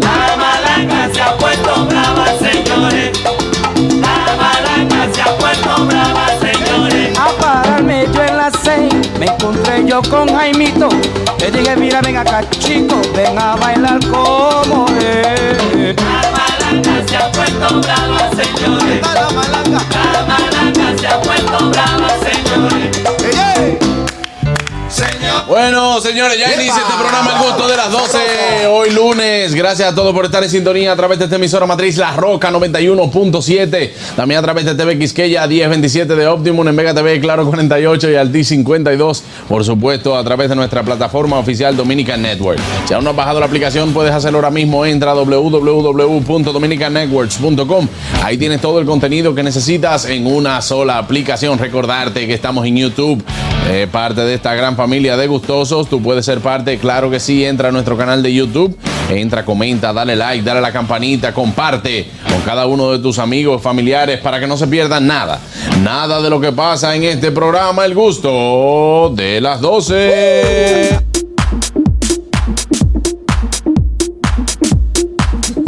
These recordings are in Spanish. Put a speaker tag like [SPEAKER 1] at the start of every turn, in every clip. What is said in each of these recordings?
[SPEAKER 1] La malanga se ha puesto brava, señores. La malanga se ha puesto brava, señores.
[SPEAKER 2] A pararme yo en las seis me encontré yo con Jaimito. Le dije, mira, ven acá, chico, ven a bailar como es.
[SPEAKER 1] La malanga se ha puesto brava, señores. La malanga se ha puesto brava, señores.
[SPEAKER 3] Bueno, señores, ya inicia este programa El Gusto de las 12, hoy lunes. Gracias a todos por estar en sintonía a través de esta emisora matriz La Roca 91.7. También a través de TV Quisqueya 1027 de Optimum, en Vega TV Claro 48 y Alti 52. Por supuesto, a través de nuestra plataforma oficial Dominican Network. Si aún no has bajado la aplicación, puedes hacerlo ahora mismo. Entra a www.dominicannetworks.com. Ahí tienes todo el contenido que necesitas en una sola aplicación. Recordarte que estamos en YouTube, eh, parte de esta gran familia de gustosos. Tú puedes ser parte, claro que sí. Entra a nuestro canal de YouTube, entra, comenta, dale like, dale a la campanita, comparte con cada uno de tus amigos, familiares, para que no se pierdan nada. Nada de lo que pasa en este programa, el gusto de las 12.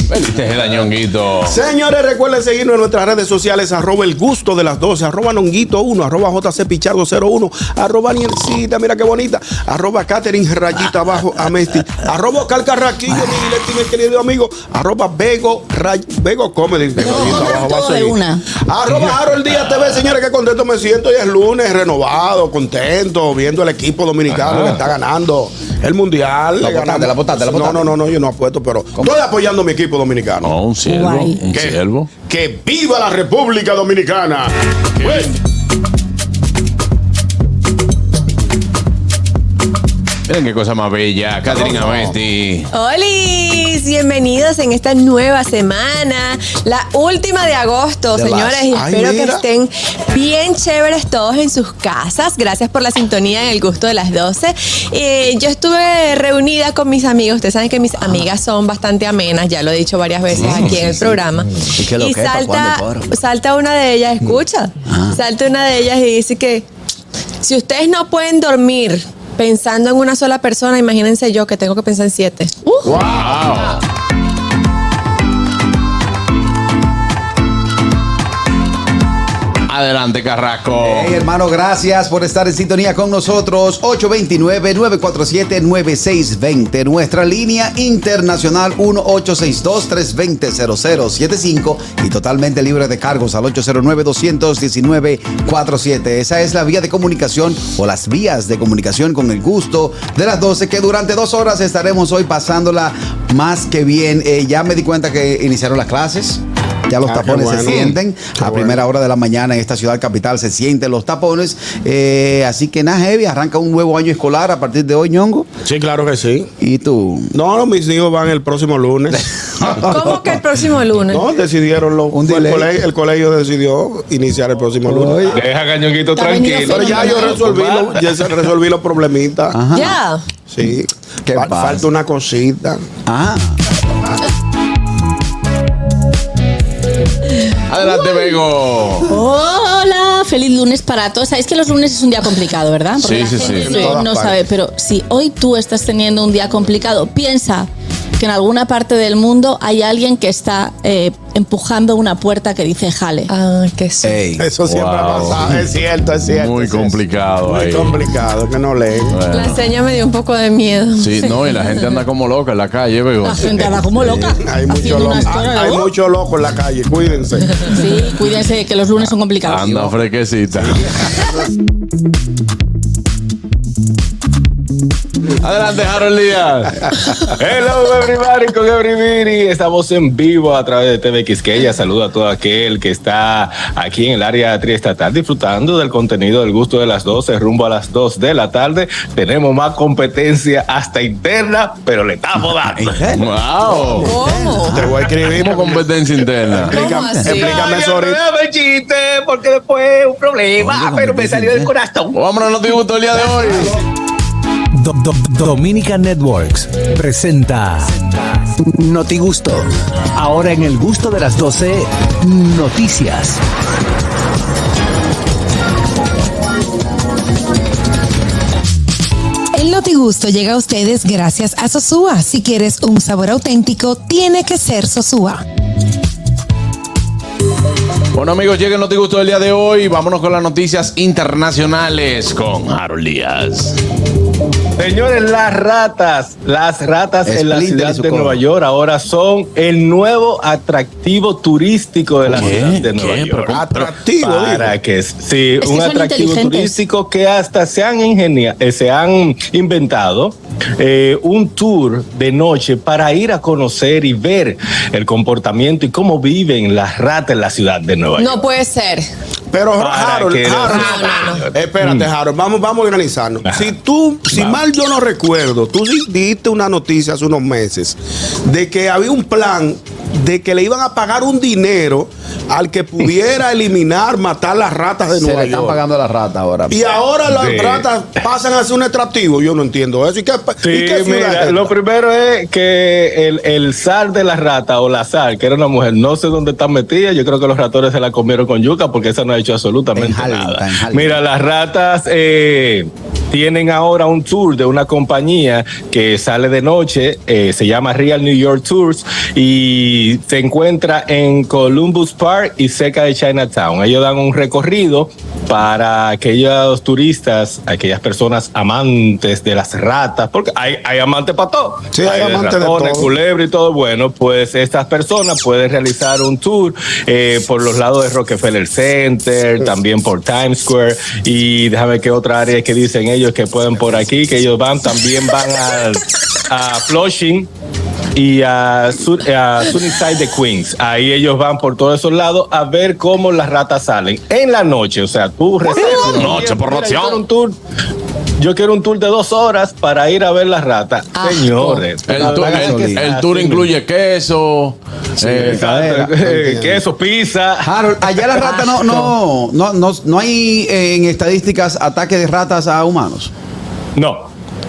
[SPEAKER 3] Feliz Tejeda, Ñonguito.
[SPEAKER 4] Señores, recuerden seguirnos en nuestras redes sociales, arroba el gusto de las 12, arroba nonguito1, arroba jcpichardo01, arroba Nielcita, mira qué bonita, arroba Catherine rayita abajo amesti, arroba calcarraquillo, mi directo y mi querido amigo, arroba vego, Ray- vego comedy, Begoñita abajo va a
[SPEAKER 5] todo de
[SPEAKER 4] seguir.
[SPEAKER 5] una.
[SPEAKER 4] arroba Harold Díaz TV, señores, qué contento me siento, y es lunes, renovado, contento, viendo el equipo dominicano que está ganando el mundial. Le
[SPEAKER 6] apostaste,
[SPEAKER 4] ganamos.
[SPEAKER 6] la apostaste, la
[SPEAKER 4] No,
[SPEAKER 6] apostaste.
[SPEAKER 4] no, no, no, yo no apuesto, pero estoy apoyando a mi equipo dominicano.
[SPEAKER 3] No, un siervo,
[SPEAKER 5] Guay.
[SPEAKER 3] un
[SPEAKER 4] ¿Qué?
[SPEAKER 3] siervo.
[SPEAKER 4] ¡Que viva la República Dominicana! Pues,
[SPEAKER 3] Miren qué cosa más bella. Catherine Amesti.
[SPEAKER 5] ¡Holis! Bienvenidos en esta nueva semana, la última de agosto,
[SPEAKER 6] De
[SPEAKER 5] señores.
[SPEAKER 6] las-
[SPEAKER 5] Y
[SPEAKER 4] Ay,
[SPEAKER 5] espero que
[SPEAKER 4] mira.
[SPEAKER 5] estén bien chéveres todos en sus casas. Gracias por la sintonía en el gusto de las 12. Eh, yo estuve reunida con mis amigos. Ustedes saben que mis amigas son bastante amenas, ya lo he dicho varias veces Pues aquí en el programa.
[SPEAKER 6] Mm, ¿Y qué lo que es? ¿Pa'
[SPEAKER 5] salta,
[SPEAKER 6] cuándo, coro?
[SPEAKER 5] salta una de ellas, escucha. Salta una de ellas y dice que si ustedes no pueden dormir pensando en una sola persona, imagínense yo que tengo que pensar en siete.
[SPEAKER 3] Uh. ¡Wow! Adelante, Carrasco.
[SPEAKER 6] Hey, hermano, gracias por estar en sintonía con nosotros. 829-947-9620. Nuestra línea internacional 1862-320-0075 y totalmente libre de cargos al 809-219-47. Esa es la vía de comunicación o las vías de comunicación con el gusto de las 12 que durante dos horas estaremos hoy pasándola más que bien. Eh, ya me di cuenta que iniciaron las clases. Ya los
[SPEAKER 4] Ah, qué
[SPEAKER 6] tapones se
[SPEAKER 4] bueno.
[SPEAKER 6] sienten.
[SPEAKER 4] Qué
[SPEAKER 6] a
[SPEAKER 4] bueno.
[SPEAKER 6] primera hora de la mañana en esta ciudad capital se sienten los tapones. Eh, así que nada, heavy. Arranca un nuevo año escolar a partir de hoy, ñongo.
[SPEAKER 4] sí, claro que sí.
[SPEAKER 6] Y tú.
[SPEAKER 4] No, no, mis hijos van el próximo lunes.
[SPEAKER 5] ¿Cómo que el próximo lunes?
[SPEAKER 4] No, decidieron lo,
[SPEAKER 6] Un
[SPEAKER 4] el,
[SPEAKER 6] delay.
[SPEAKER 4] colegio, el colegio decidió iniciar el próximo lunes.
[SPEAKER 3] Deja cañonquito
[SPEAKER 5] Está venido
[SPEAKER 4] Pero ya yo
[SPEAKER 5] fenomenal.
[SPEAKER 4] resolví, lo- ya se- resolví los problemitas.
[SPEAKER 5] Ya.
[SPEAKER 4] Sí.
[SPEAKER 6] ¿Qué
[SPEAKER 4] Fal-
[SPEAKER 6] pasa?
[SPEAKER 4] Falta una cosita.
[SPEAKER 6] Ah,
[SPEAKER 3] Adelante, Bego.
[SPEAKER 4] Oh.
[SPEAKER 7] Hola, feliz lunes para todos. Sabéis que los lunes es un día complicado, ¿verdad?
[SPEAKER 3] Sí,
[SPEAKER 7] la
[SPEAKER 3] sí,
[SPEAKER 7] gente
[SPEAKER 3] sí.
[SPEAKER 7] no-
[SPEAKER 4] En todas
[SPEAKER 7] no
[SPEAKER 4] partes.
[SPEAKER 7] sabe, pero si hoy tú estás teniendo un día complicado, piensa que en alguna parte del mundo hay alguien que está eh, empujando una puerta que dice jale.
[SPEAKER 5] Ah, qué sí.
[SPEAKER 6] ey.
[SPEAKER 4] Eso siempre ha
[SPEAKER 3] Wow.
[SPEAKER 4] pasado. Es cierto, es cierto.
[SPEAKER 3] Muy
[SPEAKER 4] es cierto.
[SPEAKER 3] complicado
[SPEAKER 4] Muy
[SPEAKER 3] ahí.
[SPEAKER 4] complicado, que no leen.
[SPEAKER 5] La seña me dio un poco de miedo.
[SPEAKER 3] Sí, no, y la gente anda como loca en la calle, Bego.
[SPEAKER 7] La gente anda como loca.
[SPEAKER 4] Hay mucho
[SPEAKER 7] haciendo
[SPEAKER 4] loco.
[SPEAKER 7] unas
[SPEAKER 4] Hay,
[SPEAKER 7] cosas,
[SPEAKER 4] hay
[SPEAKER 7] ¿no?
[SPEAKER 4] mucho loco en la calle, cuídense.
[SPEAKER 7] Sí, cuídense que los lunes son complicados.
[SPEAKER 3] Anda frequecita. Adelante, Harold Díaz.
[SPEAKER 8] Hello everybody con Everybody. Estamos en vivo a través de TV Quisqueya. Saludo a todo aquel que está aquí en el área triestatal disfrutando del contenido del gusto de las 12 rumbo a las 2 de la tarde. Tenemos más competencia hasta interna, pero le estamos dando.
[SPEAKER 3] Wow.
[SPEAKER 5] ¿Cómo?
[SPEAKER 4] Te voy a escribir.
[SPEAKER 3] Como competencia interna.
[SPEAKER 5] ¿Cómo
[SPEAKER 4] Explícame,
[SPEAKER 5] así?
[SPEAKER 4] explícame
[SPEAKER 8] Ay,
[SPEAKER 4] eso
[SPEAKER 8] no
[SPEAKER 4] ahorita.
[SPEAKER 8] dame chiste porque después es un problema, pero me salió del corazón.
[SPEAKER 3] Vámonos, no te gustó el día de hoy.
[SPEAKER 9] Do- do- Dominica Networks presenta Noti Gusto. Ahora en el gusto de las 12, noticias.
[SPEAKER 10] El Notigusto llega a ustedes gracias a Sosúa. Si quieres un sabor auténtico, tiene que ser Sosúa.
[SPEAKER 3] Bueno, amigos, lleguen no te gustó el día de hoy. Vámonos con las noticias internacionales con Harold Díaz.
[SPEAKER 8] Señores, las ratas, las ratas en la
[SPEAKER 6] Splinter y
[SPEAKER 8] ciudad
[SPEAKER 6] su
[SPEAKER 8] de
[SPEAKER 6] cola.
[SPEAKER 8] Nueva York ahora son el nuevo atractivo turístico de la ciudad de Nueva
[SPEAKER 3] ¿Qué? Pero,
[SPEAKER 8] York.
[SPEAKER 3] pero-
[SPEAKER 4] Atractivo, digo.
[SPEAKER 8] Para que sí,
[SPEAKER 7] que
[SPEAKER 8] un
[SPEAKER 7] son
[SPEAKER 8] atractivo
[SPEAKER 7] inteligentes.
[SPEAKER 8] turístico que hasta se han ingenia- eh, se han inventado eh, un tour de noche para ir a conocer y ver el comportamiento y cómo viven las ratas en la ciudad de Nueva York.
[SPEAKER 5] No puede ser.
[SPEAKER 4] Pero
[SPEAKER 8] Para
[SPEAKER 4] Harold,
[SPEAKER 8] que-
[SPEAKER 4] Harold,
[SPEAKER 8] No, no, no.
[SPEAKER 4] espérate,
[SPEAKER 3] Mm.
[SPEAKER 4] Harold, vamos, vamos a organizarnos.
[SPEAKER 8] Ajá.
[SPEAKER 4] Si tú, si
[SPEAKER 8] Vamos.
[SPEAKER 4] mal yo no recuerdo, tú sí diste una noticia hace unos meses de que había un plan de que le iban a pagar un dinero al que pudiera eliminar, matar las ratas de
[SPEAKER 6] Se le
[SPEAKER 4] Nueva
[SPEAKER 6] están
[SPEAKER 4] York.
[SPEAKER 6] pagando a la rata ahora.
[SPEAKER 4] Y ahora las
[SPEAKER 8] Sí.
[SPEAKER 4] ratas pasan a ser un atractivo. Yo no entiendo eso. ¿Y qué,
[SPEAKER 8] Sí,
[SPEAKER 4] y qué ciudad es
[SPEAKER 8] mira,
[SPEAKER 4] esta?
[SPEAKER 8] lo primero es que el, el zar de la rata o la zar, que era una mujer, no sé dónde está metida. Yo creo que los ratones se la comieron con yuca porque esa no ha hecho absolutamente
[SPEAKER 6] En Harlingen,
[SPEAKER 8] nada.
[SPEAKER 6] en Harlingen.
[SPEAKER 8] Mira, las ratas eh, tienen ahora un tour de una compañía que sale de noche, eh, se llama Real New York Tours y se encuentra en Columbus Park y cerca de Chinatown. Ellos dan un recorrido para aquellos turistas, aquellas personas amantes de las ratas, porque hay, hay amantes para todo.
[SPEAKER 4] Sí, hay amantes de
[SPEAKER 8] ratones, culebras,
[SPEAKER 4] todo.
[SPEAKER 8] Culebra y todo, bueno, pues estas personas pueden realizar un tour eh, por los lados de Rockefeller Center, también por Times Square y déjame ver qué otra área es que dicen ellos que pueden por aquí, que ellos van, también van al- a Flushing y a, Sur- a Sunnyside de Queens. Ahí ellos van por todos esos lados a ver cómo las ratas salen en la noche, o sea, tú reservas un
[SPEAKER 3] Noche por
[SPEAKER 8] mira,
[SPEAKER 3] noción.
[SPEAKER 8] yo quiero un tour. Yo quiero un tour de dos horas para ir a ver las ratas.
[SPEAKER 7] Asco.
[SPEAKER 8] Señores,
[SPEAKER 3] El tour, el- el
[SPEAKER 8] Ah,
[SPEAKER 3] tour incluye queso. eh,
[SPEAKER 8] Exacto. Eh, Queso, pizza.
[SPEAKER 6] Harold, allá las ratas no, no, no, no, no hay eh, en estadísticas ataques de ratas a humanos.
[SPEAKER 8] No.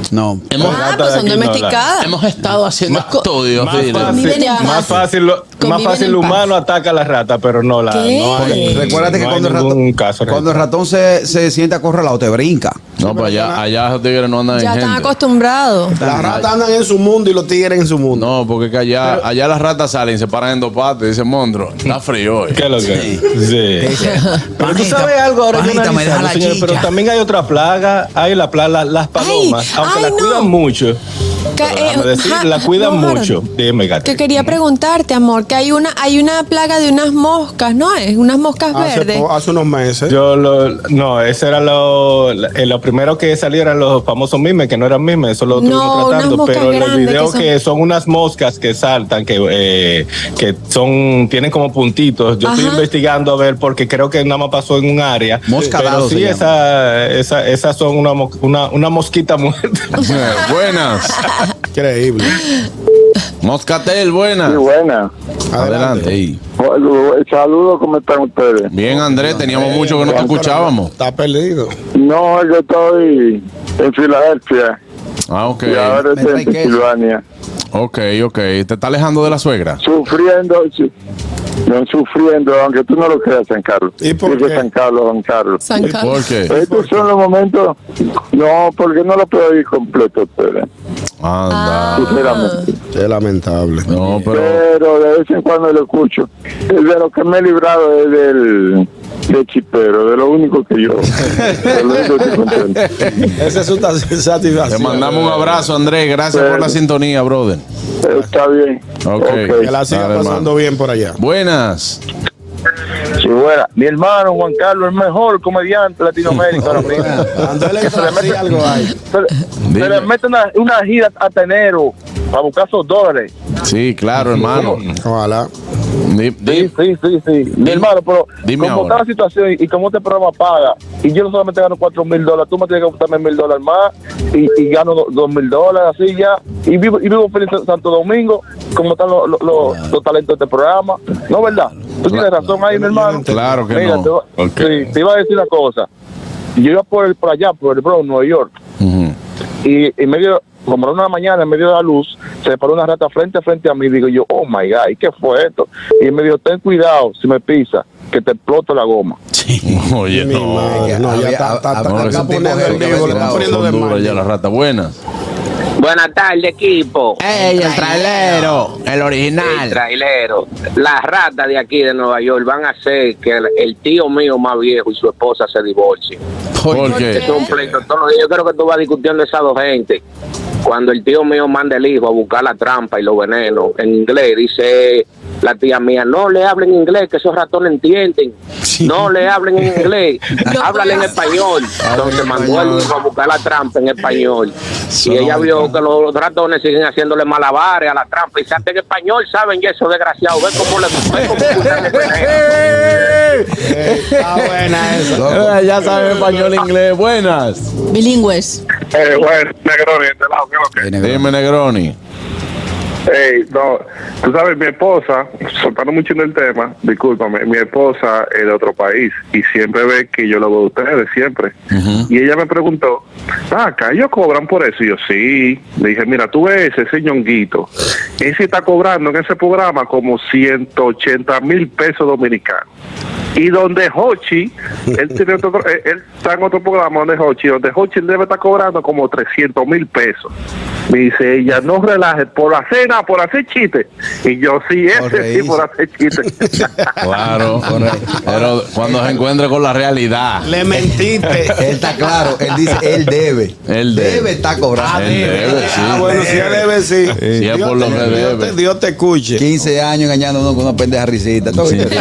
[SPEAKER 6] No.
[SPEAKER 3] hemos,
[SPEAKER 5] Ah,
[SPEAKER 8] Rata
[SPEAKER 5] pues
[SPEAKER 8] de
[SPEAKER 5] son
[SPEAKER 8] aquí no
[SPEAKER 5] domesticadas.
[SPEAKER 3] hemos estado haciendo
[SPEAKER 8] Más-
[SPEAKER 3] estudios.
[SPEAKER 8] más
[SPEAKER 3] miren.
[SPEAKER 8] fácil-
[SPEAKER 7] Conviven en
[SPEAKER 8] Más
[SPEAKER 7] paz.
[SPEAKER 8] fácil, lo- más
[SPEAKER 7] Conviven
[SPEAKER 8] fácil el
[SPEAKER 7] en paz.
[SPEAKER 8] humano ataca a las ratas, pero no la.
[SPEAKER 7] ¿Qué?
[SPEAKER 8] No hay-
[SPEAKER 6] Recuérdate que
[SPEAKER 8] no
[SPEAKER 6] cuando, el
[SPEAKER 8] hay
[SPEAKER 6] ratón,
[SPEAKER 8] ningún caso real.
[SPEAKER 6] cuando el ratón se, se siente acorralado, te brinca.
[SPEAKER 3] No, pues allá, allá los tigres no andan
[SPEAKER 5] Ya
[SPEAKER 3] en
[SPEAKER 5] están
[SPEAKER 3] gente.
[SPEAKER 5] acostumbrados.
[SPEAKER 4] Las ratas andan en su mundo y los tigres en su mundo.
[SPEAKER 3] No, porque es que allá, allá las ratas salen, se paran en dos patas y dicen, monstruo, está frío hoy.
[SPEAKER 8] ¿Qué es lo que? Sí. Pero tú
[SPEAKER 6] Panita,
[SPEAKER 8] sabes algo ahora, yo
[SPEAKER 6] panita, me
[SPEAKER 8] analizando,
[SPEAKER 6] deja la
[SPEAKER 8] señores, pero
[SPEAKER 6] chicha.
[SPEAKER 8] también hay otra plaga, hay la plaga, las palomas,
[SPEAKER 5] Ay,
[SPEAKER 8] aunque
[SPEAKER 5] ay,
[SPEAKER 8] las
[SPEAKER 5] no.
[SPEAKER 8] cuidan mucho.
[SPEAKER 5] Ca-
[SPEAKER 8] pero
[SPEAKER 5] eh,
[SPEAKER 8] déjame decir,
[SPEAKER 5] ja-
[SPEAKER 8] la cuidan
[SPEAKER 5] no, Harold,
[SPEAKER 8] mucho. Dime, gato.
[SPEAKER 5] Que quería preguntarte, amor, que hay una, hay una plaga de unas moscas, ¿no? Es unas moscas
[SPEAKER 4] Hace,
[SPEAKER 5] verdes.
[SPEAKER 4] po- hace unos meses.
[SPEAKER 8] Yo lo, no, ese era lo, eh, lo primero que salieron los famosos memes, que no eran memes, eso lo
[SPEAKER 5] No,
[SPEAKER 8] estuvimos tratando,
[SPEAKER 5] unas moscas
[SPEAKER 8] pero en el
[SPEAKER 5] grandes
[SPEAKER 8] video
[SPEAKER 5] que son-
[SPEAKER 8] que son... unas moscas que saltan, que, eh, que son, tienen como puntitos. Yo estoy
[SPEAKER 5] Ajá.
[SPEAKER 8] investigando a ver, porque creo que nada más pasó en un área.
[SPEAKER 6] Mosca
[SPEAKER 8] pero
[SPEAKER 6] dado se
[SPEAKER 8] sí,
[SPEAKER 6] llama.
[SPEAKER 8] esa, esa, esas son una, mo- una, una mosquita muerta.
[SPEAKER 3] Eh, buenas.
[SPEAKER 4] Increíble.
[SPEAKER 3] Moscatel, buenas.
[SPEAKER 11] Sí, buena.
[SPEAKER 3] Adelante. Ey.
[SPEAKER 11] Saludos, ¿cómo están ustedes?
[SPEAKER 3] Bien, Andrés, teníamos mucho que no te escuchábamos.
[SPEAKER 4] Está perdido.
[SPEAKER 11] No, yo estoy en Filadelfia
[SPEAKER 3] Ah, ok.
[SPEAKER 11] y ahora
[SPEAKER 6] Me
[SPEAKER 11] estoy
[SPEAKER 6] trae
[SPEAKER 11] en
[SPEAKER 6] queso.
[SPEAKER 11] Pensilvania.
[SPEAKER 3] Ok, ok. ¿Te está alejando de la suegra?
[SPEAKER 11] Sufriendo, sí. no sufriendo, aunque tú no lo creas, San Carlos.
[SPEAKER 4] ¿Y por
[SPEAKER 11] Dije
[SPEAKER 4] qué?
[SPEAKER 11] San Carlos, San Carlos.
[SPEAKER 5] San Carlos.
[SPEAKER 3] ¿Por qué?
[SPEAKER 11] Estos son los momentos. No, porque no lo puedo ir completo, pero,
[SPEAKER 3] Anda.
[SPEAKER 11] sinceramente.
[SPEAKER 4] Qué lamentable.
[SPEAKER 3] No, pero.
[SPEAKER 11] Pero de vez en cuando lo escucho. El de lo que me he librado es del de chipero, de lo único que yo. de lo único que estoy contento.
[SPEAKER 4] Esa es su ta-
[SPEAKER 3] Te
[SPEAKER 4] satisfacción.
[SPEAKER 3] mandamos un abrazo, Andrés. Gracias por la sintonía, brother.
[SPEAKER 11] Está bien.
[SPEAKER 3] Ok.
[SPEAKER 11] Ok.
[SPEAKER 4] Que la siga
[SPEAKER 3] Dale,
[SPEAKER 4] pasando bien por allá.
[SPEAKER 3] Buenas.
[SPEAKER 11] Sí, buena. Mi hermano Juan Carlos, el mejor comediante de Latinoamérica ahora mismo. Que se le mete, se le- se le mete una, una gira a Tenero para buscar esos dólares.
[SPEAKER 3] Sí, claro, hermano.
[SPEAKER 4] Ojalá.
[SPEAKER 11] Sí, sí, sí, sí. Mi hermano, pero
[SPEAKER 3] dime
[SPEAKER 11] como
[SPEAKER 3] ahora.
[SPEAKER 11] está la situación y como este programa paga, y yo solamente gano cuatro mil dólares, tú me tienes que gustarme mil dólares más y, y gano do- dos mil dólares, así ya. Y vivo, y vivo feliz en Santo Domingo, como están los, los- los- los talentos de este programa. ¿No verdad? Tú tienes razón ahí, mi hermano.
[SPEAKER 3] Claro que
[SPEAKER 11] Mira,
[SPEAKER 3] no.
[SPEAKER 11] Te, va-
[SPEAKER 3] Ok.
[SPEAKER 11] sí, te iba a decir una cosa. Yo iba por, el- por allá, por el Bronx, Nueva York y en medio, como era una mañana, en medio de la luz, se paró una rata frente a frente a mí. Digo yo, oh my God, ¿y qué fue esto? Y él me dijo, ten cuidado si me pisa, que te exploto la goma.
[SPEAKER 3] Oye, no.
[SPEAKER 4] No, ya
[SPEAKER 6] Había-
[SPEAKER 4] está, está, está,
[SPEAKER 3] Amor,
[SPEAKER 6] había-
[SPEAKER 4] está
[SPEAKER 3] ese tipo
[SPEAKER 4] poniendo
[SPEAKER 6] había-
[SPEAKER 4] en vivo, lo está
[SPEAKER 6] había-
[SPEAKER 4] poniendo de
[SPEAKER 3] Son duras
[SPEAKER 4] mal.
[SPEAKER 3] ya las ratas buenas.
[SPEAKER 1] Buenas tardes, equipo.
[SPEAKER 3] ¡Ey, el trailero! El
[SPEAKER 1] El trailero. Las ratas de aquí de Nueva York van a hacer que el, el tío mío más viejo y su esposa se divorcien.
[SPEAKER 3] ¿Por qué?
[SPEAKER 1] Eso es un pleito todos los días. Yo creo que tú vas discutiendo esas dos gente. Cuando el tío mío manda el hijo a buscar la trampa y los venenos en inglés, dice la tía mía, no le hablen inglés, que esos ratones entienden. No le hablen en inglés, háblale en español. Entonces mandó al hijo a buscar la trampa en español. Y ella vio que los ratones siguen haciéndole malabares a la trampa. Y saben en español, saben ya eso desgraciado. Ven cómo le ven cómo Eh, usan el veneno.
[SPEAKER 4] Está buena esa.
[SPEAKER 3] Eh, ya saben español, inglés. Buenas.
[SPEAKER 7] Bilingües.
[SPEAKER 11] Eh, bueno, Negroni, de este lado, ¿qué es lo que?
[SPEAKER 3] Dime, Negroni.
[SPEAKER 11] Ey, no, tú sabes, mi esposa, soltando mucho en el tema, discúlpame, mi esposa es de otro país y siempre ve que yo lo veo a ustedes, siempre. Y ella me preguntó, ah, acá ellos cobran por eso. Y yo, sí. Le dije, mira, tú ves ese ñonguito, ese está cobrando en ese programa como 180 mil pesos dominicanos. Y donde Hochi, él, tiene otro, él- él está en otro programa donde Hochi, donde Hochi debe estar cobrando como 300 mil pesos. Me dice ella, no relajes, por la cena, por hacer chistes. Y yo, sí,
[SPEAKER 6] Por
[SPEAKER 11] ese sí,
[SPEAKER 6] reírse.
[SPEAKER 11] por hacer chistes.
[SPEAKER 3] Claro. Pero cuando se encuentre con la realidad.
[SPEAKER 4] Le mentiste.
[SPEAKER 6] Él está claro, él dice, él debe.
[SPEAKER 3] Él debe.
[SPEAKER 6] Debe estar cobrando.
[SPEAKER 3] Él debe, sí.
[SPEAKER 4] Ah, bueno, si él debe, sí.
[SPEAKER 3] Si es
[SPEAKER 4] Dios
[SPEAKER 3] por lo
[SPEAKER 4] te-
[SPEAKER 3] que
[SPEAKER 4] Dios
[SPEAKER 3] debe.
[SPEAKER 4] te- Dios te escuche.
[SPEAKER 6] 15 años engañando a uno con una pendeja risita. ¿tú viste?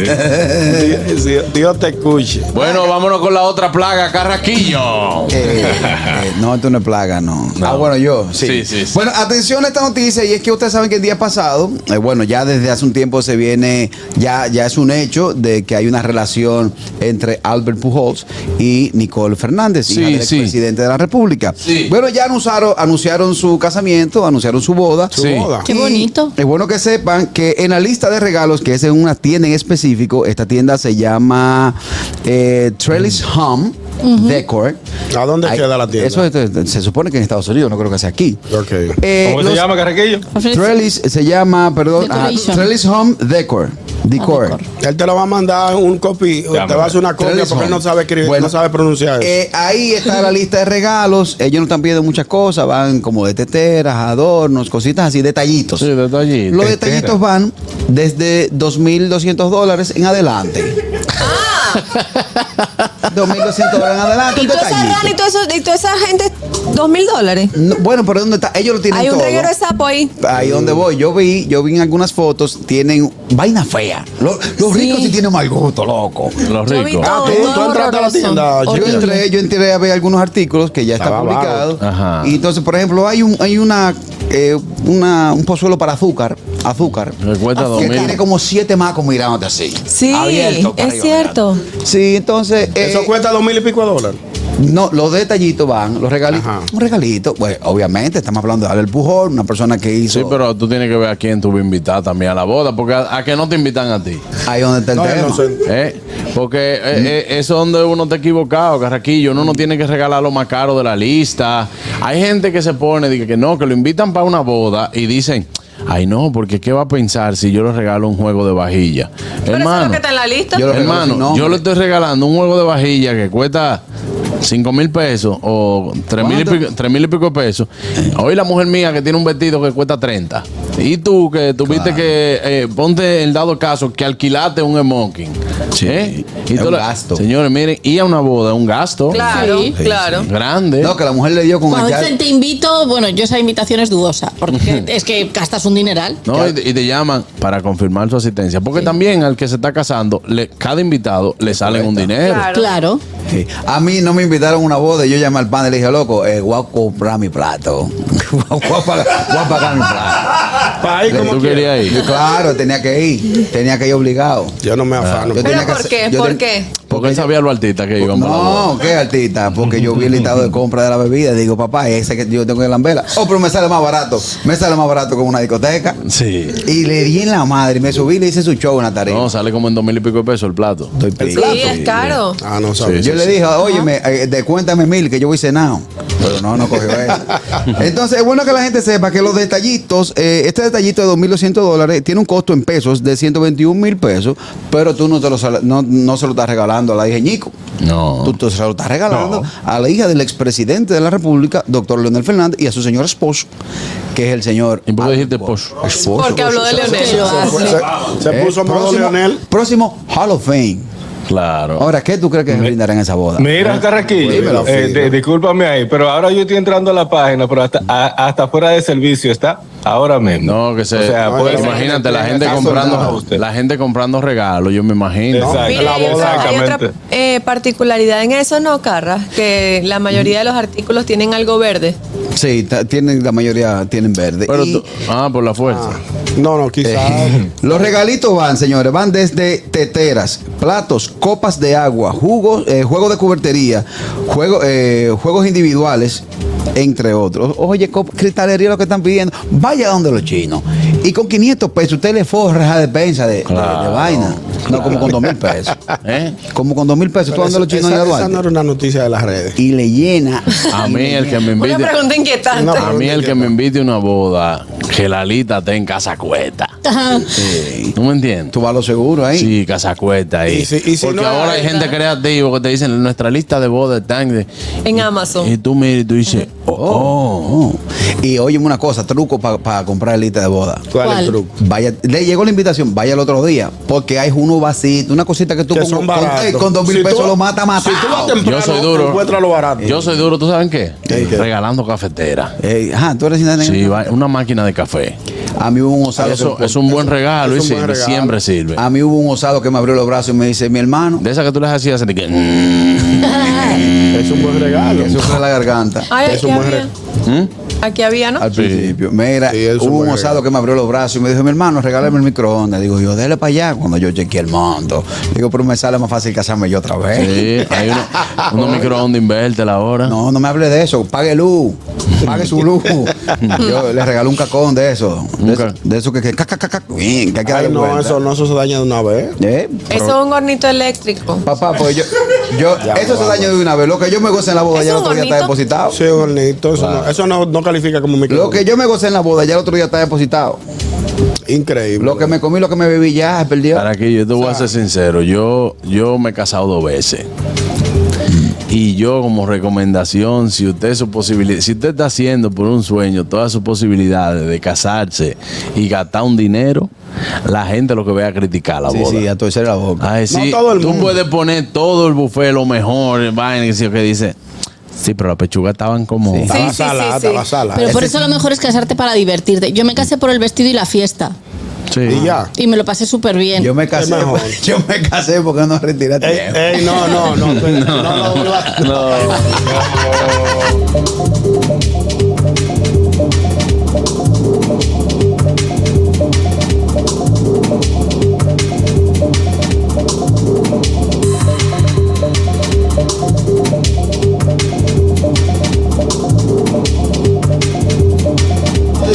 [SPEAKER 4] Dios, Dios- Dios te escuche.
[SPEAKER 3] Bueno, vámonos con la otra plaga, Carraquillo.
[SPEAKER 6] Eh, eh, no, esto no es plaga, no. Ah, bueno, yo. Sí.
[SPEAKER 3] Sí, sí, sí.
[SPEAKER 6] Bueno, atención a esta noticia, y es que ustedes saben que el día pasado, eh, bueno, ya desde hace un tiempo se viene, ya, ya es un hecho de que hay una relación entre Albert Pujols y Nicole Fernández,
[SPEAKER 3] Sí,
[SPEAKER 6] hija del
[SPEAKER 3] sí.
[SPEAKER 6] presidente de la República.
[SPEAKER 3] Sí.
[SPEAKER 6] Bueno, ya anunciaron, anunciaron su casamiento, anunciaron su boda.
[SPEAKER 4] Su
[SPEAKER 3] Sí.
[SPEAKER 4] boda.
[SPEAKER 7] Qué
[SPEAKER 6] Y
[SPEAKER 7] bonito.
[SPEAKER 6] Es bueno que sepan que en la lista de regalos, que es en una tienda en específico, esta tienda se llama eh, Trellis
[SPEAKER 3] Mm.
[SPEAKER 6] Home Decor.
[SPEAKER 4] ¿A dónde
[SPEAKER 6] Ahí-
[SPEAKER 4] queda la tienda?
[SPEAKER 6] Eso es- es- se supone que en Estados Unidos, no creo que sea aquí.
[SPEAKER 4] Ok.
[SPEAKER 6] Eh,
[SPEAKER 8] ¿Cómo
[SPEAKER 6] los-
[SPEAKER 8] se llama, Carraquillo?
[SPEAKER 6] Trellis se llama, perdón, ah,
[SPEAKER 7] Decoration.
[SPEAKER 6] Trellis Home Decor. Decor.
[SPEAKER 7] decor.
[SPEAKER 4] Él te lo va a mandar un copy,
[SPEAKER 8] Llámame.
[SPEAKER 4] te va a hacer una copia
[SPEAKER 6] Trellis
[SPEAKER 4] porque él no
[SPEAKER 6] Home.
[SPEAKER 4] sabe escribir,
[SPEAKER 6] Bueno,
[SPEAKER 4] no sabe pronunciar. eso.
[SPEAKER 6] eh, ahí está la lista de regalos. Ellos no están pidiendo muchas cosas, van como de teteras, adornos, cositas así, detallitos.
[SPEAKER 3] Sí, detallito.
[SPEAKER 6] Los detallitos van desde 2.200 dólares en adelante. 2.200 dólares en adelante.
[SPEAKER 5] Y
[SPEAKER 6] un
[SPEAKER 5] toda esa
[SPEAKER 6] Ah, detallito.
[SPEAKER 5] rana y toda esa, y toda esa gente, dos mil dólares.
[SPEAKER 6] No, bueno, pero ¿dónde está? Ellos lo tienen
[SPEAKER 5] Hay un
[SPEAKER 6] todo.
[SPEAKER 5] reguero de sapo ahí.
[SPEAKER 6] Ahí
[SPEAKER 3] Mm.
[SPEAKER 6] donde voy, yo vi, yo vi en algunas fotos, tienen vaina fea. Los, los
[SPEAKER 5] Sí.
[SPEAKER 6] ricos sí tienen mal gusto, loco.
[SPEAKER 3] Los
[SPEAKER 5] Yo vi
[SPEAKER 3] ricos.
[SPEAKER 4] Ah,
[SPEAKER 5] todo,
[SPEAKER 4] tú,
[SPEAKER 5] todo
[SPEAKER 4] tú entraste a la
[SPEAKER 5] horroroso.
[SPEAKER 4] tienda,
[SPEAKER 6] Yo
[SPEAKER 4] Chiquita.
[SPEAKER 6] entré, yo entré a ver algunos artículos que ya están
[SPEAKER 4] Estaba vago.
[SPEAKER 6] publicados.
[SPEAKER 3] Ajá.
[SPEAKER 6] Y entonces, por ejemplo, hay un, hay una, eh, una- un pozuelo para azúcar, azúcar.
[SPEAKER 3] Me cuesta dos
[SPEAKER 6] Que tiene
[SPEAKER 3] mil.
[SPEAKER 6] como siete macos mirándote así.
[SPEAKER 5] Sí,
[SPEAKER 6] abierto para
[SPEAKER 5] es
[SPEAKER 6] arriba,
[SPEAKER 5] cierto.
[SPEAKER 6] Sí, entonces. eh,
[SPEAKER 4] Eso cuesta dos mil y pico de dólares.
[SPEAKER 6] No, los detallitos van, los regalitos.
[SPEAKER 4] Ajá.
[SPEAKER 6] Un regalito, pues obviamente, estamos hablando de Abel Pujol, una persona que hizo.
[SPEAKER 3] Sí, pero tú tienes que ver a quién tú vas a invitar también a la boda, porque a, a que no te invitan a ti.
[SPEAKER 6] Ahí donde está el
[SPEAKER 4] No,
[SPEAKER 6] tema.
[SPEAKER 4] no sé.
[SPEAKER 3] ¿eh? Porque eh, eh, eso es donde uno está equivocado, Carraquillo. Uno no tiene que regalar lo más caro de la lista. Hay gente que se pone, dice que no, que lo invitan para una boda y dicen, ay no, porque ¿qué va a pensar si yo le regalo un juego de vajilla?
[SPEAKER 5] Pero eso es lo que está en la lista.
[SPEAKER 6] yo lo regalo sin
[SPEAKER 3] Hermano,
[SPEAKER 6] nombre.
[SPEAKER 3] yo le estoy regalando un juego de vajilla que cuesta 5 mil pesos o 3 mil y
[SPEAKER 6] ¿Cuánto?
[SPEAKER 3] pico, tres mil y pico de pesos. Hoy la mujer mía que tiene un vestido que cuesta 30. Y tú que tuviste que eh, ponte el dado caso que alquilaste un smoking. ¿eh? Y
[SPEAKER 6] es
[SPEAKER 3] tú
[SPEAKER 6] un
[SPEAKER 3] lo-
[SPEAKER 6] gasto.
[SPEAKER 3] Señores, miren, ir a una boda es un gasto.
[SPEAKER 5] Claro, Sí. claro.
[SPEAKER 3] Grande.
[SPEAKER 6] No, que la mujer le dio con
[SPEAKER 7] Cuando
[SPEAKER 6] echar-
[SPEAKER 7] dicen te invito, bueno, yo esa invitación es dudosa, porque es que gastas un dineral.
[SPEAKER 3] No, y, te- y te llaman para confirmar su asistencia. Porque también al que se está casando, le- cada invitado le salen un dinero.
[SPEAKER 7] Claro.
[SPEAKER 6] Sí. A mí no me invitaron a una boda y yo llamé al pan y le dije, loco, eh, voy a comprar mi plato. voy, a pagar, voy a pagar mi plato.
[SPEAKER 4] Pa' ahí
[SPEAKER 3] Le-
[SPEAKER 4] como
[SPEAKER 3] tú
[SPEAKER 4] quiera.
[SPEAKER 3] querías ir.
[SPEAKER 6] Yo, claro, tenía que ir. Tenía que ir obligado.
[SPEAKER 4] Yo no me afano.
[SPEAKER 6] Yo tenía
[SPEAKER 5] ¿Pero
[SPEAKER 6] que
[SPEAKER 5] por
[SPEAKER 6] hacer-
[SPEAKER 5] qué?
[SPEAKER 6] yo
[SPEAKER 5] ¿Por
[SPEAKER 6] ten-
[SPEAKER 5] qué?
[SPEAKER 3] Porque él sabía lo artista que iban para la boda.
[SPEAKER 6] No, qué artista, porque yo vi el listado de compra de la bebida y digo, papá, ese que yo tengo que lambela. Oh, pero me sale más barato. Me sale más barato que una discoteca.
[SPEAKER 3] Sí.
[SPEAKER 6] Y le di en la madre, me subí y le hice su show en la tarea.
[SPEAKER 3] No, sale como en dos mil y pico de pesos el plato.
[SPEAKER 5] Sí, es caro.
[SPEAKER 4] Ah, no sabes.
[SPEAKER 6] Yo le dije, óyeme, eh, de cuéntame mil que yo voy cenado. Pero no, no cogió eso. Entonces, es bueno que la gente sepa que los detallitos, eh, este detallito de 2.200 dólares tiene un costo en pesos de 121 mil pesos, pero tú no, te lo, sal- no, no se lo estás regalando a la hija de Ñico.
[SPEAKER 3] No.
[SPEAKER 6] Tú te se lo estás regalando
[SPEAKER 3] No.
[SPEAKER 6] a la hija del expresidente de la República, doctor Leonel Fernández, y a su señor esposo, que es el señor.
[SPEAKER 3] ¿Y por qué dijiste esposo?
[SPEAKER 6] Esposo.
[SPEAKER 5] Porque habló de
[SPEAKER 7] Que lo
[SPEAKER 5] Leonel.
[SPEAKER 4] Se,
[SPEAKER 7] hace.
[SPEAKER 4] se
[SPEAKER 6] Eh,
[SPEAKER 4] puso modo
[SPEAKER 6] próximo-
[SPEAKER 4] Leonel.
[SPEAKER 6] Próximo Hall of Fame.
[SPEAKER 3] Claro.
[SPEAKER 6] Ahora, ¿qué tú crees que brindarán en esa boda?
[SPEAKER 8] Mira, Carraquillo,
[SPEAKER 6] Dímelo,
[SPEAKER 8] eh,
[SPEAKER 6] Fido.
[SPEAKER 8] di- discúlpame ahí, pero ahora yo estoy entrando a la página, pero hasta, a- hasta fuera de servicio está ahora mismo.
[SPEAKER 3] No, que se.
[SPEAKER 8] O sea, puede
[SPEAKER 4] pues,
[SPEAKER 8] ser-
[SPEAKER 3] imagínate, la
[SPEAKER 8] que
[SPEAKER 3] gente
[SPEAKER 8] está soldado
[SPEAKER 3] comprando.
[SPEAKER 8] usted.
[SPEAKER 3] La gente comprando regalos, yo me imagino.
[SPEAKER 8] Exacto.
[SPEAKER 5] Mira, hay otra, hay otra,
[SPEAKER 8] Exactamente.
[SPEAKER 5] eh, particularidad en eso, ¿no, Carras? Que la mayoría de los artículos tienen algo verde.
[SPEAKER 6] Sí, ta- tienen, la mayoría tienen verde.
[SPEAKER 3] Pero
[SPEAKER 6] Y,
[SPEAKER 3] tú- ah, por la fuerza.
[SPEAKER 4] No, no, quizás.
[SPEAKER 6] eh, los regalitos van, señores, van desde teteras, platos, copas de agua, jugos, eh, juegos de cubertería, juego, eh, juegos individuales, entre otros. Oye, co- cristalería lo que están pidiendo, vaya donde los chinos. Y con 500 pesos usted le forra de pensa de, de- de
[SPEAKER 3] Claro,
[SPEAKER 6] vaina. No, como con 2 mil pesos.
[SPEAKER 3] ¿eh?
[SPEAKER 6] Como con 2 mil pesos, tú
[SPEAKER 4] Pero
[SPEAKER 6] donde Pues, los
[SPEAKER 4] esa,
[SPEAKER 6] chinos y
[SPEAKER 4] esa-
[SPEAKER 6] a
[SPEAKER 4] esa no
[SPEAKER 6] Duarte.
[SPEAKER 4] era una noticia de las redes.
[SPEAKER 6] Y le llena.
[SPEAKER 3] A
[SPEAKER 6] y
[SPEAKER 3] mí
[SPEAKER 6] le
[SPEAKER 3] el que
[SPEAKER 6] llena.
[SPEAKER 3] me
[SPEAKER 5] Una
[SPEAKER 3] invite.
[SPEAKER 5] pregunta inquietante.
[SPEAKER 4] No,
[SPEAKER 3] A mí el que me invite a una boda, que la lita esté en casa cueta.
[SPEAKER 6] Sí.
[SPEAKER 3] ¿Tú me entiendes?
[SPEAKER 6] Tú vas a lo seguro ahí.
[SPEAKER 3] Sí, casa cueta ahí.
[SPEAKER 4] Y si- y si
[SPEAKER 3] Porque
[SPEAKER 4] no,
[SPEAKER 3] ahora hay
[SPEAKER 5] ¿verdad?
[SPEAKER 3] gente creativa que te dicen nuestra lista de bodas está en,
[SPEAKER 5] En Amazon.
[SPEAKER 3] Y tú miras y tú dices, oh, oh.
[SPEAKER 6] Oh. Y óyeme una cosa, truco para comprar lista de boda.
[SPEAKER 4] ¿Cuál es
[SPEAKER 7] ¿Cuál?
[SPEAKER 4] el truco?
[SPEAKER 6] Vaya, le llegó la invitación, vaya el otro día, porque hay uno vasito, una cosita que tú
[SPEAKER 4] Que
[SPEAKER 6] con,
[SPEAKER 4] son
[SPEAKER 6] con-
[SPEAKER 4] baratos.
[SPEAKER 6] eh, con dos mil
[SPEAKER 4] Si tú-
[SPEAKER 6] pesos lo mata, mata.
[SPEAKER 4] Si tú vas temprano,
[SPEAKER 3] Yo soy duro.
[SPEAKER 4] encuentra lo barato.
[SPEAKER 3] Yo soy duro, ¿tú sabes qué?
[SPEAKER 6] ¿Qué?
[SPEAKER 3] Regalando cafetera.
[SPEAKER 6] Eh, ajá, tú eres sin tener-
[SPEAKER 3] Sí, va- una máquina de café.
[SPEAKER 6] A mí hubo un osado.
[SPEAKER 3] Eso
[SPEAKER 6] que-
[SPEAKER 3] es un buen regalo
[SPEAKER 4] es
[SPEAKER 3] y
[SPEAKER 4] un buen
[SPEAKER 3] sirve,
[SPEAKER 4] regalo.
[SPEAKER 3] siempre sirve.
[SPEAKER 6] A mí hubo un osado que me abrió los brazos y me dice, mi hermano,
[SPEAKER 3] De esa que tú les hacías, así de que. mm,
[SPEAKER 4] Es un buen regalo.
[SPEAKER 6] eso fue la garganta.
[SPEAKER 5] Ay, aquí
[SPEAKER 4] Eso muere.
[SPEAKER 5] había.
[SPEAKER 6] ¿Mm?
[SPEAKER 5] Aquí había, ¿no?
[SPEAKER 6] Al principio. Mira,
[SPEAKER 4] Sí, eso
[SPEAKER 6] hubo un
[SPEAKER 4] fue.
[SPEAKER 6] osado que me abrió los brazos y me dijo, mi hermano, regálame el microondas. Digo, yo, dele para allá cuando yo chequeé el monto. Digo, pero me sale más fácil casarme yo otra vez.
[SPEAKER 3] Sí, hay uno, unos microondas inverter ahora.
[SPEAKER 6] No, no me hable de eso. Pague luz. Pague su luz. Yo le regalé un cacón de eso. De,
[SPEAKER 3] Nunca.
[SPEAKER 6] eso- de eso que, que, ca, ca, ca, ca, bien, que hay que
[SPEAKER 4] Ay,
[SPEAKER 6] darle
[SPEAKER 4] no,
[SPEAKER 6] vuelta.
[SPEAKER 4] eso no, eso se daña de una vez.
[SPEAKER 6] ¿Eh?
[SPEAKER 5] Eso es un hornito eléctrico.
[SPEAKER 6] Papá, pues yo, yo
[SPEAKER 4] Ya,
[SPEAKER 6] eso se
[SPEAKER 4] vamos.
[SPEAKER 6] daño de una vez. Lo que yo me goce en la boda
[SPEAKER 5] ¿Es
[SPEAKER 6] ya el
[SPEAKER 5] un
[SPEAKER 6] otro día está
[SPEAKER 5] hornito?
[SPEAKER 6] depositado.
[SPEAKER 4] Sí, Jornito, eso, no, eso no, no califica como micro.
[SPEAKER 6] Lo que yo me goce en la boda ya el otro día está depositado.
[SPEAKER 4] Increíble.
[SPEAKER 6] Lo que me comí, lo que me bebí ya se perdió.
[SPEAKER 3] Para que yo te voy a ser sincero, yo, yo me he casado dos veces. Y yo como recomendación, si usted su posibilidad, si usted está haciendo por un sueño todas sus posibilidades de casarse y gastar un dinero, la gente lo que ve a criticar la
[SPEAKER 6] Sí,
[SPEAKER 3] boda.
[SPEAKER 6] sí, a torcer la boca.
[SPEAKER 3] A decir,
[SPEAKER 4] No todo el
[SPEAKER 3] Eh, tú
[SPEAKER 4] mundo.
[SPEAKER 3] puedes poner todo el buffet lo mejor, vaina que sí, que dice. Sí, pero la pechuga estaban como
[SPEAKER 5] Sí,
[SPEAKER 4] Estaba
[SPEAKER 5] sí,
[SPEAKER 4] sala,
[SPEAKER 5] sí,
[SPEAKER 4] estaba
[SPEAKER 5] sí.
[SPEAKER 4] sala.
[SPEAKER 7] Pero por
[SPEAKER 6] Ese-
[SPEAKER 7] eso lo mejor es casarte para divertirte. Yo me casé por el vestido y la fiesta.
[SPEAKER 3] Sí.
[SPEAKER 4] Y ya.
[SPEAKER 7] Y me lo pasé súper bien.
[SPEAKER 6] Yo me casé,
[SPEAKER 4] mejor.
[SPEAKER 6] yo me casé porque no retiré
[SPEAKER 4] Ey,
[SPEAKER 6] tiempo.
[SPEAKER 4] ey, no, no, no. No, no, no,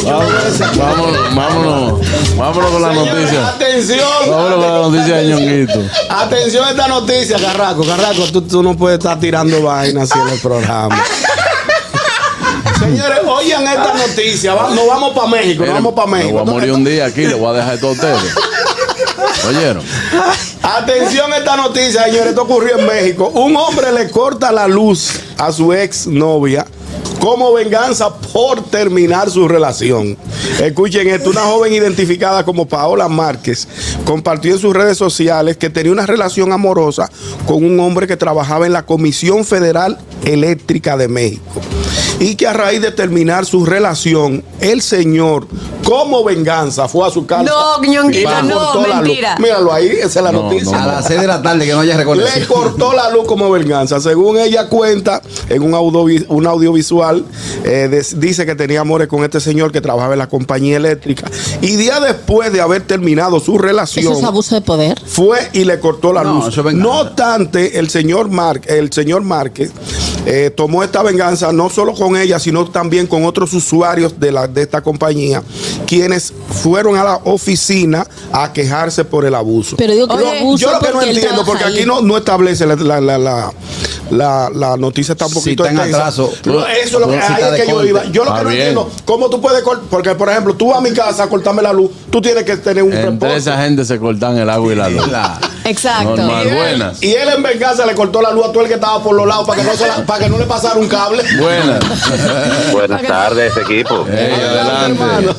[SPEAKER 3] Vámonos, vámonos, vámonos con la noticia.
[SPEAKER 4] Atención.
[SPEAKER 3] Vámonos con la noticia de Ñonguito.
[SPEAKER 4] Atención a esta noticia, Carraco. Carraco, tú, tú no puedes estar tirando vainas así en el programa. Señores, oigan esta noticia. Va- nos vamos para México, nos
[SPEAKER 3] Miren,
[SPEAKER 4] vamos para
[SPEAKER 3] me
[SPEAKER 4] México.
[SPEAKER 3] voy a morir un día aquí, le voy a dejar todo a ustedes. ¿Oyeron?
[SPEAKER 4] Atención a esta noticia, señores. Esto ocurrió en México. Un hombre le corta la luz a su ex novia como venganza por terminar su relación. Escuchen esto, una joven identificada como Paola Márquez compartió en sus redes sociales que tenía una relación amorosa con un hombre que trabajaba en la Comisión Federal Eléctrica de México y que a raíz de terminar su relación, el señor, como venganza, fue a su casa.
[SPEAKER 5] No, ñonguito,
[SPEAKER 4] y le
[SPEAKER 5] no,
[SPEAKER 4] cortó la luz.
[SPEAKER 5] mentira.
[SPEAKER 4] Míralo ahí, esa es la
[SPEAKER 6] No,
[SPEAKER 4] noticia.
[SPEAKER 6] no, no. A las seis de la tarde, que no haya reconexión.
[SPEAKER 4] Le cortó la luz como venganza. Según ella cuenta, en un, audiovi- un audiovisual, eh, des- dice que tenía amores con este señor que trabajaba en la compañía eléctrica. Y día después de haber terminado su relación
[SPEAKER 7] Eso es abuso de poder.
[SPEAKER 4] fue y le cortó la
[SPEAKER 6] No,
[SPEAKER 4] luz.
[SPEAKER 6] eso es venganza.
[SPEAKER 4] No obstante, el señor, Mar- el señor Márquez eh, tomó esta venganza no solo con ella, sino también con otros usuarios de, la, de esta compañía, quienes fueron a la oficina a quejarse por el abuso.
[SPEAKER 7] Pero digo que
[SPEAKER 4] Yo-
[SPEAKER 7] es abuso
[SPEAKER 4] yo lo que no
[SPEAKER 7] porque él
[SPEAKER 4] entiendo,
[SPEAKER 7] trabaja
[SPEAKER 4] porque
[SPEAKER 7] ahí.
[SPEAKER 4] aquí no, no establece la, la, la, la- la- la noticia está un
[SPEAKER 6] Si
[SPEAKER 4] poquito
[SPEAKER 6] está en
[SPEAKER 4] extensa.
[SPEAKER 6] atraso,
[SPEAKER 4] No, eso es lo que,
[SPEAKER 6] cita
[SPEAKER 4] ahí es
[SPEAKER 6] de
[SPEAKER 4] que yo
[SPEAKER 6] corte.
[SPEAKER 4] iba. Yo lo
[SPEAKER 3] Ah,
[SPEAKER 4] que no
[SPEAKER 3] bien.
[SPEAKER 4] entiendo, ¿cómo tú puedes cortar? Porque, por ejemplo, tú vas a mi casa a cortarme la luz, tú tienes que tener un
[SPEAKER 6] Eh,
[SPEAKER 3] Entre
[SPEAKER 4] reporte.
[SPEAKER 3] esa gente se cortan el agua y la luz.
[SPEAKER 6] La-
[SPEAKER 5] Exacto.
[SPEAKER 3] Normal, buenas.
[SPEAKER 4] Y él en venganza le cortó la luz a todo el que estaba por los lados para que no, se la- para que no le pasara un cable.
[SPEAKER 3] Buenas.
[SPEAKER 11] Buenas tardes, equipo.
[SPEAKER 3] Ey, adelante.
[SPEAKER 4] hermano.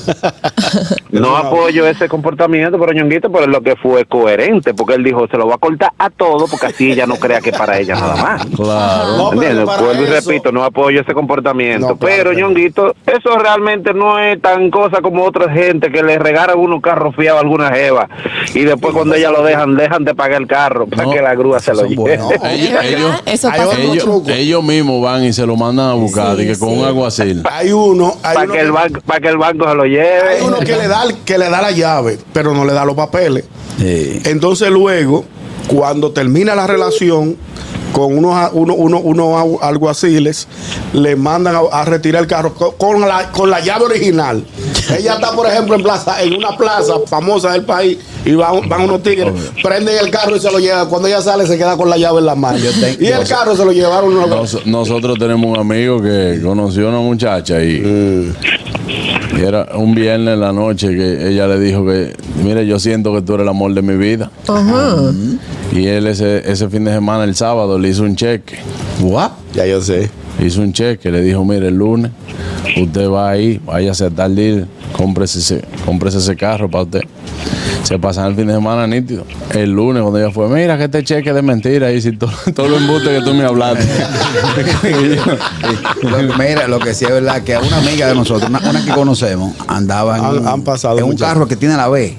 [SPEAKER 11] No apoyo ese comportamiento, pero Ñonguito, pero es lo que fue coherente, porque él dijo, se lo va a cortar a todo, porque así ella no crea que para ella nada más.
[SPEAKER 3] Claro.
[SPEAKER 4] No, pero
[SPEAKER 11] ¿Entiendes?
[SPEAKER 4] para
[SPEAKER 11] Vuelvo y
[SPEAKER 4] eso-
[SPEAKER 11] repito, no apoyo ese comportamiento.
[SPEAKER 4] No, claro
[SPEAKER 11] pero,
[SPEAKER 4] que no.
[SPEAKER 11] Ñonguito, eso realmente no es tan cosa como otra gente que le regalan unos carros fiados a alguna jeva y después cuando ella lo dejan, dejan de pagar el carro para
[SPEAKER 3] No,
[SPEAKER 11] que la grúa se lo
[SPEAKER 6] son
[SPEAKER 11] lleve.
[SPEAKER 6] buenos.
[SPEAKER 3] Ellos, ellos,
[SPEAKER 5] Eso
[SPEAKER 7] Ah,
[SPEAKER 4] Hay
[SPEAKER 5] pasa
[SPEAKER 4] otro
[SPEAKER 3] ellos-
[SPEAKER 5] mucho.
[SPEAKER 4] truco.
[SPEAKER 3] ellos mismos van y se lo mandan a buscar
[SPEAKER 5] Sí,
[SPEAKER 3] y que con
[SPEAKER 5] sí.
[SPEAKER 3] un aguacil.
[SPEAKER 4] Hay uno, hay
[SPEAKER 11] Para
[SPEAKER 4] uno
[SPEAKER 11] que, el
[SPEAKER 4] que-
[SPEAKER 11] banco- para que el
[SPEAKER 12] Pues,
[SPEAKER 11] banco se lo
[SPEAKER 4] hay
[SPEAKER 11] lleve.
[SPEAKER 4] uno que le da que le da la llave, pero no le da los papeles.
[SPEAKER 6] Sí.
[SPEAKER 4] Entonces luego, cuando termina la relación con unos, a- uno- uno- unos au- alguaciles, le mandan a, a retirar el carro co- con la, con la llave original. Ella está, por ejemplo, en plaza, en una plaza famosa del país y van, van unos tigres, prenden el carro y se lo llevan. Cuando ella sale, se queda con la llave en la mano.
[SPEAKER 6] Yo te-
[SPEAKER 4] Y
[SPEAKER 6] yo
[SPEAKER 4] el
[SPEAKER 6] sé.
[SPEAKER 4] carro se lo llevaron unos
[SPEAKER 3] Nos- nosotros tenemos un amigo que conoció a una muchacha y, y era un viernes en la noche que ella le dijo que, mire, yo siento que tú eres el amor de mi vida.
[SPEAKER 5] Ajá.
[SPEAKER 6] Mm.
[SPEAKER 3] Y él ese, ese fin de semana, el sábado, le hizo un cheque.
[SPEAKER 6] What?
[SPEAKER 4] Ya yo sé.
[SPEAKER 3] Hizo un cheque, le dijo, mire, el lunes usted va ahí, váyase a tal dealer, cómprese ese, cómprese ese carro para usted. Se pasan el fin de semana nítido. El lunes cuando ella fue, mira que este cheque es de mentira y si todo, todo lo embuste que tú me hablaste.
[SPEAKER 6] Lo- mira, lo que sí es verdad que a una amiga de nosotros, una, una que conocemos, andaba en,
[SPEAKER 4] Han-
[SPEAKER 6] un-
[SPEAKER 4] han pasado
[SPEAKER 6] en un
[SPEAKER 4] muchas.
[SPEAKER 6] carro que tiene la B.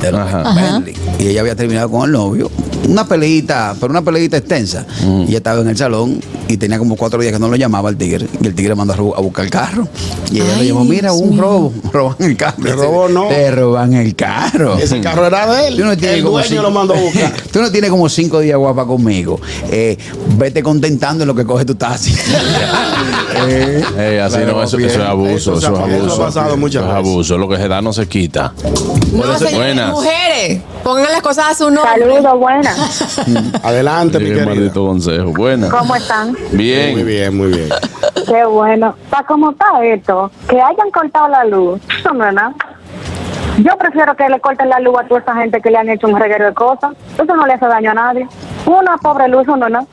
[SPEAKER 6] de los
[SPEAKER 3] Ajá.
[SPEAKER 6] Bentley, Y ella había terminado con el novio. Una peleita, pero una peleita extensa.
[SPEAKER 3] Mm.
[SPEAKER 6] Y ella estaba en el salón y tenía como cuatro días que no lo llamaba el tigre. Y el tigre mandó a ro- a buscar el carro. Y ella le
[SPEAKER 7] Ay,
[SPEAKER 6] llamó, mira,
[SPEAKER 7] Dios
[SPEAKER 6] un
[SPEAKER 7] mío.
[SPEAKER 6] robo. Roban el carro.
[SPEAKER 4] De robo no.
[SPEAKER 6] Te roban el carro.
[SPEAKER 4] Ese carro era de él.
[SPEAKER 6] Tú no tienes
[SPEAKER 4] El
[SPEAKER 6] como
[SPEAKER 4] dueño
[SPEAKER 6] cinco-
[SPEAKER 4] lo mandó a buscar.
[SPEAKER 6] Tú no tienes como cinco días guapa conmigo. Eh, vete contentando en lo que coge tu taxi. Eh,
[SPEAKER 3] Ey, así
[SPEAKER 6] claro,
[SPEAKER 3] no, eso,
[SPEAKER 6] bien.
[SPEAKER 3] eso es abuso,
[SPEAKER 4] Eso se
[SPEAKER 3] eso es
[SPEAKER 4] ha- eso
[SPEAKER 3] abuso.
[SPEAKER 4] ha pasado muchas
[SPEAKER 3] Eso es
[SPEAKER 4] veces.
[SPEAKER 3] abuso, lo que se da no se quita.
[SPEAKER 5] No, señores,
[SPEAKER 3] Buenas.
[SPEAKER 5] mujeres, pongan las cosas a su nombre.
[SPEAKER 13] Saludos, buenas.
[SPEAKER 4] Adelante, mi
[SPEAKER 3] Qué
[SPEAKER 4] querida.
[SPEAKER 3] maldito consejo. Buena.
[SPEAKER 13] ¿Cómo están?
[SPEAKER 3] Bien.
[SPEAKER 4] Muy bien, muy bien.
[SPEAKER 13] Qué bueno. Para cómo está esto, que hayan cortado la luz, eso no es nada. Yo prefiero que le corten la luz a toda esa gente que le han hecho un reguero de cosas. Eso no le hace daño a nadie. Una pobre luz, uno no.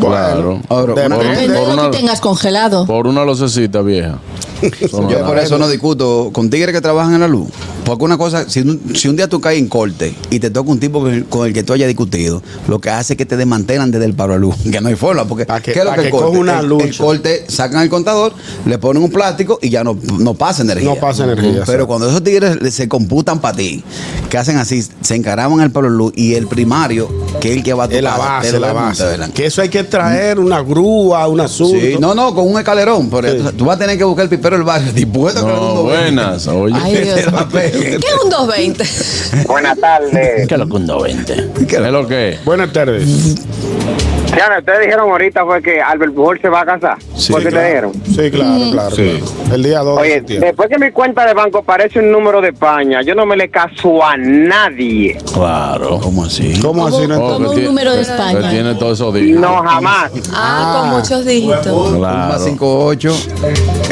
[SPEAKER 3] Claro.
[SPEAKER 6] Ahora,
[SPEAKER 3] por,
[SPEAKER 6] una-
[SPEAKER 7] Depende
[SPEAKER 3] por
[SPEAKER 7] de lo
[SPEAKER 3] una,
[SPEAKER 7] que tengas congelado.
[SPEAKER 3] por una lucecita vieja. Eso no
[SPEAKER 6] Yo
[SPEAKER 3] da.
[SPEAKER 6] por eso no discuto con tigres que trabajan en la luz. Porque una cosa, si un, si un día tú caes en corte y te toca un tipo con el, con el que tú hayas discutido, lo que hace es que te desmantelan desde el paro a luz. Que no hay forma. Porque
[SPEAKER 4] Pa' que-
[SPEAKER 6] ¿qué es lo
[SPEAKER 4] pa'
[SPEAKER 6] que,
[SPEAKER 4] que
[SPEAKER 6] corte?
[SPEAKER 4] coja una
[SPEAKER 6] El- el,
[SPEAKER 4] lucha.
[SPEAKER 6] corte, sacan el contador, le ponen un plástico y ya no, no pasa energía.
[SPEAKER 4] No pasa energía,
[SPEAKER 6] Pero
[SPEAKER 4] sí.
[SPEAKER 6] cuando esos tigres le- se computan para ti, que hacen así, se encaraban al paro a luz y el primario, que es el que va a
[SPEAKER 4] Es la
[SPEAKER 6] casa, te
[SPEAKER 4] base, la
[SPEAKER 6] desmantelan.
[SPEAKER 4] base. Que eso hay que traer una grúa, un asunto.
[SPEAKER 6] Sí, no, no, con un escalerón. Pero entonces tú vas a tener que buscar el pipero del barrio. Te puedo que
[SPEAKER 3] No,
[SPEAKER 6] no
[SPEAKER 3] buenas. Oye.
[SPEAKER 7] Ay, Dios.
[SPEAKER 5] ¿Qué es un 220?
[SPEAKER 11] Buenas tardes.
[SPEAKER 3] ¿Qué es lo que un 20? ¿Qué es lo que?
[SPEAKER 4] Buenas tardes.
[SPEAKER 11] Ya, ustedes dijeron ahorita fue que Albert Bull se va a casar.
[SPEAKER 3] Sí,
[SPEAKER 11] ¿Por qué
[SPEAKER 4] claro.
[SPEAKER 11] te dijeron?
[SPEAKER 4] Sí, claro, claro.
[SPEAKER 3] Sí.
[SPEAKER 4] claro. El día 2 de
[SPEAKER 11] Oye,
[SPEAKER 4] septiembre.
[SPEAKER 11] después que mi cuenta de banco aparece un número de España, yo no me le caso a nadie.
[SPEAKER 3] Claro.
[SPEAKER 6] ¿Cómo así?
[SPEAKER 4] ¿Cómo así no
[SPEAKER 7] ¿Cómo?
[SPEAKER 4] entiendo?
[SPEAKER 7] un
[SPEAKER 3] que tie-
[SPEAKER 7] número de
[SPEAKER 3] que-
[SPEAKER 7] España.
[SPEAKER 3] que tiene todos esos días.
[SPEAKER 11] No, jamás.
[SPEAKER 5] Ah, con muchos dígitos.
[SPEAKER 3] Claro.
[SPEAKER 6] Eh, 1,58.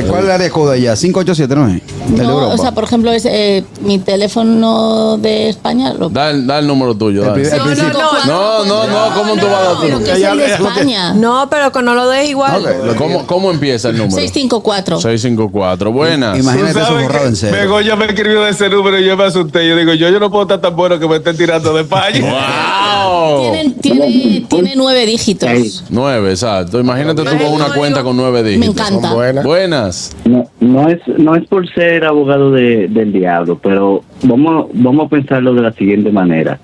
[SPEAKER 6] ¿Cuál es el área de allá? 587, ¿no es? de
[SPEAKER 7] No,
[SPEAKER 6] Europa.
[SPEAKER 7] o sea, por ejemplo, es, eh, mi teléfono de España. Lo,
[SPEAKER 3] Da, el- da el número tuyo. dale.
[SPEAKER 6] pri- el No, no, principio.
[SPEAKER 3] no, no, no, ¿cómo tú vas a dar tu
[SPEAKER 7] pero que
[SPEAKER 3] número?
[SPEAKER 7] es el de España.
[SPEAKER 5] No, pero que no lo des igual.
[SPEAKER 3] Ok, ¿Cómo, ¿Cómo empieza el número?
[SPEAKER 7] 654.
[SPEAKER 3] 654. Buenas.
[SPEAKER 8] Tú sabes que Begoña me escribió de ese número y yo me asusté. Yo digo, yo, yo no puedo estar tan bueno que me estén tirando de España.
[SPEAKER 7] Tiene, tiene, tiene nueve dígitos.
[SPEAKER 3] Nueve, exacto. Imagínate tú con una cuenta con nueve
[SPEAKER 7] Me
[SPEAKER 3] dígitos.
[SPEAKER 7] encanta.
[SPEAKER 3] Buenas. Buenas.
[SPEAKER 14] No, no es no es por ser abogado de- del diablo, pero vamos vamos a pensarlo de la siguiente manera.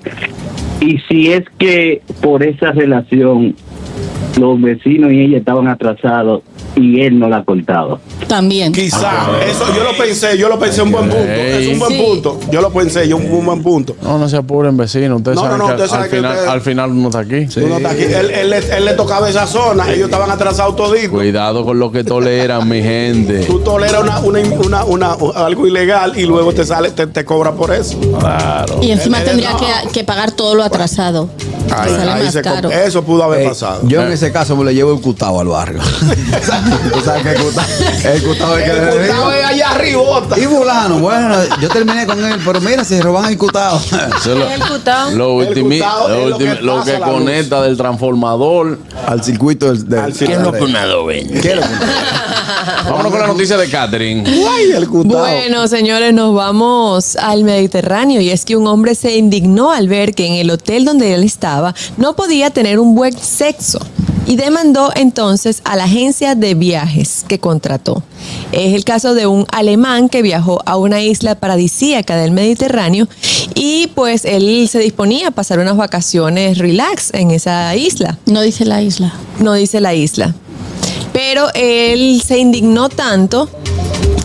[SPEAKER 14] Y si es que por esa relación los vecinos y ella estaban atrasados y él no la ha cortado.
[SPEAKER 7] También.
[SPEAKER 4] Quizá, eso yo lo pensé, yo lo pensé un buen punto, es un buen
[SPEAKER 7] Sí.
[SPEAKER 4] punto. Yo lo pensé, yo un buen punto.
[SPEAKER 3] No, no se apuren, vecino. Ustedes
[SPEAKER 4] No, no,
[SPEAKER 3] saben
[SPEAKER 4] no,
[SPEAKER 3] que
[SPEAKER 4] ustedes
[SPEAKER 3] al,
[SPEAKER 4] saben que
[SPEAKER 3] final,
[SPEAKER 4] ustedes-
[SPEAKER 3] al final uno está aquí.
[SPEAKER 4] Uno está aquí. Él, él le- él le tocaba esa zona, ellos estaban atrasados toditos.
[SPEAKER 3] Cuidado con lo que toleran, mi gente.
[SPEAKER 4] Tú toleras una, una, una, una- algo ilegal y luego te sale, te, te cobra por eso. Claro.
[SPEAKER 7] Y encima tendría que, que pagar todo lo atrasado.
[SPEAKER 4] Ahí,
[SPEAKER 7] sale
[SPEAKER 4] ahí
[SPEAKER 7] más
[SPEAKER 4] se com-
[SPEAKER 7] caro.
[SPEAKER 4] Eso pudo haber
[SPEAKER 6] Eh,
[SPEAKER 4] pasado.
[SPEAKER 6] Yo en ese caso me le llevo el cutao al barrio. Tú sabes que el cutao, el cutao es que
[SPEAKER 4] El cutao es allá arribota.
[SPEAKER 6] Y fulano, bueno, yo terminé con él, pero mira, se roban el cutao.
[SPEAKER 3] Eso lo-
[SPEAKER 5] El cutao.
[SPEAKER 3] Lo,
[SPEAKER 6] El
[SPEAKER 3] ultimi-
[SPEAKER 6] cutao
[SPEAKER 3] lo
[SPEAKER 6] es lo que
[SPEAKER 3] ultimi- lo
[SPEAKER 6] pasa
[SPEAKER 3] que
[SPEAKER 6] la luz.
[SPEAKER 3] conecta del transformador
[SPEAKER 6] al circuito del.
[SPEAKER 3] vende? Vámonos con la noticia de Catherine.
[SPEAKER 5] Bueno, señores, nos vamos al Mediterráneo y es que un hombre se indignó al ver que en el hotel donde él estaba no podía tener un buen sexo y demandó entonces a la agencia de viajes que contrató. Es el caso de un alemán que viajó a una isla paradisíaca del Mediterráneo y pues él se disponía a pasar unas vacaciones relax en esa isla.
[SPEAKER 7] No dice la isla.
[SPEAKER 5] No dice la isla. Pero él se indignó tanto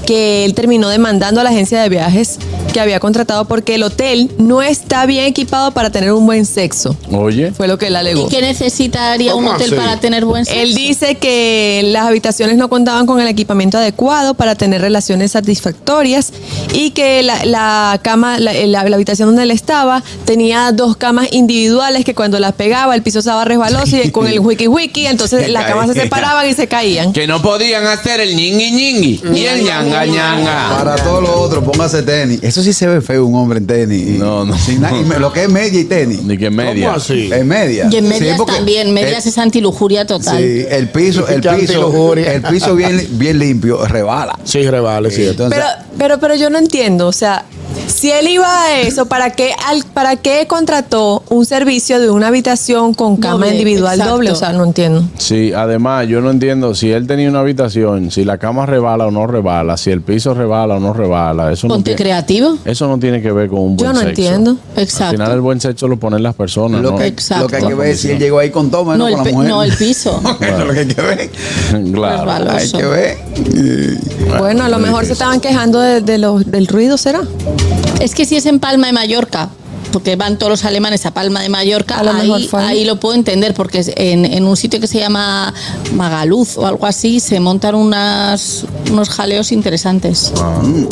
[SPEAKER 5] que él terminó demandando a la agencia de viajes que había contratado porque el hotel no está bien equipado para tener un buen sexo.
[SPEAKER 3] Oye.
[SPEAKER 5] Fue lo que él alegó.
[SPEAKER 7] ¿Y qué necesitaría un
[SPEAKER 5] ¿Cómo
[SPEAKER 7] hotel
[SPEAKER 5] así?
[SPEAKER 7] para tener buen sexo?
[SPEAKER 5] Él dice que las habitaciones no contaban con el equipamiento adecuado para tener relaciones satisfactorias y que la, la cama, la, eh, la- la habitación donde él estaba, tenía dos camas individuales que cuando las pegaba el piso estaba resbaloso y con el wiki wiki, entonces las camas se separaban y se caían.
[SPEAKER 3] Que no podían hacer el ñingui ñingui y el ñanga ñanga.
[SPEAKER 6] Para todo lo otro, póngase tenis. Eso sí se ve feo un hombre en tenis. No, no. lo que es media y tenis.
[SPEAKER 3] Ni que media.
[SPEAKER 6] ¿Cómo así? Es media.
[SPEAKER 7] Y en
[SPEAKER 6] Sí,
[SPEAKER 7] medias
[SPEAKER 6] porque-
[SPEAKER 7] también, medias es antilujuria total.
[SPEAKER 6] Sí, el piso, el
[SPEAKER 4] Qué
[SPEAKER 6] piso,
[SPEAKER 4] antilujuria.
[SPEAKER 6] el piso bien, bien limpio, rebala.
[SPEAKER 4] Sí, rebala, sí.
[SPEAKER 6] Entonces,
[SPEAKER 5] Pero, pero, pero yo no entiendo, o sea, si él iba a eso, ¿para qué, al, para qué contrató un servicio de una habitación con cama
[SPEAKER 7] Doble,
[SPEAKER 5] individual
[SPEAKER 7] exacto.
[SPEAKER 5] doble? O sea, no entiendo.
[SPEAKER 3] Sí, además yo no entiendo si él tenía una habitación, si la cama rebala o no rebala, si el piso rebala o no rebala. Eso no
[SPEAKER 7] Ponte
[SPEAKER 3] tiene,
[SPEAKER 7] creativo.
[SPEAKER 3] eso no tiene que ver con un buen
[SPEAKER 7] Yo no
[SPEAKER 3] sexo.
[SPEAKER 7] entiendo.
[SPEAKER 3] Al final
[SPEAKER 7] Exacto.
[SPEAKER 3] el buen sexo lo ponen las personas.
[SPEAKER 6] lo,
[SPEAKER 3] ¿no?
[SPEAKER 6] que, lo que hay que ver es si él llegó ahí con toma, no,
[SPEAKER 7] No, el,
[SPEAKER 6] con la
[SPEAKER 7] pe-
[SPEAKER 6] mujer.
[SPEAKER 7] no, el piso.
[SPEAKER 6] Eso es lo que hay que ver.
[SPEAKER 3] Claro.
[SPEAKER 7] Resbaloso.
[SPEAKER 6] Hay que ver.
[SPEAKER 5] Bueno, a lo mejor se estaban quejando de, de los, del ruido, ¿será?
[SPEAKER 7] Es que si es en Palma de Mallorca, porque van todos los alemanes a Palma de Mallorca,
[SPEAKER 5] A lo mejor
[SPEAKER 7] ahí,
[SPEAKER 5] fue ahí.
[SPEAKER 7] ahí lo puedo entender, porque es en, en un sitio que se llama Magaluz o algo así, se montan unas, unos jaleos
[SPEAKER 3] Mm,
[SPEAKER 7] interesantes.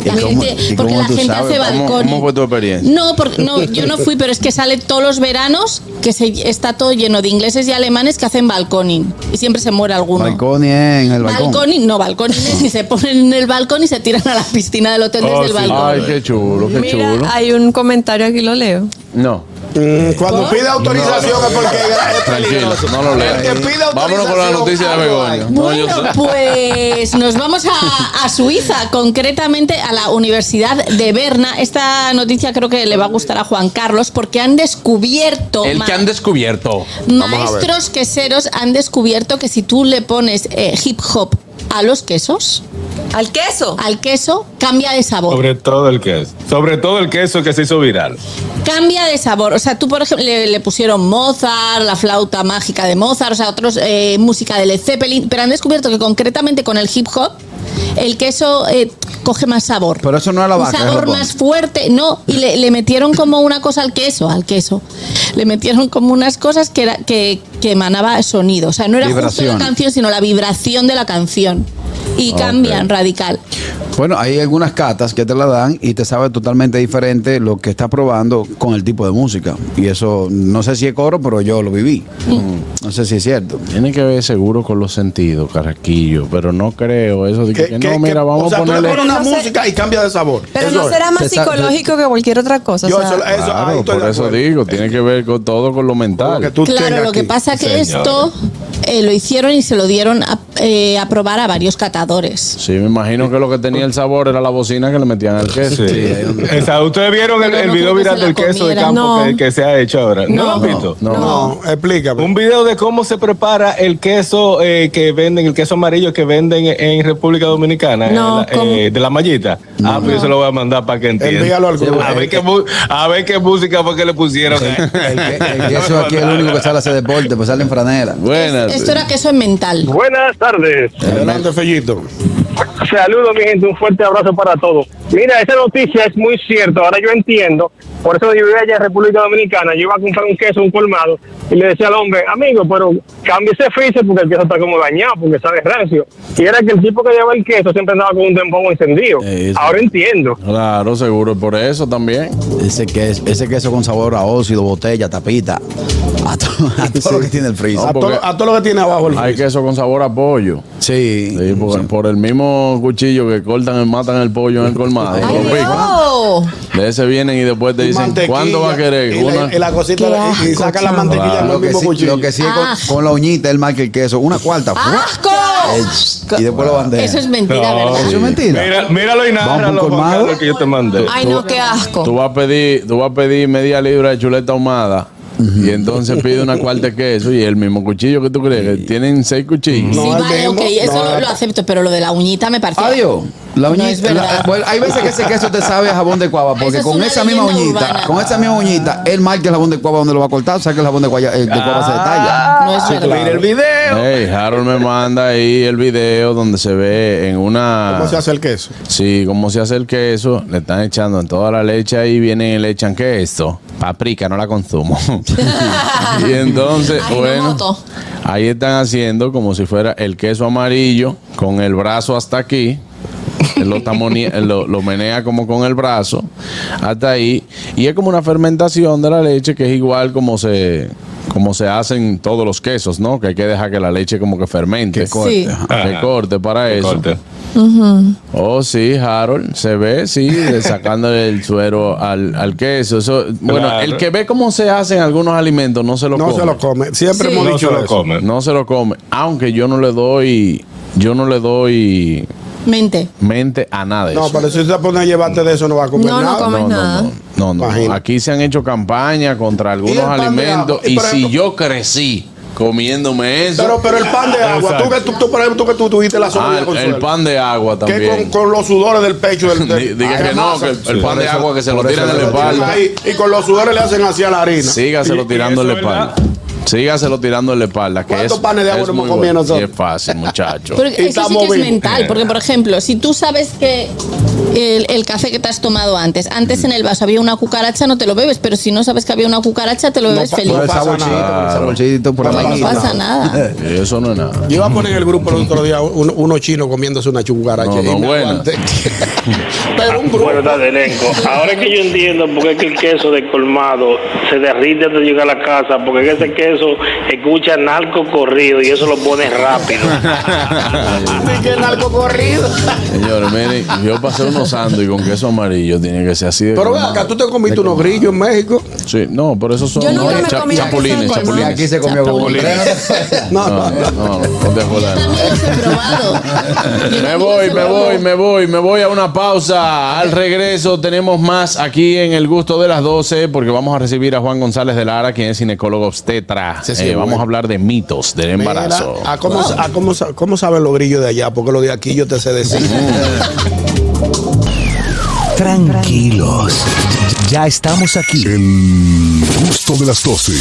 [SPEAKER 7] La gente- porque la gente hace
[SPEAKER 3] ¿Cómo,
[SPEAKER 7] balcones.
[SPEAKER 3] cómo fue tu experiencia?
[SPEAKER 7] No, porque no, yo no fui, pero es que sale todos los veranos que se, está todo lleno de ingleses y alemanes que hacen balconing y siempre se muere alguno.
[SPEAKER 6] Balcón y en el balcón.
[SPEAKER 7] Balconing, no, balconines y se ponen en el balcón y se tiran a la piscina del hotel
[SPEAKER 6] Oh,
[SPEAKER 7] desde el
[SPEAKER 6] Ah,
[SPEAKER 7] balcón.
[SPEAKER 3] Oh, Ay, qué chulo, qué chulo.
[SPEAKER 5] Mira, hay un comentario aquí, lo leo.
[SPEAKER 3] No.
[SPEAKER 4] Mm, Cuando pide autorización es porque es
[SPEAKER 3] Tranquilo,
[SPEAKER 4] peligroso.
[SPEAKER 3] no lo
[SPEAKER 4] El que
[SPEAKER 3] leas.
[SPEAKER 4] pide
[SPEAKER 3] Vámonos con la
[SPEAKER 4] autorización, ah,
[SPEAKER 3] noticia de
[SPEAKER 4] algo
[SPEAKER 3] Begoña.
[SPEAKER 4] hay.
[SPEAKER 3] No, yo
[SPEAKER 7] Bueno,
[SPEAKER 3] sé.
[SPEAKER 7] pues nos vamos a, a Suiza, concretamente a la Universidad de Berna. Esta noticia creo que le va a gustar a Juan Carlos porque han descubierto...
[SPEAKER 3] El que
[SPEAKER 7] ma-
[SPEAKER 3] han descubierto.
[SPEAKER 7] Maestros queseros han descubierto que si tú le pones eh, hip hop a los quesos,
[SPEAKER 5] ¿Al queso?
[SPEAKER 7] al queso cambia de sabor.
[SPEAKER 8] Sobre todo el queso. Sobre todo el queso que se hizo viral.
[SPEAKER 7] Cambia de sabor. O sea, tú, por ejemplo, le, le pusieron Mozart, la flauta mágica de Mozart, o sea, otros, eh, música de Led Zeppelin, pero han descubierto que concretamente con el hip hop, el queso eh, coge más sabor.
[SPEAKER 6] Pero eso no es la
[SPEAKER 7] Un
[SPEAKER 6] vaca.
[SPEAKER 7] sabor
[SPEAKER 6] es lo
[SPEAKER 7] más fuerte, no, y le, le metieron como una cosa al queso, al queso. Le metieron como unas cosas que, era, que, que emanaba sonido. O sea, no era justo
[SPEAKER 6] Vibración.
[SPEAKER 7] la canción, sino la vibración de la canción. y
[SPEAKER 6] Ok.
[SPEAKER 7] cambian radical.
[SPEAKER 6] Bueno, hay algunas catas que te la dan y te sabe totalmente diferente lo que estás probando con el tipo de música. Y eso, no sé si es coro, pero yo lo viví. No sé si es cierto.
[SPEAKER 3] Tiene que ver seguro con los sentidos, Carraquillo, pero no creo eso de que, que no,
[SPEAKER 4] que-
[SPEAKER 3] mira, vamos
[SPEAKER 4] o sea,
[SPEAKER 3] a
[SPEAKER 4] tú le
[SPEAKER 3] ponerle
[SPEAKER 4] pones una música y cambia de sabor.
[SPEAKER 5] Pero no será más psicológico que cualquier otra cosa. o sea, ah.
[SPEAKER 3] Claro, por eso digo, tiene que ver con todo con lo mental.
[SPEAKER 7] Claro, lo que pasa es que esto eh, lo hicieron y se lo dieron a, eh, a probar a varios catadores.
[SPEAKER 3] Sí, me imagino que lo que tenía el sabor era la bocina que le metían al queso.
[SPEAKER 8] Sí. Exacto, ustedes vieron el, el video viral del queso de campo que, que se ha hecho ahora. ¿No, lo han visto?
[SPEAKER 4] No, explícame.
[SPEAKER 8] Un video de cómo se prepara el queso eh, que venden, el queso amarillo que venden en República Dominicana,
[SPEAKER 7] No,
[SPEAKER 8] eh, la- eh, de la mallita. Ah, pues yo se lo voy a mandar para que entiendan.
[SPEAKER 4] Envíalo al grupo.
[SPEAKER 8] a, ver qué, mu- a ver qué música fue que le pusieron.
[SPEAKER 6] Eh, Y eso aquí es el único que sale a hacer deporte, pues sale en franela.
[SPEAKER 3] Buenas.
[SPEAKER 7] Esto era queso en mental.
[SPEAKER 12] Buenas tardes.
[SPEAKER 4] Adelante, Fellito.
[SPEAKER 12] Saludos, mi gente. Un fuerte abrazo para todos. Mira, esa noticia es muy cierta. Ahora yo entiendo. Por eso yo vivía allá en República Dominicana. Yo iba a comprar un queso, un colmado. Y le decía al hombre, amigo, pero cambie ese freezer porque el queso está como dañado, porque sabe rancio. Y era que el tipo que llevaba el queso siempre andaba con un tempón encendido. Ahora entiendo.
[SPEAKER 3] Claro, seguro, por eso también.
[SPEAKER 6] Ese queso, ese queso con sabor a óxido, botella, tapita, a, to- a todo lo que tiene el freezer.
[SPEAKER 3] No, porque
[SPEAKER 4] lo que tiene abajo
[SPEAKER 3] Hay queso con sabor a pollo.
[SPEAKER 6] Sí.
[SPEAKER 3] por, por el mismo cuchillo que cortan y matan el pollo en el colmado. lo pican.
[SPEAKER 5] ¡Oh!
[SPEAKER 3] De ese vienen y después te dicen,
[SPEAKER 4] mantequilla,
[SPEAKER 3] ¿cuándo va a querer?
[SPEAKER 4] y la- y la cosita Qué la- y- y saca asco, la mantequilla
[SPEAKER 3] Claro.
[SPEAKER 4] en
[SPEAKER 6] Lo que, sí, lo que sí es
[SPEAKER 7] Ah.
[SPEAKER 6] con, con la uñita, el más que el queso. Una cuarta. ¡fua!
[SPEAKER 7] ¡Asco!
[SPEAKER 6] Y después lo bandeja.
[SPEAKER 7] Eso es mentira, ¿verdad?
[SPEAKER 6] Eso es mentira.
[SPEAKER 8] Mira, míralo y nada,
[SPEAKER 6] Vamos por colmado.
[SPEAKER 8] lo que yo te mandé.
[SPEAKER 7] Ay, no, qué asco.
[SPEAKER 3] Tú vas a pedir, tú vas a pedir media libra de chuleta ahumada. Y entonces pide una cuarta de queso y el mismo cuchillo que tú crees. que Tienen seis cuchillos.
[SPEAKER 7] sí, vale, ok, eso lo, lo acepto, pero lo de la uñita me pareció.
[SPEAKER 6] Adiós. La uñita,
[SPEAKER 7] No es verdad.
[SPEAKER 6] la- bueno, hay veces que ese queso te sabe a jabón de cuava, porque
[SPEAKER 7] Eso es
[SPEAKER 6] con
[SPEAKER 7] una
[SPEAKER 6] esa misma
[SPEAKER 7] leyenda
[SPEAKER 6] uñita,
[SPEAKER 7] urbana.
[SPEAKER 6] con esa misma uñita, él marca el jabón de cuava donde lo va a cortar, o sea que el jabón de, guaya- eh, de cuava
[SPEAKER 5] Ah.
[SPEAKER 6] se
[SPEAKER 8] Ah,
[SPEAKER 6] detalla.
[SPEAKER 7] Ah, No es verdad.
[SPEAKER 8] el video.
[SPEAKER 3] Hey, Harold me manda ahí el video donde se ve en una.
[SPEAKER 4] ¿Cómo se hace el queso?
[SPEAKER 3] Sí, cómo se hace el queso. Le están echando en toda la leche ahí, vienen y le echan que esto. Paprika, no la consumo. y entonces,
[SPEAKER 7] Ay, no,
[SPEAKER 3] bueno.
[SPEAKER 7] moto.
[SPEAKER 3] Ahí están haciendo como si fuera el queso amarillo con el brazo hasta aquí. Él lo, tamoni- lo, lo menea como con el brazo hasta ahí. Y es como una fermentación de la leche que es igual como se como se hacen todos los quesos, ¿no? Que hay que dejar que la leche como que fermente. Que
[SPEAKER 7] corte. Sí.
[SPEAKER 3] Que corte para eso. Oh, sí, Harold. Se ve, sí, de- sacándole el suero al, al queso. Eso, bueno,
[SPEAKER 4] Claro.
[SPEAKER 3] el que ve cómo se hacen algunos alimentos no se lo
[SPEAKER 4] No
[SPEAKER 3] come.
[SPEAKER 4] se lo come. Siempre hemos dicho eso.
[SPEAKER 3] No se lo come. Aunque yo no le doy, yo no le doy
[SPEAKER 7] Mente.
[SPEAKER 3] mente a nada de
[SPEAKER 4] No,
[SPEAKER 3] eso.
[SPEAKER 4] pero si te pones a llevarte de eso, no va a comer nada.
[SPEAKER 3] no, No, no, no. Aquí se han hecho campaña contra algunos
[SPEAKER 4] pan de
[SPEAKER 3] alimentos.
[SPEAKER 4] agua?
[SPEAKER 3] Y
[SPEAKER 4] Por
[SPEAKER 3] si yo crecí comiéndome eso.
[SPEAKER 4] Pero, pero el pan de agua, tú que tú, tú, por ejemplo, tú que tú tuviste la zona
[SPEAKER 3] Ah, el, el pan de agua
[SPEAKER 4] que
[SPEAKER 3] también.
[SPEAKER 4] con, con los sudores del pecho del, Ah,
[SPEAKER 3] Di-
[SPEAKER 4] del
[SPEAKER 3] Diga
[SPEAKER 4] de
[SPEAKER 3] que no,
[SPEAKER 4] masa.
[SPEAKER 3] que el, el pan de agua que se lo tiran en la espalda.
[SPEAKER 4] Ahí, y con los sudores le hacen hacia la harina.
[SPEAKER 3] Sígaselo tirando en la espalda. Sígaselo tirando en la espalda. Que
[SPEAKER 4] ¿Cuántos
[SPEAKER 3] es,
[SPEAKER 4] panes de agua
[SPEAKER 3] es
[SPEAKER 4] no hemos
[SPEAKER 3] muy
[SPEAKER 4] comido
[SPEAKER 3] bueno.
[SPEAKER 4] nosotros?
[SPEAKER 3] Y es fácil, muchacho.
[SPEAKER 7] Pero eso sí que es mental, porque por ejemplo, si tú sabes que el, el café que te has tomado antes, antes en el vaso había una cucaracha, no te lo bebes, pero si no sabes que había una cucaracha, te lo bebes feliz.
[SPEAKER 6] Por el saborcito, por el saborcito, por la
[SPEAKER 4] No
[SPEAKER 6] vainita.
[SPEAKER 7] pasa nada.
[SPEAKER 3] Eso no es nada.
[SPEAKER 4] Yo iba a poner en el grupo el otro día uno, uno chino comiéndose una chucaracha.
[SPEAKER 3] No, no,
[SPEAKER 4] y me
[SPEAKER 3] bueno.
[SPEAKER 4] aguanté.
[SPEAKER 11] Bueno, está de elenco. Ahora es que yo entiendo por qué es que el queso de colmado se derrite antes de llegar a la casa, porque ese queso escucha narco corrido y eso lo pone rápido.
[SPEAKER 4] Ni que el narco corrido.
[SPEAKER 3] Señores, miren, yo pasé unos sándwiches con queso amarillo, tiene que ser así de
[SPEAKER 4] Pero ven
[SPEAKER 3] colmado.
[SPEAKER 4] acá, tú te comiste unos grillos en México.
[SPEAKER 3] Sí, no, pero esos son eh,
[SPEAKER 4] Yo nunca me he
[SPEAKER 3] cha-
[SPEAKER 4] comido
[SPEAKER 3] chapulines,
[SPEAKER 4] queso de colmado.
[SPEAKER 3] chapulines.
[SPEAKER 4] Y aquí se comió como un
[SPEAKER 3] No, no, no, no, no te jodas. Me voy, me voy, me voy, me voy a una pausa. Al regreso tenemos más aquí en El Gusto de las 12 porque vamos a recibir a Juan González de Lara, quien es ginecólogo obstetra.
[SPEAKER 4] Sí, sí,
[SPEAKER 3] Eh,
[SPEAKER 4] bueno.
[SPEAKER 3] vamos a hablar de mitos del
[SPEAKER 4] Mira,
[SPEAKER 3] embarazo.
[SPEAKER 4] ¿a cómo, a cómo, sa- cómo saben los grillos de allá? Porque los de aquí yo te sé decir.
[SPEAKER 9] Tranquilos, ya estamos aquí. El gusto de las 12.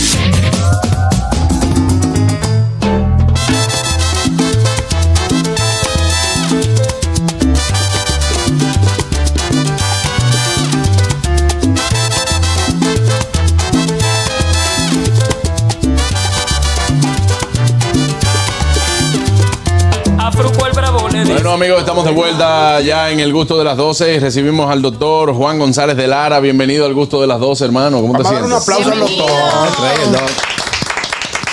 [SPEAKER 2] Afruco el bravo le dice.
[SPEAKER 3] Bueno, amigos, estamos de vuelta ya en el gusto de las 12 y recibimos al doctor Juan González de Lara. Bienvenido al gusto de las 12, hermano. ¿Cómo te
[SPEAKER 4] Vamos a dar
[SPEAKER 3] sientes?
[SPEAKER 4] un aplauso al doctor.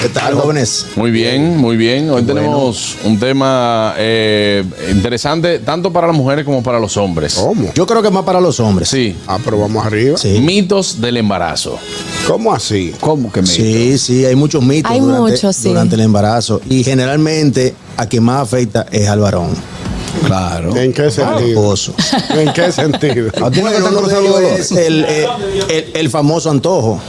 [SPEAKER 3] ¿Qué tal, jóvenes? Muy bien, muy bien. Hoy tenemos un tema eh, interesante, tanto para las mujeres como para los hombres. ¿Cómo?
[SPEAKER 15] Yo creo que más para los hombres.
[SPEAKER 3] Sí.
[SPEAKER 15] Ah, pero vamos arriba.
[SPEAKER 3] Mitos del embarazo.
[SPEAKER 15] ¿Cómo así? ¿Cómo que mitos? Sí, sí, hay muchos mitos
[SPEAKER 5] Hay
[SPEAKER 15] durante,
[SPEAKER 5] muchos, sí.
[SPEAKER 15] durante el embarazo. Y generalmente a quien más afecta es al varón. Claro. ¿En qué sentido? ¿En qué sentido?
[SPEAKER 4] Bueno, uno de ellos es
[SPEAKER 15] el,
[SPEAKER 4] el-
[SPEAKER 15] eh, el- el famoso antojo.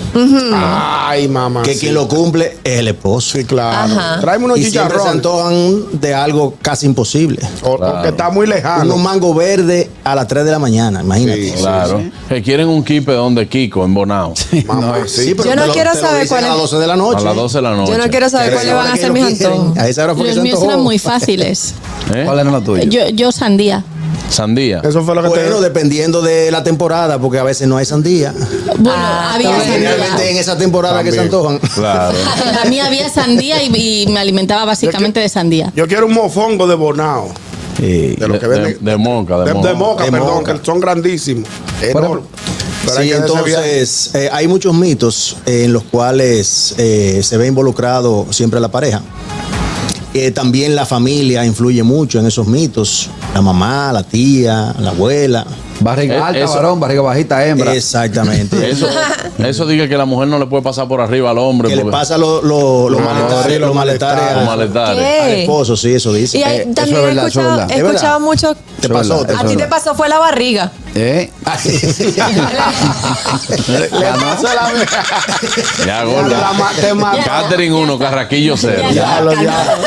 [SPEAKER 15] Ah,
[SPEAKER 4] Ay, mamá.
[SPEAKER 15] Mm. que quien lo cumple es el esposo. Sí, claro.
[SPEAKER 4] Ajá. Tráeme unos
[SPEAKER 15] y siempre
[SPEAKER 4] chicharrones.
[SPEAKER 15] se antojan de algo casi imposible. O,
[SPEAKER 3] que está
[SPEAKER 15] muy lejano. Unos mangos verdes a las 3 de la mañana, imagínate.
[SPEAKER 3] claro. Que quieren un kipe donde Kiko, en Bonao.
[SPEAKER 15] Mamá, sí, pero
[SPEAKER 5] Yo
[SPEAKER 15] te
[SPEAKER 5] no
[SPEAKER 15] lo-
[SPEAKER 5] quiero
[SPEAKER 15] te lo
[SPEAKER 5] saber
[SPEAKER 15] dicen
[SPEAKER 5] cuál
[SPEAKER 15] A las
[SPEAKER 5] es.
[SPEAKER 15] 12 de la noche.
[SPEAKER 3] A las 12 de la noche.
[SPEAKER 5] Yo no quiero saber
[SPEAKER 15] Eh,
[SPEAKER 5] cuáles van a ser mis antojos.
[SPEAKER 15] A esa hora
[SPEAKER 7] Los míos eran muy fáciles.
[SPEAKER 6] ¿Eh?
[SPEAKER 3] ¿Cuál
[SPEAKER 15] era la tuya?
[SPEAKER 7] Yo, yo sandía.
[SPEAKER 3] Sandía.
[SPEAKER 15] Eso fue lo que bueno, dependiendo de la temporada, porque a veces no hay sandía.
[SPEAKER 7] Bueno, había
[SPEAKER 15] Generalmente en
[SPEAKER 7] sandía.
[SPEAKER 15] esa temporada que se antojan.
[SPEAKER 3] Claro.
[SPEAKER 7] A mí había sandía y, y me alimentaba básicamente de sandía.
[SPEAKER 4] Yo quiero un mofongo de bonao.
[SPEAKER 3] de
[SPEAKER 4] lo
[SPEAKER 3] de,
[SPEAKER 4] que venden.
[SPEAKER 3] de moca, de,
[SPEAKER 4] De,
[SPEAKER 3] moca.
[SPEAKER 4] de moca, perdón, que son grandísimos. Enormes. Pero hay
[SPEAKER 15] Sí,
[SPEAKER 4] que hacerse bien.
[SPEAKER 15] entonces eh, hay muchos mitos eh, en los cuales eh, se ve involucrado siempre la pareja. Eh, también la familia influye mucho en esos mitos. La mamá, la tía, la abuela.
[SPEAKER 6] Barriga Eh, alta, eso- varón, barriga bajita, hembra.
[SPEAKER 15] Exactamente.
[SPEAKER 3] Eso, eso diga que la mujer no le puede pasar por arriba al hombre.
[SPEAKER 15] Que le
[SPEAKER 3] porque-
[SPEAKER 15] pasa lo- lo- los
[SPEAKER 3] Ah,
[SPEAKER 15] maletares, los maletares a-
[SPEAKER 3] Los maletares.
[SPEAKER 5] ¿Qué?
[SPEAKER 15] al esposo, sí, eso dice.
[SPEAKER 5] Eh. Y hay-
[SPEAKER 15] Eh,
[SPEAKER 5] también he escuchado, he
[SPEAKER 15] Es verdad.
[SPEAKER 5] escuchado mucho.
[SPEAKER 15] Te pasó, te
[SPEAKER 5] a
[SPEAKER 15] pasó.
[SPEAKER 5] ti te pasó fue la barriga.
[SPEAKER 6] ¿Eh?
[SPEAKER 15] Le pasó la
[SPEAKER 3] Ya, gorda.
[SPEAKER 4] la ma- te mató.
[SPEAKER 3] Catherine 1, Carraquillo 0.
[SPEAKER 4] Ya, lo- ya.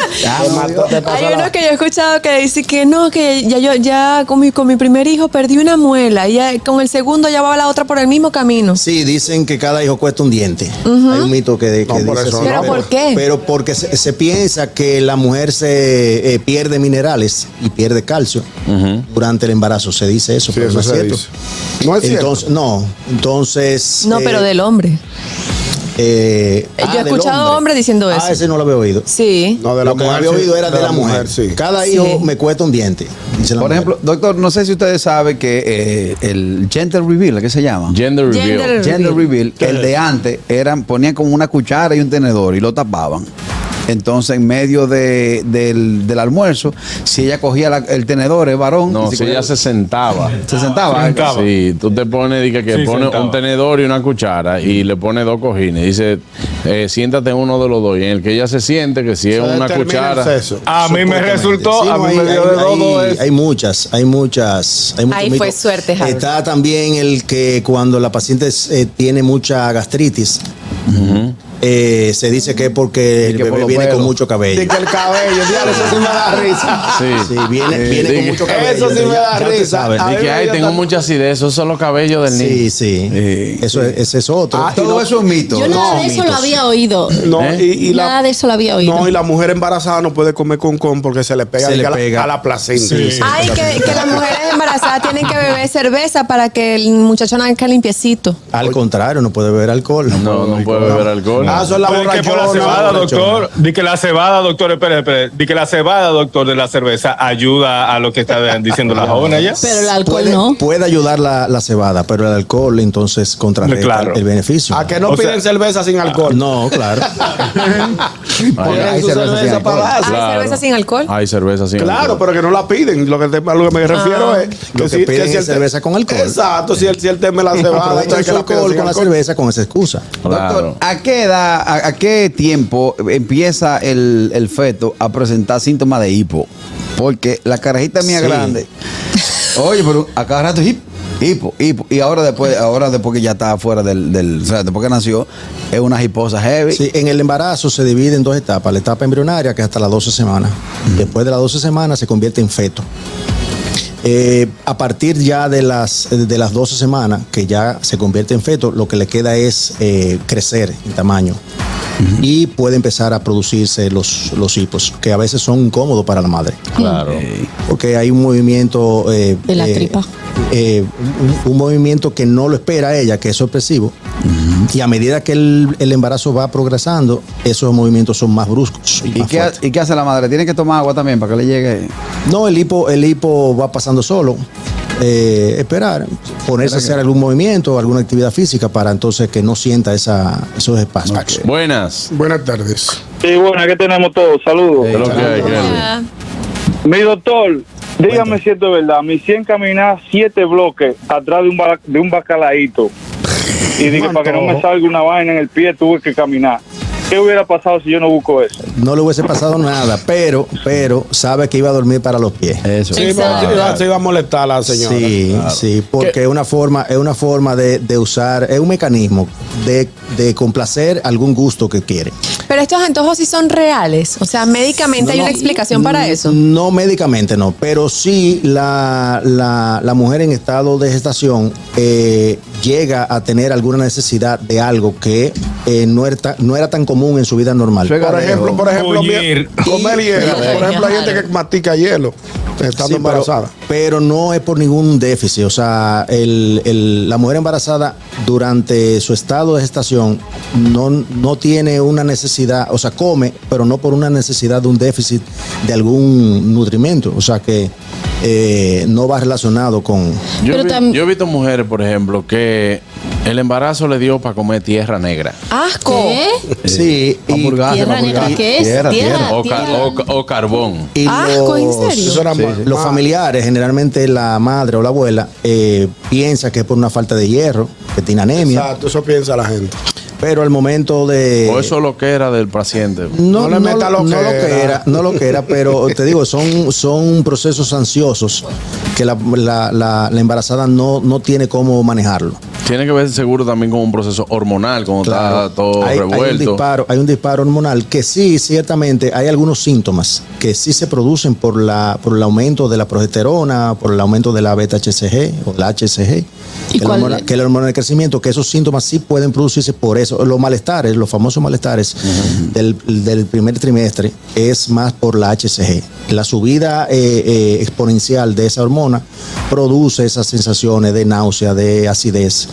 [SPEAKER 4] Te mató, te pasó
[SPEAKER 5] Hay
[SPEAKER 4] la-
[SPEAKER 5] uno que yo he escuchado que dice que no, que ya yo ya con mi, con mi primer hijo perdí una muela y ya con el segundo ya va la otra por el mismo camino.
[SPEAKER 15] Sí, dicen que cada hijo cuesta un diente.
[SPEAKER 5] Ujú.
[SPEAKER 15] Hay un mito que, que
[SPEAKER 5] por
[SPEAKER 15] dice
[SPEAKER 5] eso
[SPEAKER 15] así.
[SPEAKER 5] no. ¿Pero por qué?
[SPEAKER 15] Pero porque se, se piensa que la mujer se eh, pierde minerales y pierde calcio durante el embarazo. Se dice eso, pero
[SPEAKER 4] eso
[SPEAKER 15] no es
[SPEAKER 4] se
[SPEAKER 15] cierto.
[SPEAKER 4] dice. No es cierto.
[SPEAKER 15] Entonces, no, entonces.
[SPEAKER 5] No,
[SPEAKER 15] eh,
[SPEAKER 5] pero del hombre.
[SPEAKER 15] eh,
[SPEAKER 5] Yo
[SPEAKER 15] ah,
[SPEAKER 5] he
[SPEAKER 15] del
[SPEAKER 5] escuchado hombres diciendo eso.
[SPEAKER 15] Ah, ese no lo había oído.
[SPEAKER 5] Sí.
[SPEAKER 15] No, de la lo que
[SPEAKER 6] mujer,
[SPEAKER 15] había
[SPEAKER 6] sí.
[SPEAKER 15] oído era de, la, mujer. Cada
[SPEAKER 6] Sí.
[SPEAKER 15] hijo me cuesta un diente. dice la
[SPEAKER 6] Por
[SPEAKER 15] mujer.
[SPEAKER 6] ejemplo, doctor, no sé si ustedes saben que eh, el gender reveal, ¿qué se llama?
[SPEAKER 3] Gender
[SPEAKER 15] reveal. Gender
[SPEAKER 6] Gender reveal,
[SPEAKER 15] ¿Qué
[SPEAKER 6] el
[SPEAKER 15] es?
[SPEAKER 6] de antes, eran, ponían como una cuchara y un tenedor y lo tapaban. Entonces, en medio de- del, del almuerzo, si ella cogía la- el tenedor, el varón.
[SPEAKER 3] No,
[SPEAKER 6] y
[SPEAKER 3] si ella
[SPEAKER 6] cogía-
[SPEAKER 3] se sentaba.
[SPEAKER 6] Se sentaba.
[SPEAKER 3] Sí, tú te pones, dice que
[SPEAKER 6] Sí,
[SPEAKER 3] pone
[SPEAKER 6] sentaba.
[SPEAKER 3] un tenedor y una cuchara y le pone dos cojines. Dice, eh, siéntate en uno de los dos. Y en el que ella se siente, que si es
[SPEAKER 4] Se
[SPEAKER 3] una
[SPEAKER 4] determina el
[SPEAKER 3] cuchara.
[SPEAKER 4] sexo.
[SPEAKER 8] A mí me resultó,
[SPEAKER 15] Sí,
[SPEAKER 8] a
[SPEAKER 15] no,
[SPEAKER 8] mí
[SPEAKER 15] hay,
[SPEAKER 8] me dio
[SPEAKER 15] hay-
[SPEAKER 8] de todo
[SPEAKER 15] hay-
[SPEAKER 8] eso.
[SPEAKER 15] hay muchas, hay muchas. Hay muchos
[SPEAKER 5] Ahí fue
[SPEAKER 15] mitos.
[SPEAKER 5] suerte, Harold.
[SPEAKER 15] Está también el que cuando la paciente es- eh, tiene mucha gastritis, eh, se dice que es porque el
[SPEAKER 6] que por
[SPEAKER 15] bebé
[SPEAKER 6] los
[SPEAKER 15] viene con
[SPEAKER 6] pelos.
[SPEAKER 15] mucho cabello.
[SPEAKER 4] De que el cabello, diablo, eso sí me da risa.
[SPEAKER 3] Sí.
[SPEAKER 15] Sí, viene,
[SPEAKER 1] Eh,
[SPEAKER 3] Sí,
[SPEAKER 15] viene
[SPEAKER 3] di
[SPEAKER 15] con
[SPEAKER 3] que-
[SPEAKER 15] mucho cabello.
[SPEAKER 4] Eso sí me da
[SPEAKER 15] Ya- ya tú
[SPEAKER 4] risa.
[SPEAKER 15] sabes.
[SPEAKER 3] Dice que, ay, tengo mucha acidez. Esos son los cabellos del niño. Eh,
[SPEAKER 15] Sí, sí. Eso es, ese es otro.
[SPEAKER 4] Ah, y no-
[SPEAKER 15] es un mito.
[SPEAKER 7] Yo nada de eso lo había oído.
[SPEAKER 4] No,
[SPEAKER 15] ¿Eh?
[SPEAKER 4] y, y la,
[SPEAKER 7] Nada de eso lo había oído.
[SPEAKER 4] no, y la mujer embarazada no puede comer con con porque se le pega,
[SPEAKER 15] Se le
[SPEAKER 4] diga, a la-
[SPEAKER 15] pega.
[SPEAKER 4] a la placenta.
[SPEAKER 15] Sí, sí.
[SPEAKER 5] Ay, que, que las mujeres embarazadas tienen que beber cerveza para que el muchacho nazca limpiecito.
[SPEAKER 15] Al contrario, no puede beber alcohol.
[SPEAKER 3] No, no puede beber alcohol.
[SPEAKER 15] Ah, eso es la
[SPEAKER 8] Pero es que por la
[SPEAKER 15] borrachona,
[SPEAKER 8] cebada,
[SPEAKER 15] borrachona.
[SPEAKER 8] doctor. Di que la cebada, doctor, espere, espere. Di que la cebada, doctor, de la cerveza ayuda a lo que está diciendo la joven allá.
[SPEAKER 7] Pero el alcohol
[SPEAKER 15] puede,
[SPEAKER 7] no.
[SPEAKER 15] puede ayudar la, la cebada, pero el alcohol entonces contrarresta
[SPEAKER 8] Claro.
[SPEAKER 15] el beneficio.
[SPEAKER 4] A que no
[SPEAKER 8] O sea-
[SPEAKER 4] piden cerveza sin alcohol.
[SPEAKER 15] No, claro.
[SPEAKER 4] Ponen su cerveza para
[SPEAKER 5] ¿Hay
[SPEAKER 4] darse.
[SPEAKER 5] cerveza sin alcohol?
[SPEAKER 3] Hay cerveza sin
[SPEAKER 4] Claro,
[SPEAKER 3] alcohol.
[SPEAKER 4] pero que no la piden. Lo que, te- a lo que me refiero
[SPEAKER 5] Ah.
[SPEAKER 4] es
[SPEAKER 15] Lo que piden es
[SPEAKER 4] el te-
[SPEAKER 15] cerveza con alcohol.
[SPEAKER 4] Exacto, si el, si el tema es la cebada,
[SPEAKER 15] Aprovechan
[SPEAKER 4] entonces
[SPEAKER 15] su
[SPEAKER 4] que la piden
[SPEAKER 15] alcohol
[SPEAKER 4] sin
[SPEAKER 15] con la
[SPEAKER 4] alcohol.
[SPEAKER 15] cerveza con esa excusa.
[SPEAKER 3] Claro.
[SPEAKER 6] Doctor, ¿a qué edad, a, a qué tiempo empieza el, el feto a presentar síntomas de hipo? Porque la carajita mía
[SPEAKER 15] Sí.
[SPEAKER 6] grande. Oye, pero a cada rato hip, hipo, hipo. Y ahora después, ahora después que ya está fuera del, del, o sea, después que nació, es una hiposa heavy.
[SPEAKER 15] Sí, en el embarazo se divide en dos etapas. La etapa embrionaria, que es hasta las 12 semanas. Después de las 12 semanas se convierte en feto. Eh, a partir ya de las, de las 12 semanas, que ya se convierte en feto, lo que le queda es eh, crecer en tamaño. Y puede empezar a producirse los, los hipos, que a veces son incómodos para la madre.
[SPEAKER 3] Claro.
[SPEAKER 15] porque hay un movimiento eh,
[SPEAKER 7] De la
[SPEAKER 15] eh,
[SPEAKER 7] tripa.
[SPEAKER 15] eh, un, un movimiento que no lo espera ella que es sorpresivo Y a medida que el, el embarazo va progresando, esos movimientos son más bruscos.
[SPEAKER 6] ¿Y qué, ha- y qué hace la madre? ¿Tiene que tomar agua también para que le llegue?
[SPEAKER 15] No, el hipo, el hipo va pasando solo. Eh, esperar, ponerse a hacer algún movimiento, alguna actividad física para entonces que no sienta esa, esos espacios.
[SPEAKER 3] Buenas.
[SPEAKER 16] Buenas tardes.
[SPEAKER 12] Sí, bueno, aquí tenemos todos. Saludos. Mi doctor, dígame si esto es verdad. Mi 100 caminaba 7 bloques atrás de un, ba- de un bacalaíto. Y dije, para que no me salga una vaina en el pie, tuve que caminar. ¿Qué hubiera pasado si yo no busco eso?
[SPEAKER 15] No le hubiese pasado nada, pero, pero sabe que iba a dormir para los pies. Eso.
[SPEAKER 4] Sí, pero se iba- se iba a molestar a la señora.
[SPEAKER 15] Sí,
[SPEAKER 4] Claro.
[SPEAKER 15] sí, porque es una forma, es una forma de, de usar, es un mecanismo de, de complacer algún gusto que quiere.
[SPEAKER 5] Pero estos antojos sí son reales. O sea, médicamente hay
[SPEAKER 15] No, Mm.
[SPEAKER 5] una
[SPEAKER 15] no,
[SPEAKER 5] explicación para
[SPEAKER 15] n-
[SPEAKER 5] eso.
[SPEAKER 15] No médicamente, no, pero sí la, la- la mujer en estado de gestación eh, llega a tener alguna necesidad de algo que eh, no, era, ta- no era tan común en su vida normal.
[SPEAKER 4] Por ejemplo, por ejemplo, bien, comer hielo. Por ejemplo, hay gente que mastica hielo estando
[SPEAKER 15] Sí, pero,
[SPEAKER 4] embarazada.
[SPEAKER 15] pero no es por ningún déficit. O sea, el- el- la mujer embarazada durante su estado de gestación no, no tiene una necesidad, o sea, come, pero no por una necesidad de un déficit de algún nutrimento. O sea, que eh, no va relacionado con...
[SPEAKER 3] Yo, he vi- yo he visto mujeres, por ejemplo, que el embarazo le dio para comer tierra negra. Eh,
[SPEAKER 5] ¡Asco!
[SPEAKER 15] Sí, y,
[SPEAKER 5] ¿Tierra pa' negra purgar. qué es? Tierra, Tierra, tierra.
[SPEAKER 3] O, ca- o ca- o carbón.
[SPEAKER 15] Y
[SPEAKER 5] Asco, ¿en
[SPEAKER 15] los-
[SPEAKER 5] serio? Eso era
[SPEAKER 15] sí,
[SPEAKER 5] mal.
[SPEAKER 15] sí. Ah. los familiares, generalmente la madre o la abuela, eh, piensa que es por una falta de hierro, que tiene anemia.
[SPEAKER 4] Exacto, eso piensa la gente.
[SPEAKER 15] Pero al momento de.
[SPEAKER 3] O eso lo que era del paciente.
[SPEAKER 15] eh, Pues, No, no, lo, no lo que era, no lo que era, pero te digo, son, son procesos ansiosos que la, la- la- la embarazada no, no tiene cómo manejarlo.
[SPEAKER 3] Tiene que ver seguro también con un proceso hormonal, como está todo
[SPEAKER 15] hay, hay un
[SPEAKER 3] revuelto.
[SPEAKER 15] disparo, hay un disparo hormonal que sí, ciertamente, hay algunos síntomas que sí se producen por la por el aumento de la progesterona, por el aumento de la beta HCG o la HCG, que, es la
[SPEAKER 17] cuál-
[SPEAKER 15] hormona- que es la hormona de crecimiento, que esos síntomas sí pueden producirse por eso. Los malestares, los famosos malestares del, del primer trimestre es más por la HCG. La subida eh, eh, exponencial de esa hormona produce esas sensaciones de náusea, de acidez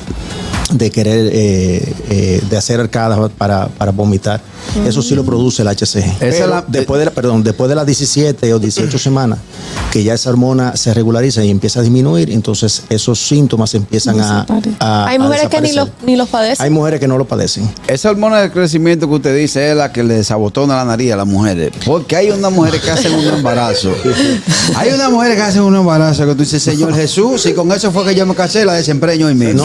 [SPEAKER 15] de querer eh, eh, de hacer arcadas para, para vomitar. Eso sí lo produce el HCG. Pero
[SPEAKER 6] la-
[SPEAKER 15] después de la, perdón, después de las 17 o 18 semanas que ya esa hormona se regulariza y empieza a disminuir, entonces esos síntomas empiezan a, a-
[SPEAKER 5] Ah, hay
[SPEAKER 15] a
[SPEAKER 5] mujeres que ni los,
[SPEAKER 15] desaparecer.
[SPEAKER 5] ni los padecen.
[SPEAKER 15] Ah, hay mujeres que no lo padecen.
[SPEAKER 6] Esa hormona de crecimiento que usted dice es la que le sabotona la nariz a las mujeres. Porque hay unas mujeres que hacen un embarazo. Hay unas mujeres que hacen un embarazo que tú dices, Señor Jesús, si con eso fue que yo me casé, la desempreño hoy mismo.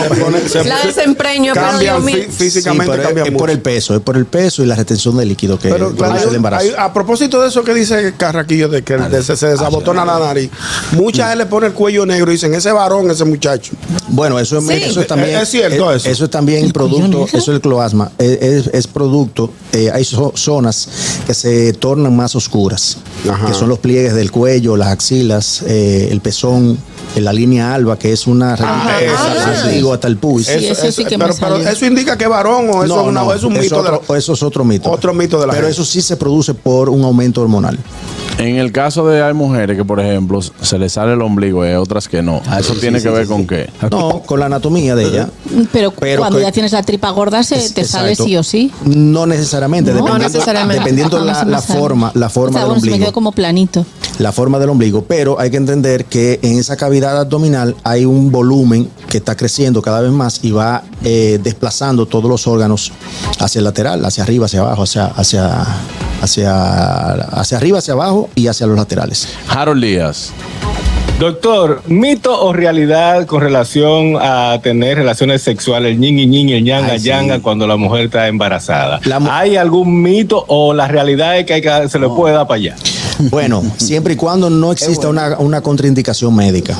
[SPEAKER 5] La desempreño, pero Dios mío.
[SPEAKER 15] Sí, pero es, es por el peso, es por el peso y la retención de líquido que
[SPEAKER 4] Pero
[SPEAKER 15] produce
[SPEAKER 4] claro,
[SPEAKER 15] el embarazo.
[SPEAKER 4] hay- a propósito de eso que dice Carraquillo, de que de- se, se desabotona la nariz, muchas veces le pone el cuello negro y dicen, ese varón, ese muchacho.
[SPEAKER 15] Bueno, eso es,
[SPEAKER 4] Sí.
[SPEAKER 15] eso es también. eh,
[SPEAKER 4] Es- es cierto eso.
[SPEAKER 15] es también producto, eso es el cloasma. Es, es- es producto, eh, hay zo- zonas que se tornan más oscuras, que son los pliegues del cuello, las axilas, eh, el pezón, eh, la línea alba, que es una
[SPEAKER 4] Ah,
[SPEAKER 15] rayita
[SPEAKER 4] ah,
[SPEAKER 15] que
[SPEAKER 4] sí.
[SPEAKER 15] se digo hasta el pubis.
[SPEAKER 4] Eso- eso- pero, pero eso indica que es varón o eso
[SPEAKER 15] No,
[SPEAKER 4] es, una-
[SPEAKER 15] no,
[SPEAKER 4] es un
[SPEAKER 15] es
[SPEAKER 4] mito de la-
[SPEAKER 15] otro- eso es otro mito.
[SPEAKER 4] otro mito de la
[SPEAKER 15] Pero
[SPEAKER 4] gente.
[SPEAKER 15] eso sí se produce por un aumento hormonal.
[SPEAKER 3] En el caso de hay mujeres que, por ejemplo, se les sale el ombligo y hay otras que no. ¿Eso
[SPEAKER 15] Ah, sí,
[SPEAKER 3] tiene
[SPEAKER 15] sí,
[SPEAKER 3] que
[SPEAKER 15] sí,
[SPEAKER 3] ver
[SPEAKER 15] sí,
[SPEAKER 3] con
[SPEAKER 15] sí.
[SPEAKER 3] qué?
[SPEAKER 15] No, con la anatomía de ella.
[SPEAKER 7] Pero,
[SPEAKER 15] Pero
[SPEAKER 7] cuando
[SPEAKER 15] que-
[SPEAKER 7] ya tienes la tripa gorda, se, te sale
[SPEAKER 15] Exacto.
[SPEAKER 7] sí o sí.
[SPEAKER 15] No necesariamente,
[SPEAKER 7] No, no
[SPEAKER 15] dependiendo,
[SPEAKER 7] necesariamente.
[SPEAKER 15] dependiendo
[SPEAKER 7] Ah, no
[SPEAKER 15] la,
[SPEAKER 7] se me
[SPEAKER 15] la
[SPEAKER 7] sale.
[SPEAKER 15] forma, la
[SPEAKER 7] O
[SPEAKER 15] forma
[SPEAKER 7] sea,
[SPEAKER 15] del
[SPEAKER 7] bueno, se me
[SPEAKER 15] ombligo.
[SPEAKER 7] quedó como planito.
[SPEAKER 15] la forma del ombligo, pero hay que entender que en esa cavidad abdominal hay un volumen que está creciendo cada vez más y va eh, desplazando todos los órganos hacia el lateral, hacia arriba, hacia abajo, hacia, hacia, hacia, hacia arriba, hacia abajo y hacia los laterales.
[SPEAKER 3] Harold Díaz.
[SPEAKER 8] Doctor, mito o realidad con relación a tener relaciones sexuales, el yin y yin, el yang a
[SPEAKER 15] Ay, sí.
[SPEAKER 8] yang, cuando la mujer está embarazada. ¿Hay algún mito o la realidad es que, hay que- se le puede dar para allá?
[SPEAKER 15] Bueno, siempre y cuando no exista una, una contraindicación médica.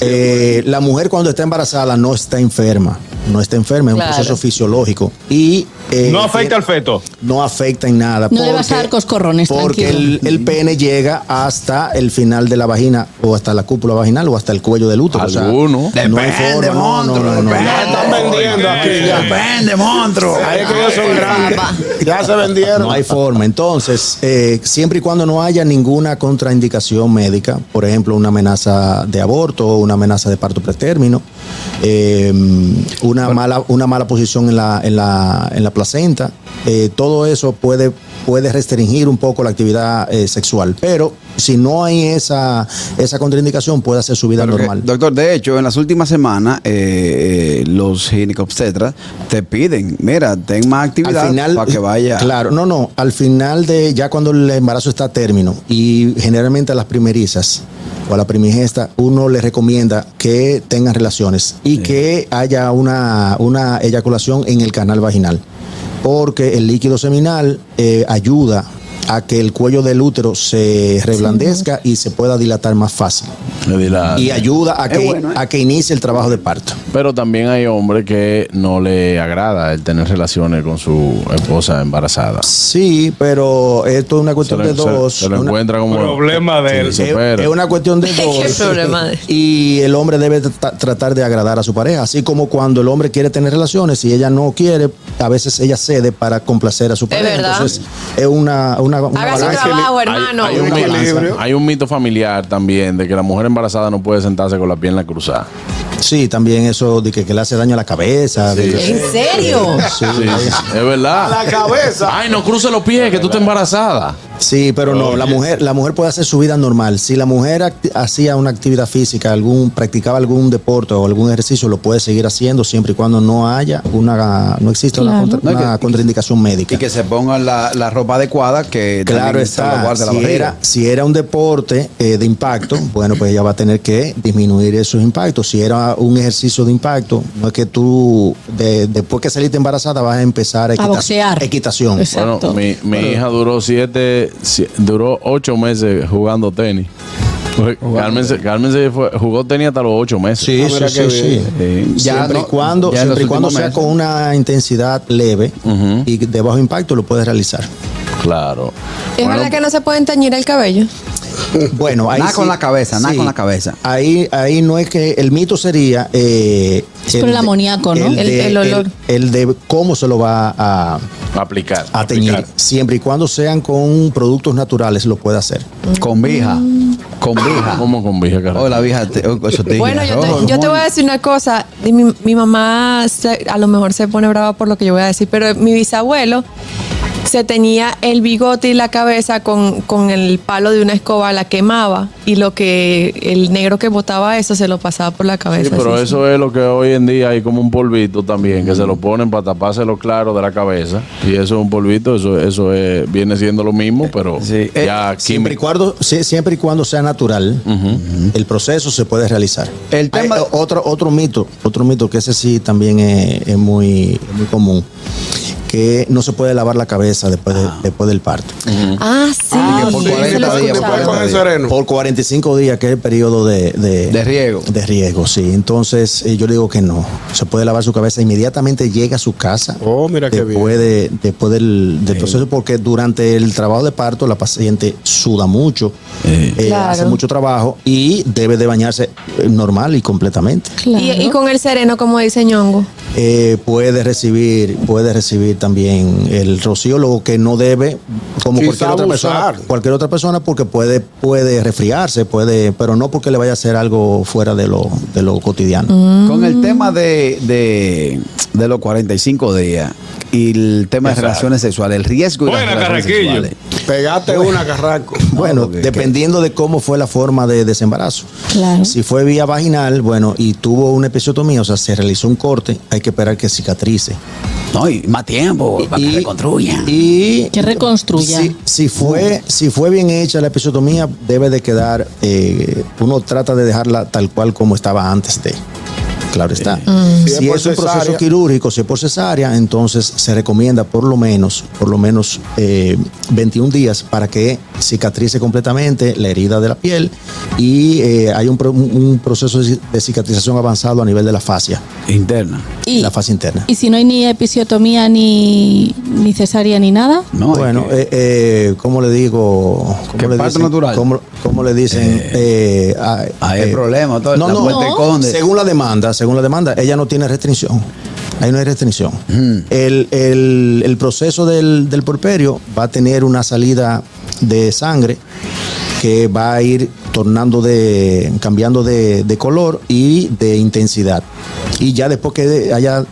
[SPEAKER 15] Eh, la mujer cuando está embarazada no está enferma, no está enferma, es
[SPEAKER 17] Claro.
[SPEAKER 15] un proceso fisiológico. Y eh,
[SPEAKER 8] no afecta al feto.
[SPEAKER 15] no afecta en nada.
[SPEAKER 7] No le vas a dar coscorrones,
[SPEAKER 15] Porque el,
[SPEAKER 7] tranquilo.
[SPEAKER 15] el pene llega hasta el final de la vagina o hasta la cúpula vaginal o hasta el cuello del útero.
[SPEAKER 3] Alguno.
[SPEAKER 15] O sea, no hay forma, no, no, no, no.
[SPEAKER 4] Están vendiendo aquí ya.
[SPEAKER 6] Vende, monstruo.
[SPEAKER 4] Ahí es que ellos son grandes. Ya se vendieron.
[SPEAKER 15] No hay forma. Entonces, eh, siempre y cuando no haya ninguna contraindicación médica, por ejemplo, una amenaza de aborto, una amenaza de parto pretérmino, eh, una, mala, una mala posición en la, en la, en la placenta, eh, todo eso puede, puede restringir un poco la actividad eh, sexual. Pero si no hay esa, esa contraindicación, puede hacer su vida normal.
[SPEAKER 6] Doctor, de hecho, en las últimas semanas, eh, eh, los ginecobstetras te piden, mira, ten más actividad para que vaya.
[SPEAKER 15] Claro, no, no. Al final de ya cuando el embarazo está a término y generalmente a las primerizas o a la primigesta, uno le recomienda que tengan relaciones y que haya una, una eyaculación en el canal vaginal. Porque el líquido seminal eh, ayuda a que el cuello del útero se reblandezca y se pueda dilatar más fácil. Y ayuda a
[SPEAKER 3] Es
[SPEAKER 15] que,
[SPEAKER 3] bueno, ¿eh?
[SPEAKER 15] a que inicie el trabajo de parto.
[SPEAKER 3] Pero también hay hombres que no le agrada el tener relaciones con su esposa embarazada.
[SPEAKER 15] Sí, pero esto es una cuestión
[SPEAKER 3] Se lo-
[SPEAKER 15] de
[SPEAKER 3] se-
[SPEAKER 15] dos.
[SPEAKER 3] se
[SPEAKER 15] Una-
[SPEAKER 3] lo
[SPEAKER 15] Eh,
[SPEAKER 3] encuentra como-
[SPEAKER 8] Problema de él.
[SPEAKER 15] Sí, es- Es una cuestión de dos.
[SPEAKER 5] Qué problema es.
[SPEAKER 15] Y el hombre debe tra- tratar de agradar a su pareja, así como cuando el hombre quiere tener relaciones y ella no quiere, a veces ella cede para complacer a su pareja.
[SPEAKER 5] verdad.
[SPEAKER 15] Entonces, es una, una, una
[SPEAKER 5] Haga su trabajo, hermano.
[SPEAKER 3] Hay un,
[SPEAKER 15] Una
[SPEAKER 3] mito-
[SPEAKER 15] balanza.
[SPEAKER 3] hay un mito familiar también de que la mujer embarazada no puede sentarse con la pierna cruzada.
[SPEAKER 15] Sí, también eso de que, que le hace daño a la cabeza. de-
[SPEAKER 3] ¿En
[SPEAKER 5] serio?
[SPEAKER 15] Sí.
[SPEAKER 3] Es verdad.
[SPEAKER 15] A la
[SPEAKER 3] cabeza. Ay, no cruce los pies, que tú estás embarazada.
[SPEAKER 15] Sí, pero no, la mujer, la mujer puede hacer su vida normal. Si la mujer acti- hacía una actividad física, algún, practicaba algún deporte o algún ejercicio, lo puede seguir haciendo siempre y cuando no haya una, no exista una,
[SPEAKER 6] Claro.
[SPEAKER 15] contra-
[SPEAKER 6] No, y que-
[SPEAKER 15] una contraindicación médica.
[SPEAKER 6] Y que se pongan la, la ropa adecuada que
[SPEAKER 15] Claro
[SPEAKER 6] también
[SPEAKER 15] está.
[SPEAKER 6] salvaguarde la
[SPEAKER 15] Si
[SPEAKER 6] barriga.
[SPEAKER 15] era, si era un deporte eh, de impacto, bueno, pues ella va a tener que disminuir esos impactos. Si era un ejercicio de impacto, no es que tú, de- después que saliste embarazada, vas a empezar a, equita-
[SPEAKER 7] boxear.
[SPEAKER 15] equitación.
[SPEAKER 3] Bueno, mi, mi hija duró siete, si- duró ocho meses jugando tenis. Pues, Carmen, se- Carmen se fue- jugó tenis hasta los ocho meses.
[SPEAKER 15] Sí, sí, sí, sí. siempre y cuando,
[SPEAKER 3] ya en los
[SPEAKER 15] siempre y cuando
[SPEAKER 3] últimos
[SPEAKER 15] sea
[SPEAKER 3] meses.
[SPEAKER 15] con una intensidad leve y de bajo impacto, lo puedes realizar.
[SPEAKER 3] Claro.
[SPEAKER 5] ¿Es verdad que no se pueden teñir el cabello?
[SPEAKER 15] Bueno, ahí
[SPEAKER 6] Nada con
[SPEAKER 15] sí-
[SPEAKER 6] la cabeza, nada
[SPEAKER 15] sí.
[SPEAKER 6] con la cabeza.
[SPEAKER 15] Ahí, ahí no es que el mito sería. eh,
[SPEAKER 7] Es por el
[SPEAKER 15] de-
[SPEAKER 7] amoníaco, ¿no? El-
[SPEAKER 15] de-
[SPEAKER 7] el olor.
[SPEAKER 15] El, el de cómo se lo va a,
[SPEAKER 3] aplicar.
[SPEAKER 15] A teñir. Siempre y cuando sean con productos naturales, lo puede hacer.
[SPEAKER 6] Con vija. Con vija.
[SPEAKER 3] ¿Cómo con vija, carajo?
[SPEAKER 6] Oh, la vija. te- oh, eso te-
[SPEAKER 5] Bueno, yo
[SPEAKER 6] oh,
[SPEAKER 5] te, yo te voy a decir una cosa. Y Mi, mi mamá se- a lo mejor se pone brava por lo que yo voy a decir, pero mi bisabuelo se tenía el bigote y la cabeza con, con el palo de una escoba, la quemaba y lo que el negro que botaba eso se lo pasaba por la
[SPEAKER 3] Sí,
[SPEAKER 5] cabeza.
[SPEAKER 3] pero
[SPEAKER 5] así.
[SPEAKER 3] eso es lo que hoy en día hay como un polvito también, que se lo ponen para taparse lo claro de la cabeza. Y eso es un polvito, eso, eso es, viene siendo lo mismo, pero ya
[SPEAKER 15] Eh, Siempre y,
[SPEAKER 3] químico.
[SPEAKER 15] cuando, sí, siempre y cuando sea natural, el proceso se puede realizar. El tema otro, otro mito, otro mito que ese sí también es, es muy, es muy común, que no se puede lavar la cabeza después, de- después del parto.
[SPEAKER 5] Ah, sí.
[SPEAKER 6] sí, se lo días, por escuchaba. 40 días.
[SPEAKER 15] Por 45 días, que es el periodo de, de, riego. De riego, sí. Entonces, eh, yo le digo que no. Se puede lavar su cabeza inmediatamente, llega a su casa.
[SPEAKER 4] Oh, mira qué bien.
[SPEAKER 15] después, de- después del, del proceso, porque durante el trabajo de parto la paciente suda mucho, eh,
[SPEAKER 5] Claro.
[SPEAKER 15] hace mucho trabajo y debe de bañarse eh, normal y completamente.
[SPEAKER 5] Y, y con el sereno, como dice Ñongo.
[SPEAKER 15] Eh, puede recibir, puede recibir también el rocío, lo que no debe, como
[SPEAKER 4] Quizá
[SPEAKER 15] cualquier otra
[SPEAKER 4] abusar.
[SPEAKER 15] persona, cualquier otra persona, porque puede, puede resfriarse, puede, pero no porque le vaya a hacer algo fuera de lo, de lo cotidiano.
[SPEAKER 6] Con el tema de, de, de los 45 días y el tema
[SPEAKER 15] Exacto.
[SPEAKER 6] de relaciones sexuales, el riesgo de las relaciones sexuales.
[SPEAKER 4] Pegaste
[SPEAKER 15] Bueno.
[SPEAKER 4] una, Carranco.
[SPEAKER 15] Bueno, dependiendo de cómo fue la forma de desembarazo. Si fue vía vaginal, bueno, y tuvo una episiotomía, o sea, se realizó un corte, hay que esperar que cicatrice.
[SPEAKER 6] No, y más tiempo para que reconstruya.
[SPEAKER 15] Y
[SPEAKER 7] Que reconstruya.
[SPEAKER 15] Si, si fue, si fue bien hecha la episiotomía, debe de quedar, eh, uno trata de dejarla tal cual como estaba antes de. Claro está.
[SPEAKER 4] Mm. Si
[SPEAKER 15] Si
[SPEAKER 4] es por
[SPEAKER 15] es un proceso
[SPEAKER 4] cesárea.
[SPEAKER 15] quirúrgico, si es por cesárea, entonces se recomienda por lo menos, por lo menos eh, 21 días para que cicatrice completamente la herida de la piel y eh, hay un, pro- un proceso de cicatrización avanzado a nivel de la fascia.
[SPEAKER 6] Interna.
[SPEAKER 7] Y-
[SPEAKER 15] la fascia interna.
[SPEAKER 7] Y si no hay ni episiotomía, ni, ni cesárea, ni nada.
[SPEAKER 15] bueno, eh, eh, ¿cómo le digo? ¿Cómo
[SPEAKER 6] Que
[SPEAKER 15] le
[SPEAKER 6] parto natural.
[SPEAKER 15] ¿Cómo, cómo le dicen? Eh, ah,
[SPEAKER 6] ahí hay problema, todo-
[SPEAKER 15] no,
[SPEAKER 6] la
[SPEAKER 15] no,
[SPEAKER 6] vuelta del conde.
[SPEAKER 15] Según la demanda, según la demanda, ella no tiene restricción. Ahí no hay restricción.
[SPEAKER 6] Mm.
[SPEAKER 15] El, el- el proceso del, del porperio va a tener una salida de sangre que va a ir tornando de, cambiando de, de color y de intensidad. Y ya después que de- haya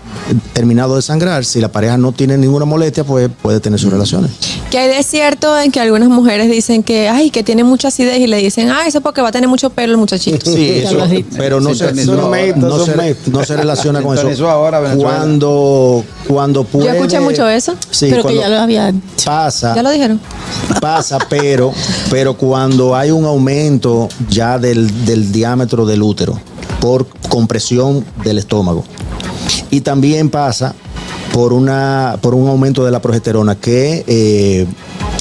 [SPEAKER 15] terminado de sangrar, si la pareja no tiene ninguna molestia, pues puede tener sus relaciones.
[SPEAKER 5] Que hay de cierto en que algunas mujeres dicen que, ay, que tiene mucha acidez y le dicen, ah, eso porque va a tener mucho pelo el muchachito.
[SPEAKER 15] Sí,
[SPEAKER 5] Ya
[SPEAKER 15] eso,
[SPEAKER 5] lo has dicho.
[SPEAKER 15] pero no se,
[SPEAKER 6] Sintonizó
[SPEAKER 15] no,
[SPEAKER 6] ahora.
[SPEAKER 15] no se, no se relaciona con eso.
[SPEAKER 6] Sintonizó ahora, Venezuela.
[SPEAKER 15] cuando, cuando puede.
[SPEAKER 5] Yo escuché mucho eso,
[SPEAKER 15] Sí,
[SPEAKER 5] pero que
[SPEAKER 15] cuando
[SPEAKER 5] ya lo habían.
[SPEAKER 15] Pasa,
[SPEAKER 5] Ya lo dijeron.
[SPEAKER 15] pasa, pero, pero cuando hay un aumento ya del, del diámetro del útero por compresión del estómago. Y también pasa por, una, por un aumento de la progesterona que eh,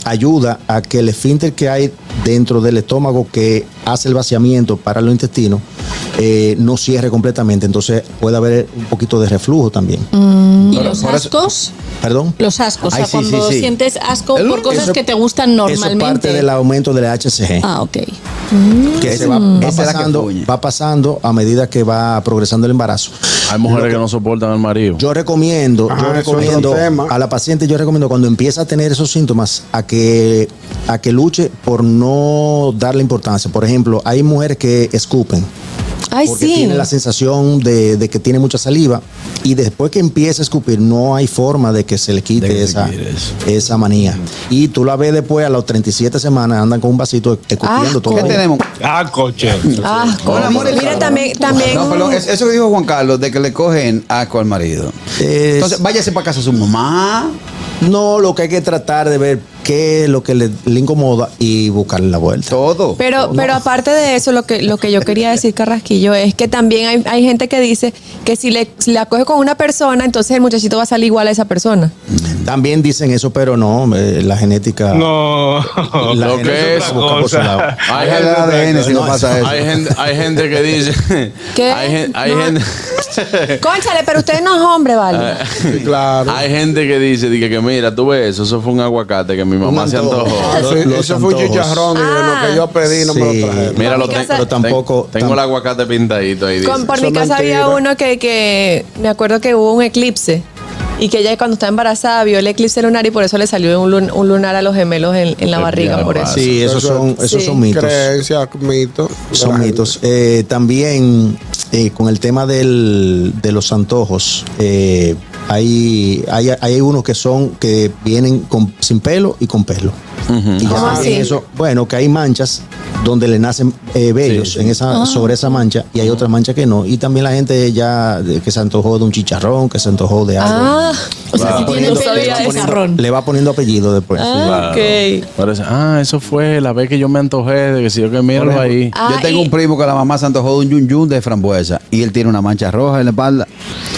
[SPEAKER 15] ayuda a que el esfínter que hay dentro del estómago que hace el vaciamiento para los intestinos eh, no cierre completamente. Entonces puede haber un poquito de reflujo también.
[SPEAKER 7] Mm, ¿Y los ascos?
[SPEAKER 15] Perdón.
[SPEAKER 7] Los ascos.
[SPEAKER 15] Ay,
[SPEAKER 7] o
[SPEAKER 15] sí,
[SPEAKER 7] sea,
[SPEAKER 15] sí,
[SPEAKER 7] cuando
[SPEAKER 15] sí.
[SPEAKER 7] sientes asco
[SPEAKER 15] El-
[SPEAKER 7] por cosas
[SPEAKER 15] eso-
[SPEAKER 7] que te gustan
[SPEAKER 15] Eso es
[SPEAKER 7] normalmente.
[SPEAKER 15] parte del aumento del HCG.
[SPEAKER 7] Ah, ok.
[SPEAKER 15] que se va,
[SPEAKER 7] Mm.
[SPEAKER 15] va
[SPEAKER 7] Esa es la que
[SPEAKER 15] pasando, va pasando a medida que va progresando el embarazo.
[SPEAKER 3] Hay mujeres que no soportan al marido.
[SPEAKER 15] Yo recomiendo,
[SPEAKER 3] Ah,
[SPEAKER 15] yo
[SPEAKER 3] eso es otro
[SPEAKER 15] recomiendo
[SPEAKER 3] tema.
[SPEAKER 15] a la paciente, yo recomiendo cuando empieza a tener esos síntomas a que a que luche por no darle importancia. Por ejemplo, hay mujeres que escupen.
[SPEAKER 5] Ay,
[SPEAKER 15] porque
[SPEAKER 5] sí.
[SPEAKER 15] tiene la sensación de, de que tiene mucha saliva y después que empieza a escupir no hay forma de Mm. que se le quite esa, esa manía. Y tú la ves después a las 37 semanas andan con un vasito escupiendo
[SPEAKER 8] Asco.
[SPEAKER 15] todo.
[SPEAKER 8] ¿Qué tenemos?
[SPEAKER 6] Ah, coche.
[SPEAKER 5] Ah,
[SPEAKER 6] Hola, amor,
[SPEAKER 5] Mira,
[SPEAKER 6] el-
[SPEAKER 5] también, también.
[SPEAKER 6] No, pero es- eso que dijo Juan Carlos, de que le cogen asco al marido. Entonces, váyase para casa su mamá.
[SPEAKER 15] No, lo que hay que tratar de ver qué es lo que le, le incomoda y buscarle la vuelta.
[SPEAKER 6] Todo.
[SPEAKER 5] Pero, pero aparte de eso, lo que, lo que yo quería decir, Carrasquillo, es que también hay, hay gente que dice que si le, si la coge con una persona, entonces el muchachito va a salir igual a esa persona.
[SPEAKER 15] También dicen eso, pero no, eh, la genética.
[SPEAKER 8] No,
[SPEAKER 15] La
[SPEAKER 3] lo
[SPEAKER 15] gente
[SPEAKER 3] que
[SPEAKER 15] se
[SPEAKER 3] es.
[SPEAKER 15] busca por su lado. Hay
[SPEAKER 3] Hay gente-
[SPEAKER 15] algo de ADN si no
[SPEAKER 3] no,
[SPEAKER 15] pasa eso.
[SPEAKER 3] hay gente- hay gente que dice.
[SPEAKER 5] ¿Qué?
[SPEAKER 3] Hay gen- hay
[SPEAKER 5] No.
[SPEAKER 3] gente.
[SPEAKER 5] Cónchale, pero usted no es hombre, ¿vale?
[SPEAKER 3] Claro. Hay gente que dice dije, que mira, tú ves eso, eso fue un aguacate que mi mamá se
[SPEAKER 4] antojo.
[SPEAKER 3] antojó.
[SPEAKER 4] Ah, sí, eso fue un chicharrón, y de lo que yo pedí no me lo trajeron.
[SPEAKER 3] Mira, lo
[SPEAKER 5] mi
[SPEAKER 3] tengo-
[SPEAKER 5] casa-
[SPEAKER 3] pero tampoco tengo el aguacate pintadito ahí.
[SPEAKER 5] Con-
[SPEAKER 3] dice.
[SPEAKER 5] por mi casa había uno que, que me acuerdo que hubo un eclipse y que ella cuando estaba embarazada vio el eclipse lunar y por eso le salió un, lun- un lunar a los gemelos en, en la barriga. Por eso.
[SPEAKER 15] Sí, esos son, esos
[SPEAKER 5] Sí.
[SPEAKER 15] son mitos.
[SPEAKER 4] Creencias, mitos.
[SPEAKER 15] Son mitos. Eh, también eh, con el tema del, de los antojos, eh, hay, hay, hay unos que son que vienen con, sin pelo y con pelo. Y ya
[SPEAKER 4] ¿Cómo
[SPEAKER 15] también
[SPEAKER 4] así?
[SPEAKER 15] eso, bueno, que hay manchas donde le nacen eh, vellos en esa,
[SPEAKER 4] Ah.
[SPEAKER 15] sobre esa mancha y hay otras manchas que no. Y también la gente ya de- que se antojó de un chicharrón, que se antojó de
[SPEAKER 4] Ah,
[SPEAKER 15] algo.
[SPEAKER 5] Ah,
[SPEAKER 7] o sea, si tiene pelo
[SPEAKER 5] sabía
[SPEAKER 7] es
[SPEAKER 5] eso.
[SPEAKER 7] chicharrón.
[SPEAKER 15] Le va poniendo apellido después.
[SPEAKER 7] Ah,
[SPEAKER 5] ok.
[SPEAKER 3] Parece, ah, eso fue la vez que yo me antojé de que si yo que míralo ahí.
[SPEAKER 15] Ah,
[SPEAKER 6] yo tengo un primo que la mamá se antojó de un yun yun de frambuesa y él tiene una mancha roja en la espalda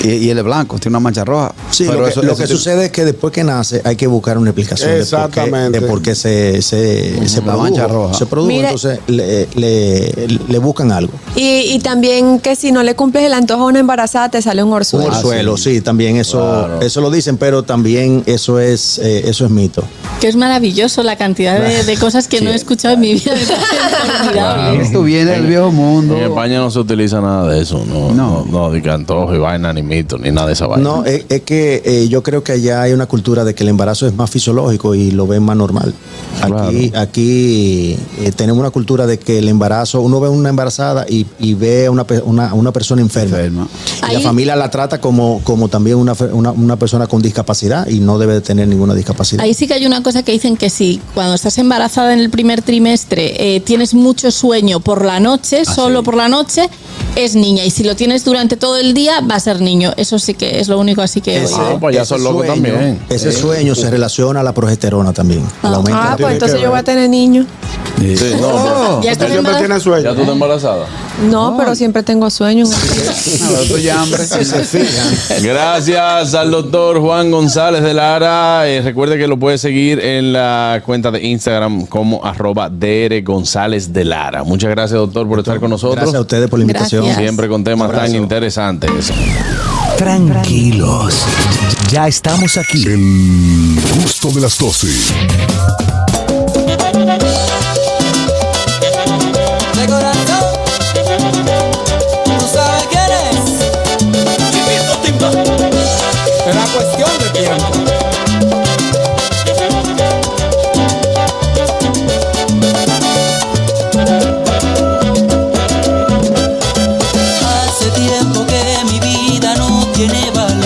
[SPEAKER 6] y, y él es blanco, tiene una mancha roja.
[SPEAKER 15] Sí, lo que, lo que sucede es que después que nace hay que buscar una explicación de por qué-
[SPEAKER 4] Exactamente.
[SPEAKER 15] de por qué, se, se, se
[SPEAKER 6] La
[SPEAKER 15] produjo.
[SPEAKER 6] mancha roja.
[SPEAKER 15] Se produjo,
[SPEAKER 5] Mira-
[SPEAKER 15] entonces le, le- le buscan algo.
[SPEAKER 5] Y, y también que si no le cumples el antojo a una embarazada, te sale un
[SPEAKER 15] Un
[SPEAKER 5] orzuelo. Ah,
[SPEAKER 15] orzuelo, sí. también eso, eso lo dicen, pero también eso es, eh, eso es mito.
[SPEAKER 7] Que es maravilloso la cantidad de, de cosas que no he escuchado en mi vida. Me parece formidable.
[SPEAKER 6] Esto viene del viejo mundo.
[SPEAKER 3] En España no se utiliza nada de eso, no, no, no, de que antojo y vaina, ni mito, ni nada de esa vaina.
[SPEAKER 15] No, es, es que eh, yo creo que allá hay una cultura de que el embarazo es más fisiológico y lo ven más normal. Aquí, aquí eh, tenemos una cultura de que el embarazo, uno ve una embarazada y, y ve a una, pe- una, una persona enferma. Y la
[SPEAKER 7] Ahí-
[SPEAKER 15] familia la trata como, como también una, fe- una, una persona con discapacidad y no debe de tener ninguna discapacidad.
[SPEAKER 7] Ahí sí que hay una cosa que dicen que si cuando estás embarazada en el primer trimestre eh, tienes mucho sueño por la noche, solo por la noche, es niña. Y si lo tienes durante todo el día, va a ser niño. Eso sí que es lo único así que...
[SPEAKER 3] Ese- Ah, pues ya son locos también.
[SPEAKER 15] Ese
[SPEAKER 3] Eh.
[SPEAKER 15] sueño se relaciona a la progesterona también. al aumento.
[SPEAKER 5] Ah, pues entonces yo voy a tener niños.
[SPEAKER 3] Sí, no,
[SPEAKER 5] Oh,
[SPEAKER 3] pero-
[SPEAKER 5] ya estoy
[SPEAKER 3] Tú siempre
[SPEAKER 5] embarazada.
[SPEAKER 3] tienes sueño. Ya tú estás embarazada.
[SPEAKER 5] No, pero siempre tengo sueños.
[SPEAKER 3] Gracias al doctor Juan González de Lara. Eh, recuerde que lo puede seguir en la cuenta de Instagram como arroba Dere González de Lara. Muchas gracias, doctor, por estar con nosotros.
[SPEAKER 15] Gracias a ustedes por la invitación. Gracias.
[SPEAKER 3] Siempre con temas tan interesantes.
[SPEAKER 9] Tranquilos, ya estamos aquí. El gusto de las 12.
[SPEAKER 16] De corazón, tú sabes quién es. Chipito Timba. Era cuestión de tiempo.
[SPEAKER 17] Hace tiempo que mi vida no tiene valor.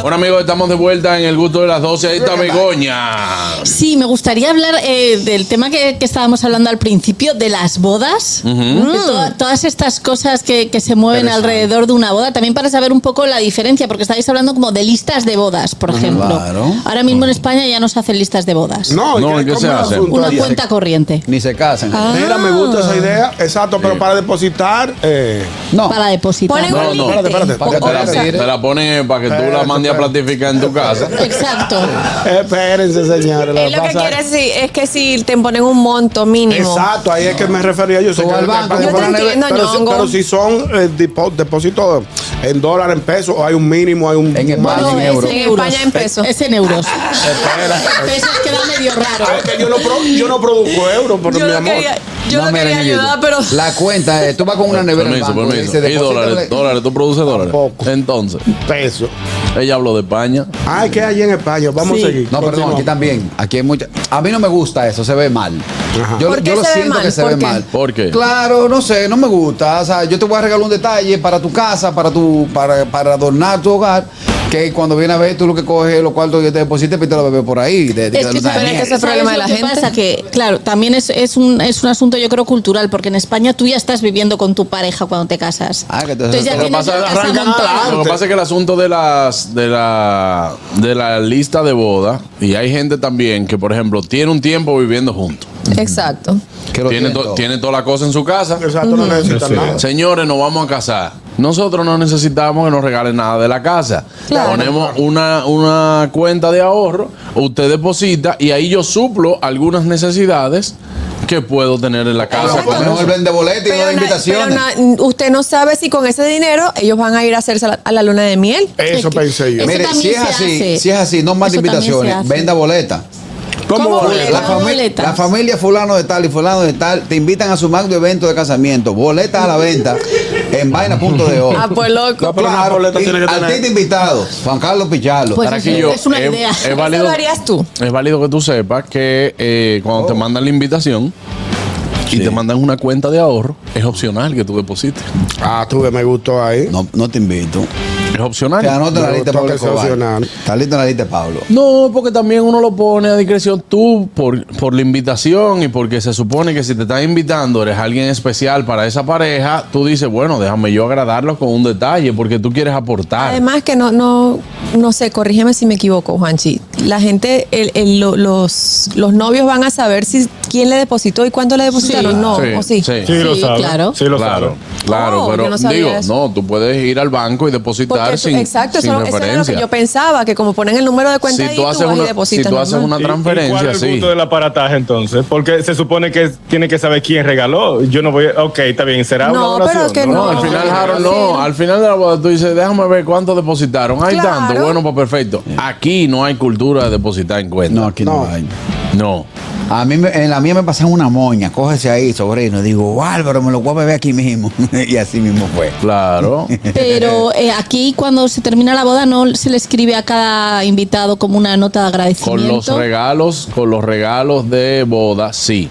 [SPEAKER 3] Bueno, amigos, estamos de vuelta en el gusto de las 12. Ahí está Begoña.
[SPEAKER 7] Sí, me gustaría hablar eh, del tema que, que estábamos hablando al principio, de las bodas.
[SPEAKER 3] Ujú.
[SPEAKER 7] De to- todas estas cosas que, que se mueven
[SPEAKER 3] Interesante.
[SPEAKER 7] alrededor de una boda, también para saber un poco la diferencia, porque estáis hablando como de listas de bodas, por ejemplo.
[SPEAKER 6] Claro.
[SPEAKER 7] Ahora mismo en España ya no se hacen listas de bodas.
[SPEAKER 4] No,
[SPEAKER 6] No, ¿y qué se hace?
[SPEAKER 7] Una cuenta corriente.
[SPEAKER 6] Ni se casan.
[SPEAKER 7] Ah.
[SPEAKER 4] Mira, me gusta esa idea. Exacto, pero para depositar. eh,
[SPEAKER 7] Para depositar.
[SPEAKER 3] No, no, espérate, espérate. Te la- Te la ponen para que tú la mandes a platificar en tu casa.
[SPEAKER 7] Exacto.
[SPEAKER 4] Espérense, señores.
[SPEAKER 5] Él lo que
[SPEAKER 4] pasa-
[SPEAKER 5] quiere decir es que si te ponen un monto mínimo.
[SPEAKER 4] Exacto, ahí es que me refería yo. sé
[SPEAKER 5] Tú
[SPEAKER 4] que
[SPEAKER 5] al
[SPEAKER 4] lo que
[SPEAKER 5] banco,
[SPEAKER 4] pagan
[SPEAKER 5] yo te
[SPEAKER 4] por la neve-
[SPEAKER 5] entiendo,
[SPEAKER 4] pero, si,
[SPEAKER 5] Ñongo.
[SPEAKER 4] pero si son eh, dipo- depósitos en dólar, en pesos, hay un mínimo, hay un en
[SPEAKER 7] No, es en España en pesos. Es en euros.
[SPEAKER 4] Pesos
[SPEAKER 7] queda medio raro.
[SPEAKER 4] yo, no pro- yo no produzco euros, pero mi amor.
[SPEAKER 6] No, mira, Ñonguito, La cuenta es, tú vas con una nevera al
[SPEAKER 3] Permiso,
[SPEAKER 6] banco y
[SPEAKER 3] permiso.
[SPEAKER 6] dices,
[SPEAKER 3] Y dólares,
[SPEAKER 6] "Deposítame".
[SPEAKER 3] dólares, tú produces dólares. Entonces.
[SPEAKER 4] Peso.
[SPEAKER 3] Ella habló de España.
[SPEAKER 4] Ay, que hay en España, vamos
[SPEAKER 6] Sí.
[SPEAKER 4] a seguir.
[SPEAKER 6] No, perdón,
[SPEAKER 4] Continuamos.
[SPEAKER 6] aquí también. Aquí hay mucha. A mí no me gusta eso, se ve mal. Yo,
[SPEAKER 4] ¿Por qué
[SPEAKER 6] yo lo
[SPEAKER 4] se ve
[SPEAKER 6] siento
[SPEAKER 4] mal?
[SPEAKER 6] que se
[SPEAKER 4] ¿Por
[SPEAKER 6] ve
[SPEAKER 4] qué?
[SPEAKER 6] mal.
[SPEAKER 3] ¿Por qué?
[SPEAKER 6] Claro, no sé, no me gusta. O sea, yo te voy a regalar un detalle para tu casa, para tu, para, para adornar tu hogar. Que cuando viene a ver, tú lo que coges es lo cual tú yo te depositas y te lo bebes por ahí. de- de-
[SPEAKER 7] Es que,
[SPEAKER 6] de-
[SPEAKER 7] ¿sabes
[SPEAKER 6] de-
[SPEAKER 7] ¿sabes
[SPEAKER 5] problema de
[SPEAKER 7] lo
[SPEAKER 5] la
[SPEAKER 7] que
[SPEAKER 5] gente?
[SPEAKER 7] Pasa que, claro, también es, es, un, es un asunto, yo creo, cultural, porque en España tú ya estás viviendo con tu pareja cuando te casas. Entonces ya
[SPEAKER 3] Lo Ah, que
[SPEAKER 7] tienes
[SPEAKER 3] pasa-
[SPEAKER 7] la casa
[SPEAKER 3] arrancan
[SPEAKER 7] montada.
[SPEAKER 3] tarde. Lo que pasa es que el asunto de las de la de la lista de boda y hay gente también que por ejemplo tiene un tiempo viviendo juntos.
[SPEAKER 5] Exacto.
[SPEAKER 3] Tiene, to- tiene toda la cosa en su casa.
[SPEAKER 4] Exacto, no necesita Sí. nada.
[SPEAKER 3] Señores, nos vamos a casar. Nosotros no necesitamos que nos regalen nada de la casa.
[SPEAKER 4] Claro.
[SPEAKER 3] Ponemos una, una cuenta de ahorro, usted deposita y ahí yo suplo algunas necesidades que puedo tener en la casa.
[SPEAKER 6] Exacto. Mejor vende boleto y no da invitaciones.
[SPEAKER 5] Pero na- usted no sabe si con ese dinero ellos van a ir a hacerse la- a la luna de miel.
[SPEAKER 4] Eso pensé yo.
[SPEAKER 6] Mire, si es así, si es así, no mande
[SPEAKER 5] Eso también se
[SPEAKER 6] invitaciones,
[SPEAKER 5] hace.
[SPEAKER 6] venda boleta.
[SPEAKER 4] ¿Cómo
[SPEAKER 5] ¿Cómo boleta?
[SPEAKER 6] La, fami-
[SPEAKER 5] Boletas.
[SPEAKER 6] la familia fulano de tal y fulano de tal te invitan a su magno evento de casamiento. Boletas a la venta en vaina.de.
[SPEAKER 5] Ah, pues loco.
[SPEAKER 6] No, pero una
[SPEAKER 5] Claro.
[SPEAKER 6] boleta tiene que tener. Artista invitado, Juan Carlos Pichardo.
[SPEAKER 5] Pues eso es una
[SPEAKER 3] es,
[SPEAKER 5] idea.
[SPEAKER 3] eh, es
[SPEAKER 5] Eso
[SPEAKER 3] válido,
[SPEAKER 5] lo harías tú.
[SPEAKER 3] Es válido que tú sepas que eh, cuando
[SPEAKER 6] Oh.
[SPEAKER 3] te mandan la invitación y te mandan una cuenta de ahorro, es opcional que tú deposites.
[SPEAKER 4] Ah, tú que me gustó ahí.
[SPEAKER 6] No, no te invito.
[SPEAKER 3] Es opcional.
[SPEAKER 6] Te anota la lista, Pablo Escobar. Está lista la lista, de Pablo.
[SPEAKER 3] No, porque también uno lo pone a discreción tú por, por la invitación y porque se supone que si te están invitando eres alguien especial para esa pareja, tú dices, bueno, déjame yo agradarlos con un detalle porque tú quieres aportar.
[SPEAKER 5] Además que no, no, no sé, corrígeme si me equivoco, Juanchi. La gente, el- el- lo- los, los novios van a saber si quién le depositó y cuándo le depositaron. no, o sí. claro.
[SPEAKER 8] Sí, lo
[SPEAKER 3] claro.
[SPEAKER 8] sabe.
[SPEAKER 3] Claro,
[SPEAKER 5] Oh,
[SPEAKER 3] pero
[SPEAKER 5] yo no sabía
[SPEAKER 3] digo,
[SPEAKER 5] eso.
[SPEAKER 3] no, tú puedes ir al banco y depositar
[SPEAKER 5] Porque tú-
[SPEAKER 3] sin,
[SPEAKER 5] exacto,
[SPEAKER 3] sin
[SPEAKER 5] eso, eso era lo
[SPEAKER 3] referencia.
[SPEAKER 5] que yo pensaba, que como ponen el número de cuenta ahí, tú vas y depositas. normal.
[SPEAKER 8] ¿Y- y ¿Cuál es el punto del aparataje entonces? Porque se supone que tiene que saber quién regaló. Yo no voy. a- Ok, está bien. Será
[SPEAKER 3] No,
[SPEAKER 8] una
[SPEAKER 3] pero
[SPEAKER 8] oración.
[SPEAKER 3] es que no. al final, Harold, no. Al final de la boda, tú dices, déjame ver cuánto depositaron. Hay
[SPEAKER 8] Claro.
[SPEAKER 3] tanto. Bueno, pues perfecto. Aquí no hay cultura de depositar en cuenta. No,
[SPEAKER 6] aquí no, hay.
[SPEAKER 3] No.
[SPEAKER 6] A mí, me- en la mía me pasan una moña. Cógese ahí, sobrino. Digo, Álvaro, me lo voy a beber aquí mismo. y así mismo fue.
[SPEAKER 3] Claro.
[SPEAKER 7] Pero eh, aquí cuando se termina la boda no se le escribe a cada invitado como una nota de
[SPEAKER 3] Con
[SPEAKER 7] agradecimiento.
[SPEAKER 3] los regalos, con los regalos de boda, sí.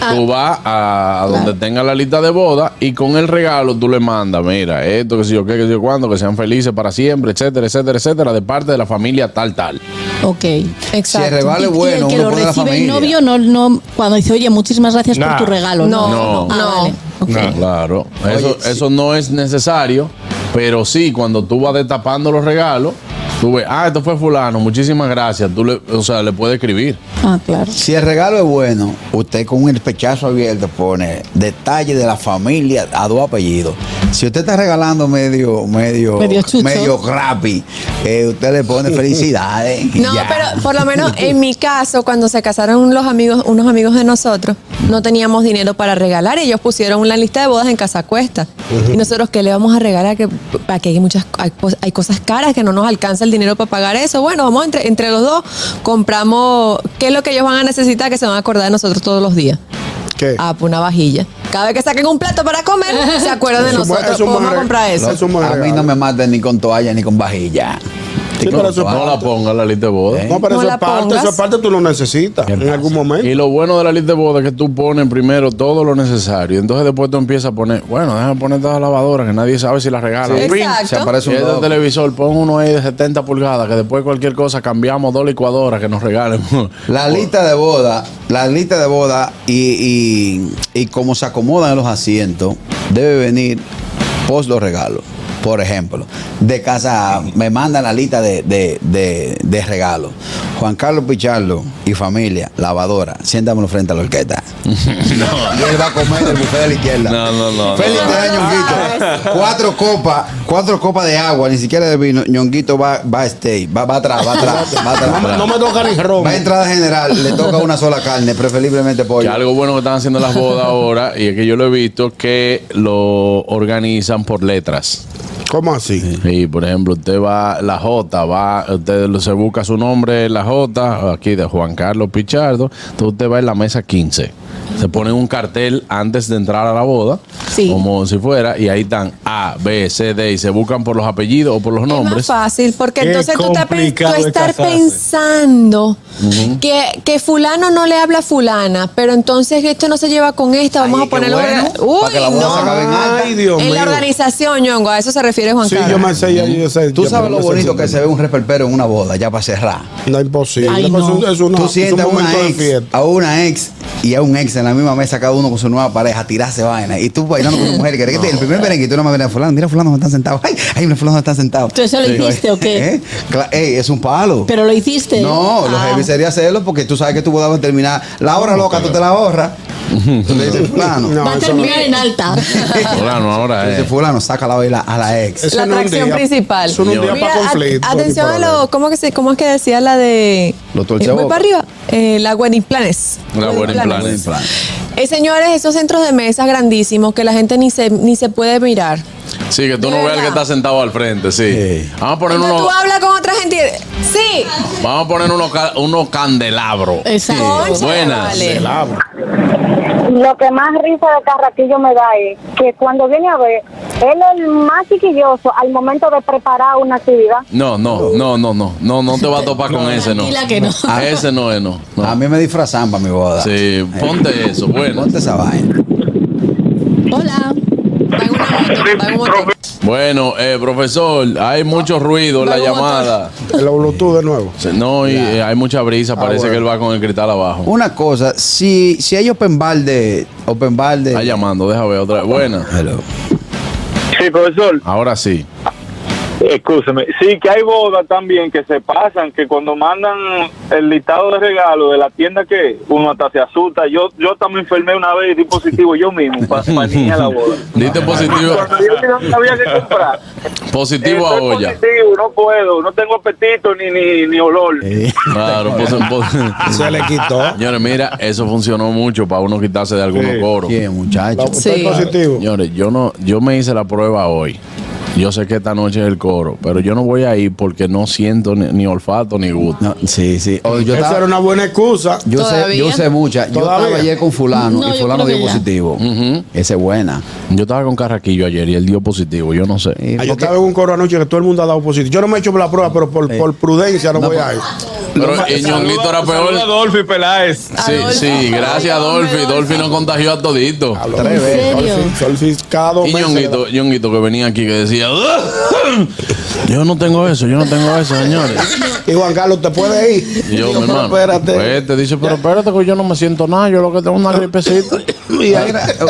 [SPEAKER 7] Ah.
[SPEAKER 3] Tú vas a, a donde tenga la lista de boda y con el regalo tú le mandas, mira, esto, que sé yo qué, que sé yo cuándo, que sean felices para siempre, etcétera, etcétera, etcétera, de parte de la familia tal, tal.
[SPEAKER 7] Ok, exacto.
[SPEAKER 3] Si el regalo es
[SPEAKER 7] Y- y
[SPEAKER 3] bueno,
[SPEAKER 7] el que
[SPEAKER 3] uno
[SPEAKER 7] lo
[SPEAKER 3] pone a la
[SPEAKER 7] recibe el
[SPEAKER 3] familia.
[SPEAKER 7] novio, no, no, cuando dice, oye, muchísimas gracias
[SPEAKER 3] Nah.
[SPEAKER 7] por tu regalo. No,
[SPEAKER 3] No.
[SPEAKER 7] Ah,
[SPEAKER 3] No.
[SPEAKER 7] vale.
[SPEAKER 3] No, Claro, eso, eso no es necesario, pero sí, cuando tú vas destapando los regalos, tú ves, ah, esto fue fulano, muchísimas gracias, tú le, o sea, le puedes escribir.
[SPEAKER 7] Ah, claro.
[SPEAKER 6] Si el regalo es bueno, usted con un pechazo abierto pone detalle de la familia a dos apellidos. Si usted está regalando medio, medio,
[SPEAKER 5] Medio chucho.
[SPEAKER 6] medio crappy, eh, usted le pone felicidades. y
[SPEAKER 5] No,
[SPEAKER 6] ya.
[SPEAKER 5] pero por lo menos en mi caso, cuando se casaron los amigos, unos amigos de nosotros, no teníamos dinero para regalar y ellos pusieron una lista de bodas en Casa Cuesta.
[SPEAKER 18] Ujú.
[SPEAKER 5] Y nosotros, ¿qué le vamos a regalar? Que, para que hay muchas hay, cos- hay cosas caras que no nos alcanza el dinero para pagar eso. Bueno, vamos entre, entre los dos, compramos qué es lo que ellos van a necesitar que se van a acordar de nosotros todos los días.
[SPEAKER 4] ¿Qué?
[SPEAKER 5] Ah, pues una vajilla. Cada vez que saquen un plato para comer, se acuerdan de
[SPEAKER 6] Eso es-
[SPEAKER 5] nosotros.
[SPEAKER 6] eso es
[SPEAKER 5] Vamos a
[SPEAKER 6] más-
[SPEAKER 5] comprar eso.
[SPEAKER 6] a mí no me maten ni con toalla ni con vajilla. Ni con toalla.
[SPEAKER 3] no la ponga en la lista de boda.
[SPEAKER 4] No, pero esa parte, esa parte tú lo necesitas en algún momento.
[SPEAKER 3] Y lo bueno de la lista de boda es que tú pones primero todo lo necesario. Entonces después tú empiezas a poner, bueno, déjame poner todas las lavadoras que nadie sabe si las regalan.
[SPEAKER 6] Sí,
[SPEAKER 3] Pin,
[SPEAKER 6] exacto.
[SPEAKER 3] Se aparece un
[SPEAKER 6] Y es del
[SPEAKER 3] logo. televisor, pon uno ahí de 70 pulgadas, que después cualquier cosa cambiamos dos licuadoras que nos regalen.
[SPEAKER 6] La lista de boda, la lista de boda y, y, y cómo se acomodan los asientos debe venir post los regalos. Por ejemplo, de casa me mandan la lista de, de, de- de regalos. Juan Carlos Pichardo y familia, lavadora, siéntamelo frente a la orquesta. Y él va a comer del buffet de la izquierda.
[SPEAKER 3] No, no, no.
[SPEAKER 6] Feliz cumpleaños, Ñonguito. Cuatro copas, cuatro copas de agua, ni siquiera de vino. Ñonguito va, va a stay, va, va atrás, va atrás, va atrás.
[SPEAKER 4] No me- no me toca ni romo.
[SPEAKER 6] Va a entrada general, le toca una sola carne, preferiblemente
[SPEAKER 3] Que
[SPEAKER 6] pollo.
[SPEAKER 3] algo bueno que están haciendo las bodas ahora, y es que yo lo he visto, que lo organizan por letras.
[SPEAKER 4] ¿Cómo así?
[SPEAKER 3] Sí, por ejemplo, usted va, la J, va, usted lo- se busca su nombre, la J, aquí de Juan Carlos Pichardo, entonces usted va en la mesa 15. Se pone un cartel antes de entrar a la boda, como si fuera, y ahí están A, B, C, D, y se buscan por los apellidos o por los
[SPEAKER 5] más
[SPEAKER 3] nombres.
[SPEAKER 5] fácil, porque
[SPEAKER 3] Qué
[SPEAKER 5] entonces tú, te, pen- tú
[SPEAKER 3] complicado es
[SPEAKER 5] estar
[SPEAKER 3] casarse.
[SPEAKER 5] pensando
[SPEAKER 3] Ujú.
[SPEAKER 5] que, que fulano no le habla a fulana, pero entonces esto no se lleva con esta, vamos a ponerlo.
[SPEAKER 6] bueno,
[SPEAKER 5] Uy,
[SPEAKER 6] para que la boda se acabe en alta.
[SPEAKER 4] Ay, Dios
[SPEAKER 5] en la
[SPEAKER 4] mío.
[SPEAKER 5] organización, Ñongo, a eso se refiere Juan
[SPEAKER 4] Sí,
[SPEAKER 5] Carlos.
[SPEAKER 4] yo me sé, ya- yo sé.
[SPEAKER 6] Tú
[SPEAKER 4] ya
[SPEAKER 6] sabes
[SPEAKER 4] me
[SPEAKER 6] lo
[SPEAKER 4] sé
[SPEAKER 6] bonito
[SPEAKER 4] ese
[SPEAKER 6] que se ve un reperpero en una boda, ya para cerrar.
[SPEAKER 4] No es imposible.
[SPEAKER 6] Ay,
[SPEAKER 4] Pues
[SPEAKER 6] no.
[SPEAKER 4] es un- es una- es
[SPEAKER 6] Tú
[SPEAKER 4] un
[SPEAKER 6] sientes a una
[SPEAKER 4] momento de
[SPEAKER 6] ex,
[SPEAKER 4] fiesta.
[SPEAKER 6] a una ex y a un ex en la misma mesa, cada uno con su nueva pareja, tirarse vaina. Y tú bailando con tu mujer, que que te- el primer merengue, y tú no me miras fulano, mira fulano, no están sentados. Ay, ay, mira fulano, no están sentados.
[SPEAKER 7] ¿Tú eso lo hiciste o qué?
[SPEAKER 6] ¿Eh? Cla- Ey, es un palo.
[SPEAKER 7] Pero lo hiciste.
[SPEAKER 6] No, lo
[SPEAKER 7] Ah.
[SPEAKER 6] heavy sería hacerlo porque tú sabes que tu boda va a terminar. La hora loca, tú te la ahorras. Tú le dices, fulano.
[SPEAKER 7] Va a terminar en alta.
[SPEAKER 3] Fulano, ahora
[SPEAKER 6] Dice fulano, saca la baila a la ex.
[SPEAKER 5] la atracción principal.
[SPEAKER 6] Eso no es un día
[SPEAKER 5] Mira,
[SPEAKER 6] pa'
[SPEAKER 5] a-
[SPEAKER 6] conflicto, ni
[SPEAKER 5] atención
[SPEAKER 6] para
[SPEAKER 5] a lo, ¿cómo, que se, ¿cómo es que decía la de...
[SPEAKER 6] Los
[SPEAKER 5] eh, voy
[SPEAKER 6] torceboca.
[SPEAKER 5] para arriba, eh, la wedding planes.
[SPEAKER 3] La buena en plan.
[SPEAKER 5] Eh, señores, esos centros de mesas grandísimos que la gente ni se, ni se puede mirar.
[SPEAKER 3] Sí, que tú no veas el que está sentado al frente, sí. Vamos a poner
[SPEAKER 5] Tú
[SPEAKER 3] unos,
[SPEAKER 5] hablas con otra gente. y- Sí.
[SPEAKER 3] vamos a poner unos, ca- unos candelabros.
[SPEAKER 5] Exacto.
[SPEAKER 3] Sí. Buenas.
[SPEAKER 5] Vale.
[SPEAKER 3] Candelabros.
[SPEAKER 13] Lo que más risa de Carraquillo me da es que cuando viene a ver, él es el más chiquilloso al momento de preparar una actividad.
[SPEAKER 3] No, no, no, no, no, no, no te vas a topar con ese, no.
[SPEAKER 13] Tranquila que no.
[SPEAKER 3] A ese no es, no.
[SPEAKER 6] A mí me disfrazan para mi boda.
[SPEAKER 3] Sí, ponte eso, bueno.
[SPEAKER 6] Ponte esa vaina.
[SPEAKER 7] Hola.
[SPEAKER 3] Bueno, eh, profesor, hay mucho ruido en la
[SPEAKER 4] Vamos a
[SPEAKER 3] llamada.
[SPEAKER 4] El Bluetooth de nuevo. Ah,
[SPEAKER 3] No, y eh, hay mucha brisa, parece que él va con el cristal abajo.
[SPEAKER 6] Una cosa, si, si hay open bar de. Open bar de.
[SPEAKER 3] Está llamando, déjame ver otra vez. Buena.
[SPEAKER 19] Sí, profesor.
[SPEAKER 3] Ahora sí.
[SPEAKER 19] Escúcheme, sí que hay bodas también que se pasan, que cuando mandan el listado de regalo de la tienda que uno hasta se asusta. Yo yo también enfermé una vez y di positivo yo mismo para la boda.
[SPEAKER 3] Diste positivo,
[SPEAKER 19] Cuando yo no sabía qué comprar.
[SPEAKER 3] positivo a
[SPEAKER 19] estoy
[SPEAKER 3] olla.
[SPEAKER 19] positivo, no puedo, no tengo apetito ni ni, ni olor.
[SPEAKER 6] Eh,
[SPEAKER 3] Claro, pues, pues-
[SPEAKER 4] Se le quitó.
[SPEAKER 3] Señores, mira, eso funcionó mucho para uno quitarse de algunos
[SPEAKER 6] Sí.
[SPEAKER 3] coros.
[SPEAKER 6] Bien, muchachos.
[SPEAKER 4] Usted es Sí. positivo.
[SPEAKER 3] Señores, yo no, yo me hice la prueba hoy. Yo sé que esta noche es el coro, pero yo no voy a ir porque no siento ni, ni olfato ni gusto.
[SPEAKER 6] sí, sí.
[SPEAKER 4] Esa Oh, era una buena excusa.
[SPEAKER 6] Yo sé, yo sé muchas. Yo
[SPEAKER 4] Todavía.
[SPEAKER 6] estaba ayer con fulano
[SPEAKER 4] No,
[SPEAKER 6] y
[SPEAKER 4] yo
[SPEAKER 6] fulano
[SPEAKER 4] creo
[SPEAKER 6] dio
[SPEAKER 4] que ya.
[SPEAKER 6] positivo. Esa es buena.
[SPEAKER 3] Yo estaba con Carraquillo ayer y él dio positivo, yo no sé.
[SPEAKER 4] Ah, yo estaba en un coro anoche que todo el mundo ha dado positivo. Yo no me he hecho la prueba, pero por, por prudencia no, voy a ir.
[SPEAKER 3] Pero
[SPEAKER 4] No,
[SPEAKER 3] eh,
[SPEAKER 4] saluda-
[SPEAKER 3] Ñonguito era peor.
[SPEAKER 4] saluda a
[SPEAKER 3] Dolphy Peláez. Sí, sí, gracias a Dolphy. Dolphy nos contagió a todito.
[SPEAKER 4] Tres veces. Solfi- Solfi cada dos
[SPEAKER 3] Y
[SPEAKER 4] meses le da.
[SPEAKER 3] Ñonguito, Ñonguito que venía aquí que decía, "Ugh, yo no tengo eso, yo no tengo eso, señores.
[SPEAKER 4] Y Juan Carlos, ¿te puede ir?
[SPEAKER 3] Y yo,
[SPEAKER 4] Digo,
[SPEAKER 3] mi
[SPEAKER 4] pero
[SPEAKER 3] hermano,
[SPEAKER 4] espérate.
[SPEAKER 3] pues, te dice, pero espérate que yo no me siento nada, yo lo que tengo es una gripecita.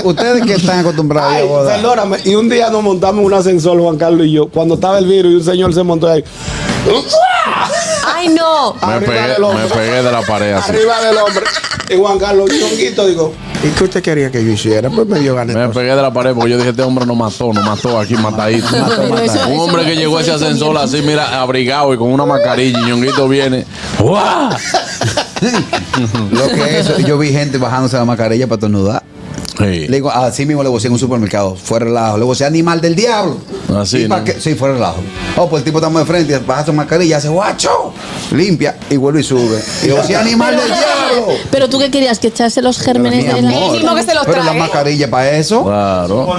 [SPEAKER 6] ustedes que están acostumbrados
[SPEAKER 4] Ay,
[SPEAKER 6] a boda.
[SPEAKER 4] Perdóname, y un día nos montamos en un ascensor, Juan Carlos y yo, cuando estaba el virus y un señor se montó ahí.
[SPEAKER 5] ¡Ay, no!
[SPEAKER 3] Ah. Me pegué, me pegué de la pared así.
[SPEAKER 4] Arriba del hombre. Y Juan Carlos, chonguito, digo, ¿y qué usted quería que yo hiciera? Pues me dio ganas.
[SPEAKER 3] Me pegué de la pared porque yo dije, este hombre no mató, no mató aquí, matadito.
[SPEAKER 4] Mató, Pero matadito. eso-
[SPEAKER 3] Un
[SPEAKER 4] eso-
[SPEAKER 3] hombre que
[SPEAKER 4] eso
[SPEAKER 3] llegó a ese
[SPEAKER 4] hizo
[SPEAKER 3] ascensor
[SPEAKER 4] mierda.
[SPEAKER 3] así, mira, abrigado y con una mascarilla, y Ñonguito viene. ¡Guau!
[SPEAKER 6] Lo que es, yo vi gente bajándose la mascarilla para tornudar. Le digo, así mismo le vocé en un supermercado. Fue relajo. Le vocé animal del diablo.
[SPEAKER 3] Así,
[SPEAKER 6] ¿Y para
[SPEAKER 3] Ah, ¿no?
[SPEAKER 6] qué? Sí, fue relajo. Oh, pues el tipo está muy de frente, baja su mascarilla, hace guacho. Limpia y vuelve y sube. Y yo, sí, animal del diablo.
[SPEAKER 7] Pero tú qué querías, que echase los gérmenes
[SPEAKER 6] Mi
[SPEAKER 7] de
[SPEAKER 6] amor. Pero la mascarilla para eso.
[SPEAKER 3] Claro.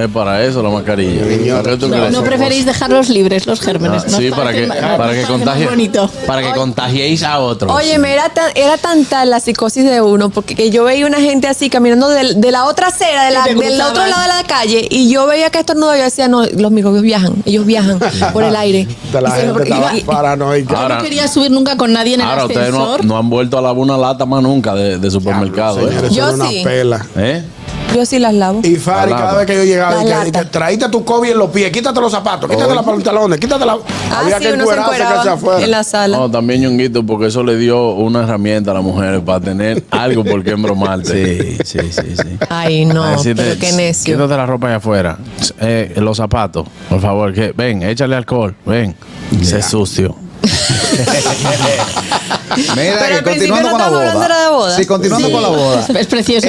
[SPEAKER 3] Es para eso la mascarilla. ¿Para qué tú
[SPEAKER 7] No,
[SPEAKER 3] crees?
[SPEAKER 7] no preferís dejarlos libres, los gérmenes.
[SPEAKER 3] Ah,
[SPEAKER 7] ¿no?
[SPEAKER 3] sí, para que,
[SPEAKER 7] ma-
[SPEAKER 3] para que
[SPEAKER 7] más
[SPEAKER 3] contagie-
[SPEAKER 7] bonito.
[SPEAKER 3] para que contagiéis a otros.
[SPEAKER 5] Oye, me era, tan- era tanta la psicosis de uno, porque que yo veía una gente así caminando del- de, la otra acera, de la-
[SPEAKER 7] Y te
[SPEAKER 5] del
[SPEAKER 7] cruzabas.
[SPEAKER 5] otro lado de la calle, y yo veía que estornudaba y yo decía, no, los microbios viajan, ellos viajan por el aire.
[SPEAKER 4] De la
[SPEAKER 5] Y se-
[SPEAKER 4] gente
[SPEAKER 5] y-
[SPEAKER 4] estaba
[SPEAKER 5] y-
[SPEAKER 4] paranoica.
[SPEAKER 3] Ahora,
[SPEAKER 7] No quería subir nunca con nadie en el
[SPEAKER 3] ahora ustedes no,
[SPEAKER 7] ascensor.
[SPEAKER 3] no han vuelto a lavar una lata más nunca de, de supermercado.
[SPEAKER 4] Señores,
[SPEAKER 3] ¿eh?
[SPEAKER 4] eso era una
[SPEAKER 5] sí.
[SPEAKER 4] pela.
[SPEAKER 3] ¿Eh?
[SPEAKER 5] Yo sí las lavo.
[SPEAKER 4] Y Fari,
[SPEAKER 3] La
[SPEAKER 4] cada
[SPEAKER 3] lata.
[SPEAKER 4] vez que yo llegaba,
[SPEAKER 5] La
[SPEAKER 4] dije,
[SPEAKER 5] lata.
[SPEAKER 4] dije, traíste tu COVID en los pies, quítate los zapatos, quítate los pantalones, quítate la.
[SPEAKER 5] Ah, sí, uno se
[SPEAKER 4] encuerarse
[SPEAKER 5] encueraba en la sala.
[SPEAKER 3] No, también Ñonguito, porque eso le dio una herramienta a las mujeres para tener algo por qué embromarte. Sí, sí, sí. sí.
[SPEAKER 5] Ay, no,
[SPEAKER 3] Así te-
[SPEAKER 5] pero qué necio.
[SPEAKER 3] Quítate la ropa allá afuera. Eh, los zapatos, por favor. Que, ven, échale alcohol. Ven. Sé sucio.
[SPEAKER 6] Mira,
[SPEAKER 5] Pero
[SPEAKER 6] que
[SPEAKER 5] al principio
[SPEAKER 6] continuando
[SPEAKER 5] no
[SPEAKER 6] con la
[SPEAKER 5] estamos hablando
[SPEAKER 6] boda.
[SPEAKER 5] de boda.
[SPEAKER 6] Sí, continuando
[SPEAKER 5] Sí.
[SPEAKER 6] con la boda. Eh,
[SPEAKER 7] Es precioso.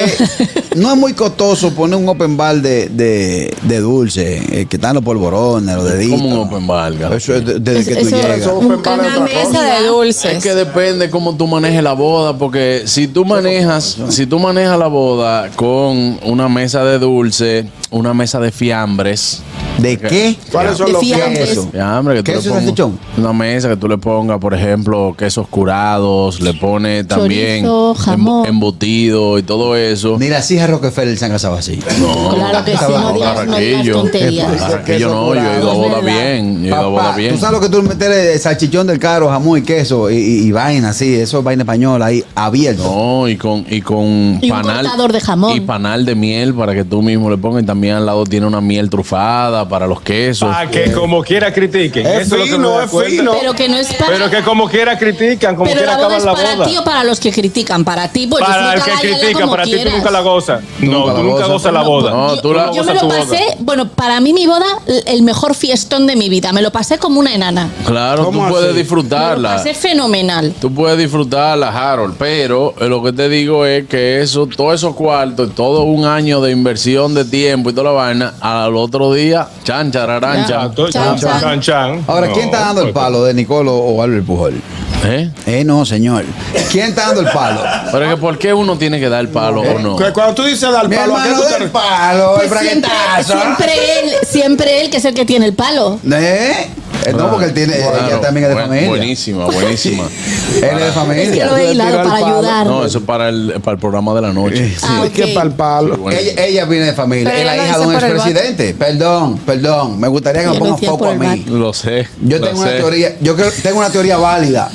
[SPEAKER 6] No es muy costoso poner un open bar de, de, de dulce, eh, que están los polvorones, los deditos.
[SPEAKER 3] ¿Cómo un open bar?
[SPEAKER 6] Eso es de- desde que tú llegas.
[SPEAKER 5] Una mesa de dulces.
[SPEAKER 3] Es que depende cómo tú manejes la boda, porque si tú manejas, si tú manejas la boda con una mesa de dulce, una mesa de fiambres.
[SPEAKER 6] ¿De qué?
[SPEAKER 4] ¿Cuáles son De los fiambres? fiambres?
[SPEAKER 3] Fiambre que tú
[SPEAKER 6] ¿Queso y
[SPEAKER 3] le pongas-
[SPEAKER 6] salchichón?
[SPEAKER 3] Una mesa que tú le pongas, por ejemplo, quesos curados, le pone también
[SPEAKER 7] Chorizo,
[SPEAKER 3] em-
[SPEAKER 7] jamón.
[SPEAKER 3] embutido y todo eso.
[SPEAKER 6] Ni la cija Rockefeller se han casado así.
[SPEAKER 3] No,
[SPEAKER 7] Claro que sí,
[SPEAKER 3] Estaba-
[SPEAKER 7] no digas- no digas
[SPEAKER 3] Carraquillo.
[SPEAKER 7] tonterías.
[SPEAKER 3] Epa, Carraquillo no, yo he ido a
[SPEAKER 6] Es
[SPEAKER 3] boda
[SPEAKER 6] verdad.
[SPEAKER 3] bien, yo he ido a boda
[SPEAKER 6] Papá,
[SPEAKER 3] bien.
[SPEAKER 6] Tú sabes lo que tú meter el salchichón del caro, jamón y queso y, y- y vaina así, eso es vaina española ahí abierto.
[SPEAKER 3] No, y con, y con
[SPEAKER 7] Y un
[SPEAKER 3] panal.
[SPEAKER 7] cortador de jamón.
[SPEAKER 3] Y panal de miel para que tú mismo le pongas. Y también al lado tiene una miel trufada para los quesos.
[SPEAKER 8] Para que como quiera critiquen.
[SPEAKER 3] Es
[SPEAKER 8] Eso es lo que me
[SPEAKER 3] fino,
[SPEAKER 8] da
[SPEAKER 3] es
[SPEAKER 8] cuenta.
[SPEAKER 3] fino.
[SPEAKER 7] Pero que no es para.
[SPEAKER 8] Pero que como quiera critican, como
[SPEAKER 7] pero
[SPEAKER 8] quiera
[SPEAKER 7] la boda
[SPEAKER 8] acaban
[SPEAKER 7] es
[SPEAKER 8] la
[SPEAKER 7] para
[SPEAKER 8] boda.
[SPEAKER 7] ti o para los que critican. Para ti, pues
[SPEAKER 8] para el
[SPEAKER 7] disfruta,
[SPEAKER 8] que
[SPEAKER 7] bailala
[SPEAKER 8] critica,
[SPEAKER 7] como
[SPEAKER 8] para ti tú
[SPEAKER 7] quieras.
[SPEAKER 8] nunca la gozas. No, tú nunca gozas la boda.
[SPEAKER 3] No, tú la
[SPEAKER 7] Yo me lo pasé, bueno, para mí mi boda, l- el mejor fiestón de mi vida. Me lo pasé como una enana.
[SPEAKER 3] Claro, tú
[SPEAKER 7] ¿Cómo
[SPEAKER 3] puedes
[SPEAKER 7] así?
[SPEAKER 3] disfrutarla.
[SPEAKER 7] Pasé fenomenal.
[SPEAKER 3] Tú puedes disfrutarla, Harold, pero eh, lo que te digo es que eso, todos esos cuartos, todo un año de inversión de tiempo y toda la vaina, al otro día, chan, chararán,
[SPEAKER 6] Ya.
[SPEAKER 3] chan.
[SPEAKER 6] Chan, chan. pues. Ahora, ¿quién está dando el palo de Nicolo o Álvaro Pujol?
[SPEAKER 3] pues, ¿Eh?
[SPEAKER 6] Eh, no, señor. ¿Quién está dando el palo?
[SPEAKER 3] Pero es que ¿por qué uno tiene que dar el palo
[SPEAKER 6] Eh,
[SPEAKER 3] o no?
[SPEAKER 4] Que Cuando tú dices dar
[SPEAKER 6] Mi
[SPEAKER 4] palo, ¿a qué
[SPEAKER 6] hermano
[SPEAKER 4] tú te
[SPEAKER 6] del palo, el
[SPEAKER 7] siempre,
[SPEAKER 6] braguetazo.
[SPEAKER 7] siempre él, siempre él que es el que tiene el palo.
[SPEAKER 6] ¿Eh? Eh, No, porque él tiene, ella
[SPEAKER 3] Ah. Claro,
[SPEAKER 6] también es de
[SPEAKER 3] buen-
[SPEAKER 6] familia.
[SPEAKER 3] Buenísima, buenísima.
[SPEAKER 6] Él es de familia.
[SPEAKER 7] Es que lo he hilado para ayudar.
[SPEAKER 3] No, eso es para el, para el programa de la
[SPEAKER 6] Eh,
[SPEAKER 3] noche.
[SPEAKER 7] Ah, ok.
[SPEAKER 6] Que pa'l
[SPEAKER 4] palo.
[SPEAKER 3] Sí, bueno.
[SPEAKER 6] Ella, ella viene de familia,
[SPEAKER 7] Pero
[SPEAKER 6] es la
[SPEAKER 7] ella lo
[SPEAKER 6] hija de
[SPEAKER 7] dice
[SPEAKER 6] un
[SPEAKER 7] por el
[SPEAKER 6] expresidente. Perdón, perdón. Me gustaría que me
[SPEAKER 7] Ella lo
[SPEAKER 6] pongan
[SPEAKER 7] decía
[SPEAKER 6] foco
[SPEAKER 7] por
[SPEAKER 6] a
[SPEAKER 7] el
[SPEAKER 6] mí.
[SPEAKER 3] Lo sé.
[SPEAKER 6] Yo
[SPEAKER 3] lo
[SPEAKER 6] tengo una
[SPEAKER 3] sé.
[SPEAKER 6] teoría, yo creo, tengo una teoría válida.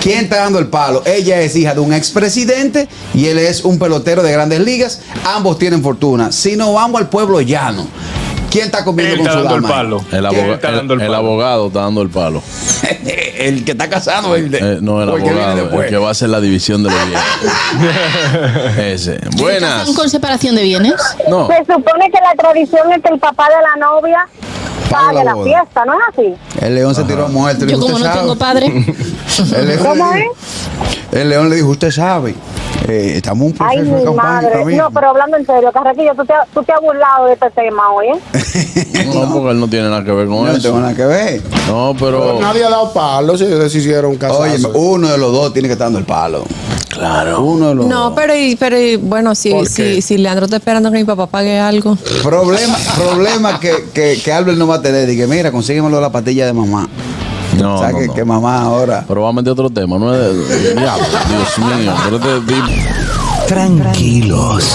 [SPEAKER 6] ¿Quién está dando el palo? Ella es hija de un expresidente y él es un pelotero de grandes ligas. Ambos tienen fortuna. Si no, vamos al pueblo llano. ¿Quién está comiendo con su dama?
[SPEAKER 3] El, aboga-
[SPEAKER 6] ¿Quién está
[SPEAKER 3] el-
[SPEAKER 6] dando el
[SPEAKER 3] el
[SPEAKER 6] palo?
[SPEAKER 3] abogado está dando el palo.
[SPEAKER 6] el que está casado. El de-
[SPEAKER 3] Eh, no, el
[SPEAKER 6] o el que viene
[SPEAKER 3] abogado.
[SPEAKER 6] después.
[SPEAKER 3] El que va a hacer la división de los bienes. Ese.
[SPEAKER 8] Ah.
[SPEAKER 3] Buenas.
[SPEAKER 7] ¿Están con separación de bienes?
[SPEAKER 3] No.
[SPEAKER 13] Se supone que la tradición es que el papá de la novia
[SPEAKER 6] Paga la
[SPEAKER 13] pague la
[SPEAKER 6] boda.
[SPEAKER 13] fiesta, ¿no es así?
[SPEAKER 6] El león se tiró muerto.
[SPEAKER 7] Yo como no tengo padre.
[SPEAKER 6] El león,
[SPEAKER 13] ¿Cómo
[SPEAKER 6] le
[SPEAKER 13] es?
[SPEAKER 6] dijo, el león le dijo, usted sabe Eh, estamos en un
[SPEAKER 13] Ay,
[SPEAKER 6] proceso de
[SPEAKER 13] mi
[SPEAKER 6] campaña
[SPEAKER 13] madre.
[SPEAKER 6] también.
[SPEAKER 13] No, pero hablando en serio, Carraquillo, tú te, tú te has burlado de este tema hoy, ¿eh?
[SPEAKER 3] No, porque él no tiene nada que ver con eso. No
[SPEAKER 6] tengo nada que ver.
[SPEAKER 3] No, pero.
[SPEAKER 4] Nadie ha dado palo si ellos hicieron caso.
[SPEAKER 6] Oye, uno de los dos tiene que estar dando el palo.
[SPEAKER 3] Claro.
[SPEAKER 6] Uno de los dos.
[SPEAKER 5] No, pero, y- pero y, bueno, si, si, si Leandro está esperando que mi papá pague algo.
[SPEAKER 6] Problema, problema que, que, que Albert no va a tener. Dije, mira, consíguemelo la patilla de mamá.
[SPEAKER 3] No,
[SPEAKER 6] O sea,
[SPEAKER 3] no,
[SPEAKER 6] que,
[SPEAKER 3] no.
[SPEAKER 6] que mamá ahora.
[SPEAKER 3] Pero vamos a meter otro tema, ¿no? es de- Diablo, Dios mío. Pero este tipo-
[SPEAKER 9] Tranquilos,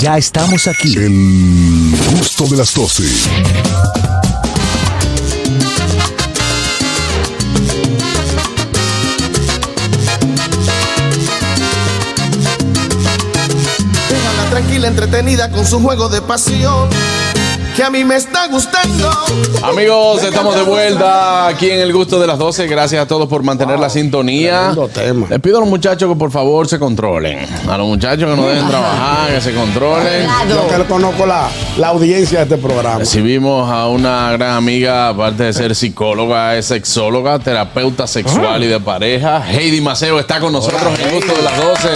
[SPEAKER 9] ya estamos aquí. El gusto de las 12.
[SPEAKER 18] Déjala tranquila, entretenida con su juego de pasión. Que a mí me está gustando.
[SPEAKER 3] Amigos, estamos de vuelta aquí en El Gusto de las 12. Gracias a todos por mantener la sintonía. Les pido a los muchachos que por favor se controlen. A los muchachos que no deben trabajar, que se controlen.
[SPEAKER 4] Yo que conozco la, la audiencia de este programa.
[SPEAKER 3] Recibimos a una gran amiga, aparte de ser psicóloga, es sexóloga, terapeuta sexual y de pareja. Heidi Maceo está con nosotros en El Gusto de las 12.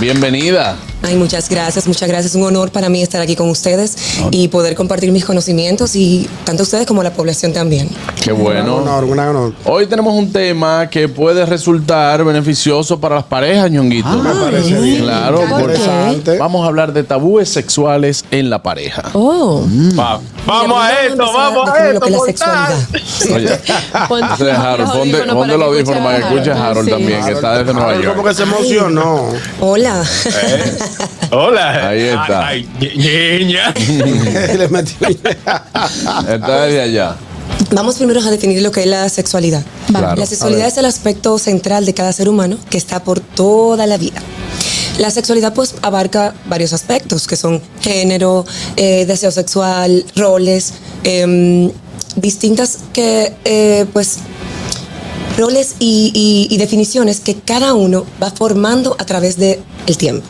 [SPEAKER 3] Bienvenida.
[SPEAKER 20] Ay, muchas gracias, muchas gracias. Un honor para mí estar aquí con ustedes y poder compartir mis conocimientos y tanto ustedes como la población también.
[SPEAKER 3] Qué bueno. Hoy tenemos un tema que puede resultar beneficioso para las parejas, ñonguito.
[SPEAKER 20] Ah,
[SPEAKER 3] Me parece bien. Claro,
[SPEAKER 4] ¿Por
[SPEAKER 3] porque
[SPEAKER 4] qué?
[SPEAKER 3] vamos a hablar de tabúes sexuales en la pareja. Mm.
[SPEAKER 5] Oh.
[SPEAKER 3] Va-
[SPEAKER 16] Vamos a esto, vamos a esto.
[SPEAKER 3] Oye, entonces, Harold, ponte, ponte los audífonos para que escuche a Harold
[SPEAKER 4] Sí.
[SPEAKER 3] también, que está desde Nueva
[SPEAKER 4] Harold
[SPEAKER 3] York.
[SPEAKER 4] como que se emocionó.
[SPEAKER 20] Hola.
[SPEAKER 3] Eh. Hola. Ahí está. niña. está desde allá.
[SPEAKER 20] Vamos primero a definir lo que es la sexualidad.
[SPEAKER 3] Vale. Claro,
[SPEAKER 20] La
[SPEAKER 3] a
[SPEAKER 20] sexualidad
[SPEAKER 3] ver.
[SPEAKER 20] es el aspecto central de cada ser humano que está por toda la vida. La sexualidad pues abarca varios aspectos que son género, eh, deseo sexual, roles, em, distintas que eh, pues roles y, y- y definiciones que cada uno va formando a través del tiempo.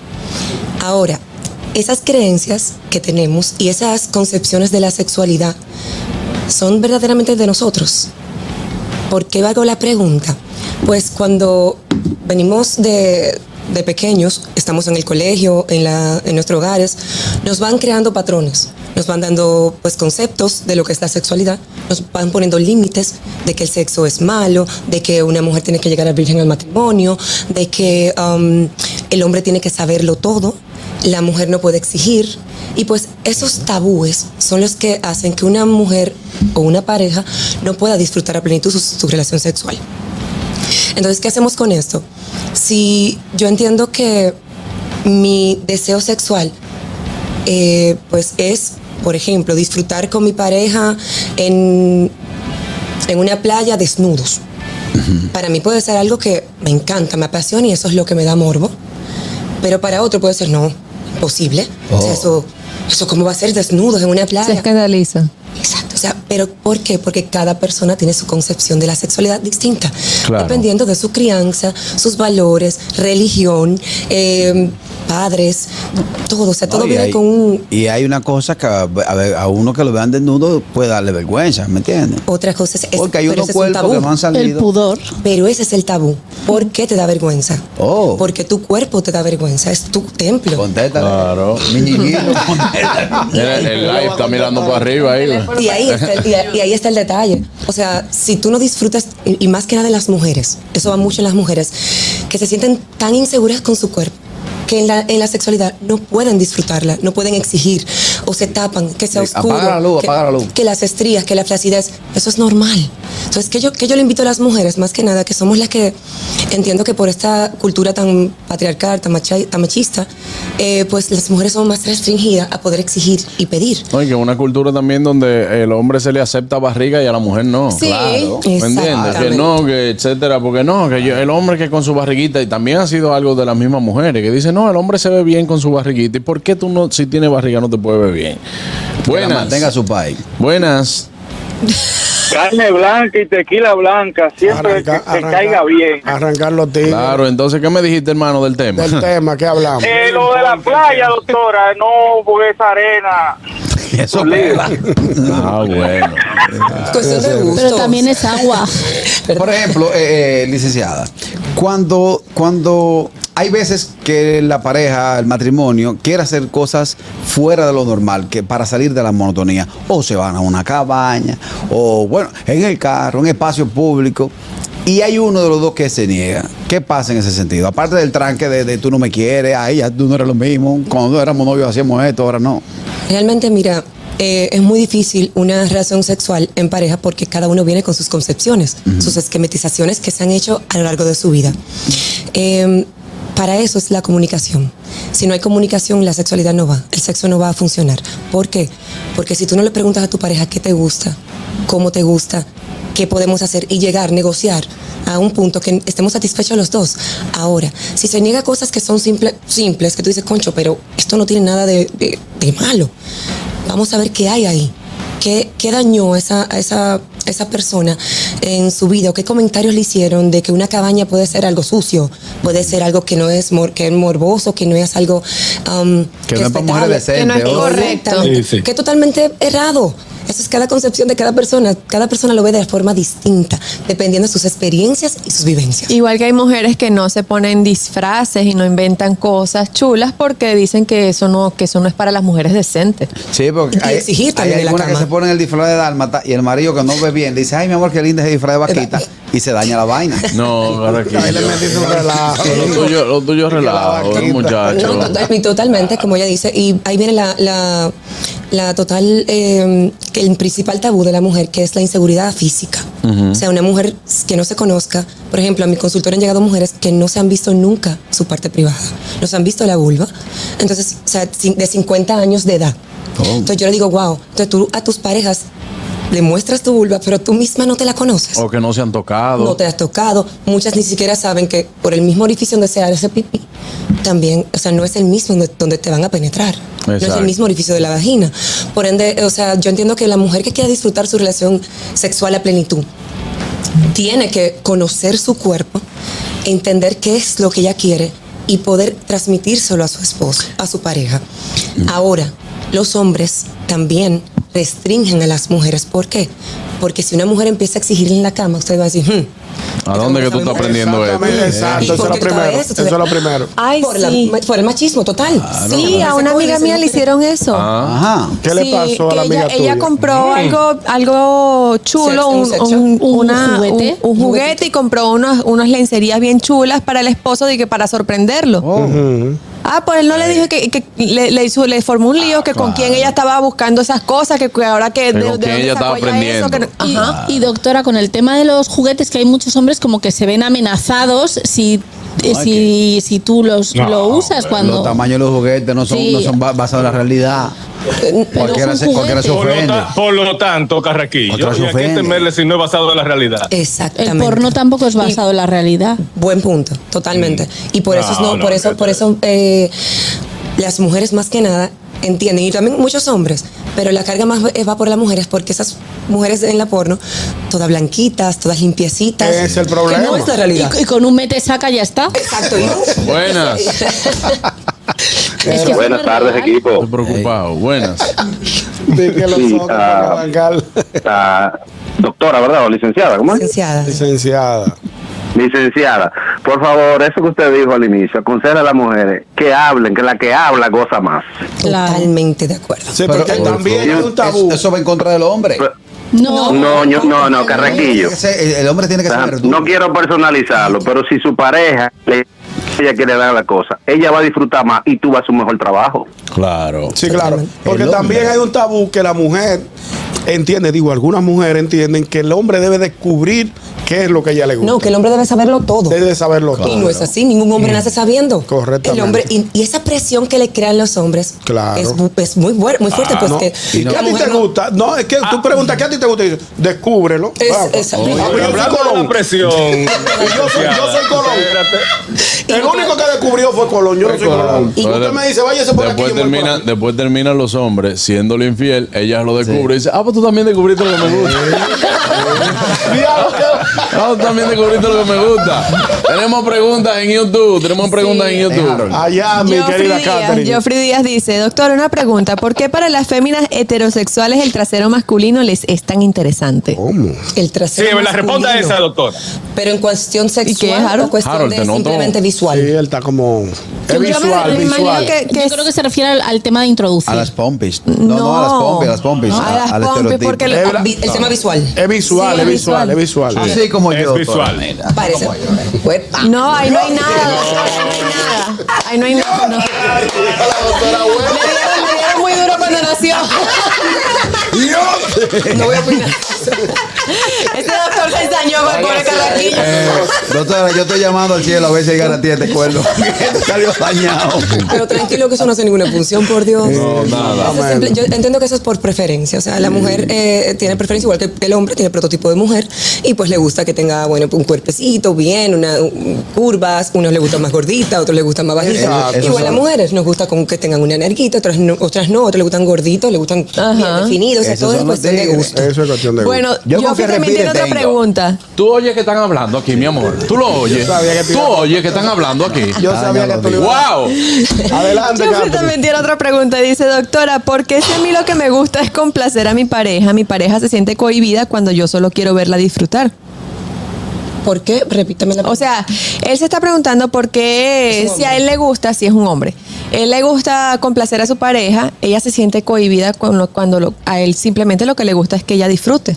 [SPEAKER 20] Ahora, esas creencias que tenemos y esas concepciones de la sexualidad son verdaderamente de nosotros. ¿Por qué hago la pregunta? Pues cuando venimos de, de pequeños, estamos en el colegio, en, la, en nuestros hogares, nos van creando patrones, nos van dando pues conceptos de lo que es la sexualidad, nos van poniendo límites de que el sexo es malo, de que una mujer tiene que llegar a virgen al matrimonio, de que um, el hombre tiene que saberlo todo, la mujer no puede exigir. Y pues esos tabúes son los que hacen que una mujer o una pareja no pueda disfrutar a plenitud su, su relación sexual. Entonces, ¿qué hacemos con esto? Si yo entiendo que mi deseo sexual, eh, pues es, por ejemplo, disfrutar con mi pareja en, en una playa desnudos. Para mí puede ser algo que me encanta, me apasiona y eso es lo que me da morbo. Pero para otro puede ser, no, imposible. O sea,
[SPEAKER 5] Oh.
[SPEAKER 20] eso, eso cómo va a ser desnudos en una playa.
[SPEAKER 5] Se escandaliza.
[SPEAKER 20] Exacto. O sea, pero ¿por qué? Porque cada persona tiene su concepción de la sexualidad distinta,
[SPEAKER 5] Claro.
[SPEAKER 20] dependiendo de su crianza, sus valores, religión, eh, padres, todo. O sea, todo
[SPEAKER 6] No, y
[SPEAKER 20] viene
[SPEAKER 6] hay-
[SPEAKER 20] con un-
[SPEAKER 6] Y hay una cosa que a, a ver, a uno que lo vean desnudo puede darle vergüenza, ¿me entiendes?
[SPEAKER 20] otra cosa. Es,
[SPEAKER 6] Porque hay
[SPEAKER 20] pero
[SPEAKER 6] unos
[SPEAKER 20] ese es
[SPEAKER 6] cuerpos que no han salido. El
[SPEAKER 20] pudor. Pero ese es el tabú. ¿Por qué te da vergüenza?
[SPEAKER 6] Oh.
[SPEAKER 20] Porque tu cuerpo te da vergüenza. Es tu templo.
[SPEAKER 3] Claro. Mira, el live está mirando para arriba ahí.
[SPEAKER 20] Y ahí, está el, y ahí- y ahí está el detalle. O sea, si tú no disfrutas, y y más que nada de las mujeres, eso va mucho en las mujeres, que se sienten tan inseguras con su cuerpo que en la, en la sexualidad no pueden disfrutarla, no pueden exigir, o se tapan, que sea
[SPEAKER 6] Sí,
[SPEAKER 20] oscuro.
[SPEAKER 6] apaga la luz,
[SPEAKER 20] que,
[SPEAKER 6] apaga la luz.
[SPEAKER 20] que las estrías, que la flacidez, eso es normal. Entonces, que yo, que yo le invito a las mujeres, más que nada, que somos las que entiendo que por esta cultura tan patriarcal, tan, macha- tan machista, eh, pues las mujeres son más restringidas a poder exigir y pedir.
[SPEAKER 3] No, y que es una cultura también donde el hombre se le acepta barriga y a la mujer no.
[SPEAKER 20] Sí,
[SPEAKER 3] claro. ¿Me
[SPEAKER 20] exactamente.
[SPEAKER 3] entiendes? Que no, que etcétera. Porque no, que yo- el hombre que con su barriguita, y también ha sido algo de las mismas mujeres, que dicen, no, el hombre se ve bien con su barriguita. ¿Y por qué tú no, si tienes barriga, no te puedes ver bien? Buenas.
[SPEAKER 6] mantenga su país.
[SPEAKER 3] Buenas.
[SPEAKER 19] Carne blanca y tequila blanca, siempre que, que caiga bien.
[SPEAKER 3] Arrancar los tiros. Claro, entonces, ¿qué me dijiste, hermano, del tema?
[SPEAKER 4] Del tema que hablamos.
[SPEAKER 19] Eh, lo de la playa, doctora, no, porque esa arena.
[SPEAKER 6] Eso
[SPEAKER 3] Ah, bueno.
[SPEAKER 7] Pero también es agua.
[SPEAKER 6] Por ejemplo, eh, eh, licenciada, cuando, cuando hay veces que la pareja, el matrimonio, quiere hacer cosas fuera de lo normal, que para salir de la monotonía. O se van a una cabaña, o bueno, en el carro, en espacio público. Y hay uno de los dos que se niega. ¿Qué pasa en ese sentido? Aparte del tranque de, de tú no me quieres, ahí ya tú no eres lo mismo. Cuando éramos novios hacíamos esto, ahora no.
[SPEAKER 20] Realmente, mira, eh, es muy difícil una relación sexual en pareja porque cada uno viene con sus concepciones, sus esquematizaciones que se han hecho a lo largo de su vida. Eh, para eso es la comunicación. Si no hay comunicación, la sexualidad no va, el sexo no va a funcionar. ¿Por qué? Porque si tú no le preguntas a tu pareja qué te gusta, cómo te gusta, qué podemos hacer y llegar, negociar a un punto que estemos satisfechos los dos. Ahora, si se niega cosas que son simple- simples, que tú dices, concho, pero esto no tiene nada de- de- de malo vamos a ver qué hay ahí. ¿Qué, qué dañó a esa, a esa, a esa persona en su vida? ¿O qué comentarios le hicieron de que una cabaña puede ser algo sucio? Puede ser algo que no es, mor- que es morboso, que no es algo... um,
[SPEAKER 6] Que no es para
[SPEAKER 20] respetable,
[SPEAKER 6] mujeres decentes,
[SPEAKER 20] Que no
[SPEAKER 6] ¿o?
[SPEAKER 20] es correcto.
[SPEAKER 6] Sí, sí.
[SPEAKER 20] Que es totalmente errado. Eso es cada concepción de cada persona. Cada persona lo ve de forma distinta, dependiendo de sus experiencias y sus vivencias.
[SPEAKER 5] Igual que hay mujeres que no se ponen disfraces y no inventan cosas chulas porque dicen que eso no, que eso no es para las mujeres decentes.
[SPEAKER 6] Sí, porque
[SPEAKER 5] Y
[SPEAKER 6] hay,
[SPEAKER 5] exigir también
[SPEAKER 6] hay
[SPEAKER 5] en la
[SPEAKER 6] algunas que
[SPEAKER 5] cama.
[SPEAKER 6] se ponen el disfraz de dálmata y el marido que no ve bien dice, ay mi amor, qué linda ese disfraz de vaquita y se daña la vaina.
[SPEAKER 3] No, ahora aquí. Lo tuyo, lo tuyo es relajo, eh, muchacho.
[SPEAKER 20] No, total- y totalmente, como ella dice. Y ahí viene la, la, la total, eh, que el principal tabú de la mujer, que es la inseguridad física.
[SPEAKER 21] Ujú.
[SPEAKER 1] Mm.
[SPEAKER 20] O sea, una mujer que no se conozca. Por ejemplo, a mi consultorio han llegado mujeres que no se han visto nunca su parte privada. No se han visto la vulva. Entonces, o sea, cin- de 50 años de edad. Entonces yo le digo, wow. Entonces tú a tus parejas le muestras tu vulva, pero tú misma no te la conoces.
[SPEAKER 3] O que no se han tocado.
[SPEAKER 20] No te has tocado. Muchas ni siquiera saben que por el mismo orificio donde se hace ese pipí, también, o sea, no es el mismo donde, donde te van a penetrar. No es
[SPEAKER 3] Exacto.
[SPEAKER 20] el mismo orificio de la vagina. Por ende, o sea, yo entiendo que la mujer que quiera disfrutar su relación sexual a plenitud tiene que conocer su cuerpo, entender qué es lo que ella quiere y poder transmitírselo a su esposo, a su pareja. Ahora, los hombres también restringen a las mujeres. ¿Por qué? Porque si una mujer empieza a exigirle en la cama, usted va a decir, "Hmm,
[SPEAKER 3] ¿A dónde que tú estás aprendiendo esto?
[SPEAKER 4] Exactamente,
[SPEAKER 20] exacto, eso es lo
[SPEAKER 4] Lo primero, eso es lo primero. Ah,
[SPEAKER 20] Ay, por, la-
[SPEAKER 5] sí.
[SPEAKER 20] por el machismo total.
[SPEAKER 5] Sí, a una amiga mía le hicieron eso.
[SPEAKER 3] Ah.
[SPEAKER 4] Ajá. ¿Qué le
[SPEAKER 5] Sí,
[SPEAKER 4] pasó a
[SPEAKER 5] que
[SPEAKER 4] la amiga
[SPEAKER 5] ella, ella
[SPEAKER 4] tuya?
[SPEAKER 5] compró
[SPEAKER 4] Mm.
[SPEAKER 5] algo, algo chulo,
[SPEAKER 4] Sex- un
[SPEAKER 5] un,
[SPEAKER 4] sex shop.
[SPEAKER 5] un- una-
[SPEAKER 7] ¿Un juguete?
[SPEAKER 5] un- un juguete y compró unos, unas lencerías bien chulas para el esposo de que para sorprenderlo.
[SPEAKER 4] Oh.
[SPEAKER 5] Ah, pues él no le dijo que, que le, le hizo- le formó un lío que con quién ella estaba buscando esas cosas, que, que ahora que...
[SPEAKER 3] Que con quién ella estaba
[SPEAKER 5] sacó ella eso, que no-
[SPEAKER 3] aprendiendo.
[SPEAKER 5] Y- Ajá.
[SPEAKER 7] Y doctora, con el tema de los juguetes, que hay muchos hombres como que se ven amenazados si, eh, si, si tú los
[SPEAKER 6] No,
[SPEAKER 7] lo usas
[SPEAKER 6] Los
[SPEAKER 7] cuando...
[SPEAKER 6] tamaños de los juguetes no son,
[SPEAKER 7] Sí.
[SPEAKER 6] no son ba- basados en la realidad. Cualquiera se, cualquiera se
[SPEAKER 8] por, lo
[SPEAKER 6] ofende.
[SPEAKER 8] ta- por lo tanto, Carraquillo,
[SPEAKER 6] Otras
[SPEAKER 8] y aquí
[SPEAKER 6] ofenden.
[SPEAKER 8] temerle si no es basado en la realidad.
[SPEAKER 20] Exactamente.
[SPEAKER 7] El porno tampoco es basado en la realidad.
[SPEAKER 20] Buen punto, totalmente.
[SPEAKER 4] Mm.
[SPEAKER 20] Y por eso es-
[SPEAKER 7] No,
[SPEAKER 20] no,
[SPEAKER 7] no,
[SPEAKER 20] por eso, por eso eh, las mujeres más que nada entienden y también muchos hombres, pero la carga más eh, va por las mujeres porque esas mujeres en la porno todas blanquitas, todas limpiecitas.
[SPEAKER 4] Es el
[SPEAKER 20] que
[SPEAKER 4] problema.
[SPEAKER 20] No es la realidad.
[SPEAKER 7] Y, y con un mete saca ya está.
[SPEAKER 20] Exacto.
[SPEAKER 3] Buenas.
[SPEAKER 7] Es que
[SPEAKER 22] Buenas tardes, equipo. Estoy
[SPEAKER 3] preocupado. Buenas.
[SPEAKER 22] Sí, ah, ah, doctora, ¿verdad? O licenciada, ¿cómo es?
[SPEAKER 20] Licenciada.
[SPEAKER 4] Licenciada.
[SPEAKER 22] Licenciada, por favor, eso que usted dijo al inicio, aconseja a las mujeres que hablen, que la que habla goza más.
[SPEAKER 20] Totalmente de acuerdo.
[SPEAKER 4] Sí, porque también hay un
[SPEAKER 6] tabú. Eso va en contra del hombre.
[SPEAKER 7] No,
[SPEAKER 22] no, yo- no, no, Carraquillo.
[SPEAKER 6] El hombre tiene que
[SPEAKER 22] Ajá, No quiero personalizarlo, pero si su pareja le ella quiere dar la cosa, ella va a disfrutar más y tú vas a su mejor trabajo.
[SPEAKER 3] Claro.
[SPEAKER 4] Sí, claro. Porque
[SPEAKER 22] El hombre.
[SPEAKER 4] también hay un tabú que la mujer entiende, digo, algunas mujeres entienden que el hombre debe descubrir qué es lo que a ella le gusta.
[SPEAKER 20] No, que el hombre debe saberlo todo.
[SPEAKER 4] Debe saberlo
[SPEAKER 20] Y
[SPEAKER 4] todo. Mm.
[SPEAKER 20] no es así, ningún hombre nace sabiendo.
[SPEAKER 4] Correctamente.
[SPEAKER 20] El hombre, y, y esa presión que le crean los hombres
[SPEAKER 4] Claro.
[SPEAKER 20] es, bu- es muy, buer- muy fuerte,
[SPEAKER 4] Ah,
[SPEAKER 20] pues
[SPEAKER 4] no.
[SPEAKER 20] que
[SPEAKER 4] ¿Y
[SPEAKER 20] la
[SPEAKER 4] qué a ti
[SPEAKER 20] mujer
[SPEAKER 4] te
[SPEAKER 20] no- Ah.
[SPEAKER 4] gusta? No, es que tú preguntas, ¿qué a ti te gusta? Y dices, descúbrelo.
[SPEAKER 20] Es-
[SPEAKER 4] Ah,
[SPEAKER 20] es-
[SPEAKER 4] ah, pues
[SPEAKER 20] Oye,
[SPEAKER 4] yo soy
[SPEAKER 8] hablando de la
[SPEAKER 4] Colón.
[SPEAKER 8] presión,
[SPEAKER 4] Y yo, soy, yo soy Colón. El único que descubrió fue Colón. Yo no soy Colón. Y usted me dice, váyase por aquí.
[SPEAKER 3] después
[SPEAKER 4] yo me voy por
[SPEAKER 3] termina, Después terminan los hombres siéndole infiel, ella lo descubre y dice, ah, pues tú también descubriste lo que me gusta.
[SPEAKER 4] Diablo,
[SPEAKER 3] Vamos también descubriste lo que me gusta. Tenemos preguntas en YouTube. Tenemos preguntas en YouTube.
[SPEAKER 4] Allá,
[SPEAKER 5] Joffrey Díaz, Joffrey Díaz dice, doctor, una pregunta, ¿por qué para las féminas heterosexuales el trasero masculino les es tan interesante?
[SPEAKER 4] ¿Cómo?
[SPEAKER 20] El trasero.
[SPEAKER 8] Sí, me la responda
[SPEAKER 20] masculino.
[SPEAKER 8] esa, doctor.
[SPEAKER 20] Pero en cuestión sexual, o cuestión de simplemente
[SPEAKER 4] visual. Sí, él está como. Es visual,
[SPEAKER 7] me
[SPEAKER 4] visual.
[SPEAKER 7] imagino que, yo creo que se refiere al, al tema de introducir.
[SPEAKER 6] A las pompis. No, no, a las pompis, a las pompis.
[SPEAKER 7] No, a las
[SPEAKER 6] al
[SPEAKER 7] pompis,
[SPEAKER 6] estereotipo.
[SPEAKER 7] porque
[SPEAKER 20] el- vi- el tema visual.
[SPEAKER 4] Es visual,
[SPEAKER 20] Sí,
[SPEAKER 4] es
[SPEAKER 20] es
[SPEAKER 4] visual, es visual.
[SPEAKER 6] visual. Así como yo, doctora.
[SPEAKER 20] Parece. Uepa.
[SPEAKER 5] No, ahí no hay nada. Ahí no hay nada. Ahí no hay nada. no.
[SPEAKER 20] Me dieron muy duro cuando nació. No voy a opinar.
[SPEAKER 5] Este doctor se ensañó con el pobre carraquillo.
[SPEAKER 6] Eh, doctora, yo estoy llamando al cielo a ver si hay garantía de este cuerno. Te salió dañado.
[SPEAKER 20] Pero tranquilo que eso no hace ninguna función, por Dios.
[SPEAKER 6] No, nada. Mm.
[SPEAKER 20] Eso es simple- yo entiendo que eso es por preferencia. O sea, la mujer eh, tiene preferencia igual que el hombre, tiene prototipo de mujer y pues le gusta que tenga, bueno, un cuerpecito bien, una, un- curvas. Unos le gustan más gordita, otros le gustan más bajita.
[SPEAKER 6] Exacto.
[SPEAKER 20] Igual a mujeres nos gusta como que tengan una narguita, otras no, otras no, otras le gustan gorditos, le gustan bien definidos. O sea,
[SPEAKER 6] Esos
[SPEAKER 20] todo es
[SPEAKER 6] son los
[SPEAKER 20] cuestión de
[SPEAKER 6] tigres.
[SPEAKER 20] gusto.
[SPEAKER 4] Eso es cuestión de
[SPEAKER 5] Bueno,
[SPEAKER 6] gusto.
[SPEAKER 5] yo
[SPEAKER 6] con que
[SPEAKER 5] también
[SPEAKER 6] respire
[SPEAKER 5] tiene otra
[SPEAKER 6] tengo.
[SPEAKER 5] pregunta.
[SPEAKER 3] Tú oyes que están hablando aquí, mi amor. Tú lo oyes.
[SPEAKER 4] Yo sabía que te
[SPEAKER 3] Tú
[SPEAKER 4] iba a-
[SPEAKER 3] oyes que están hablando aquí.
[SPEAKER 4] Yo
[SPEAKER 6] Ah,
[SPEAKER 4] sabía que tú lo ibas a-
[SPEAKER 3] ¡Wow!
[SPEAKER 4] Adelante,
[SPEAKER 5] Joffrey
[SPEAKER 4] Catherine.
[SPEAKER 5] también tiene otra pregunta. Dice, doctora, ¿por qué si a mí lo que me gusta es complacer a mi pareja, mi pareja se siente cohibida cuando yo solo quiero verla disfrutar?
[SPEAKER 20] ¿Por qué? Repítame la
[SPEAKER 5] O sea, él se está preguntando por qué si a él le gusta, si es un hombre, él le gusta complacer a su pareja, ella se siente cohibida cuando, cuando lo- a él simplemente lo que le gusta es que ella disfrute.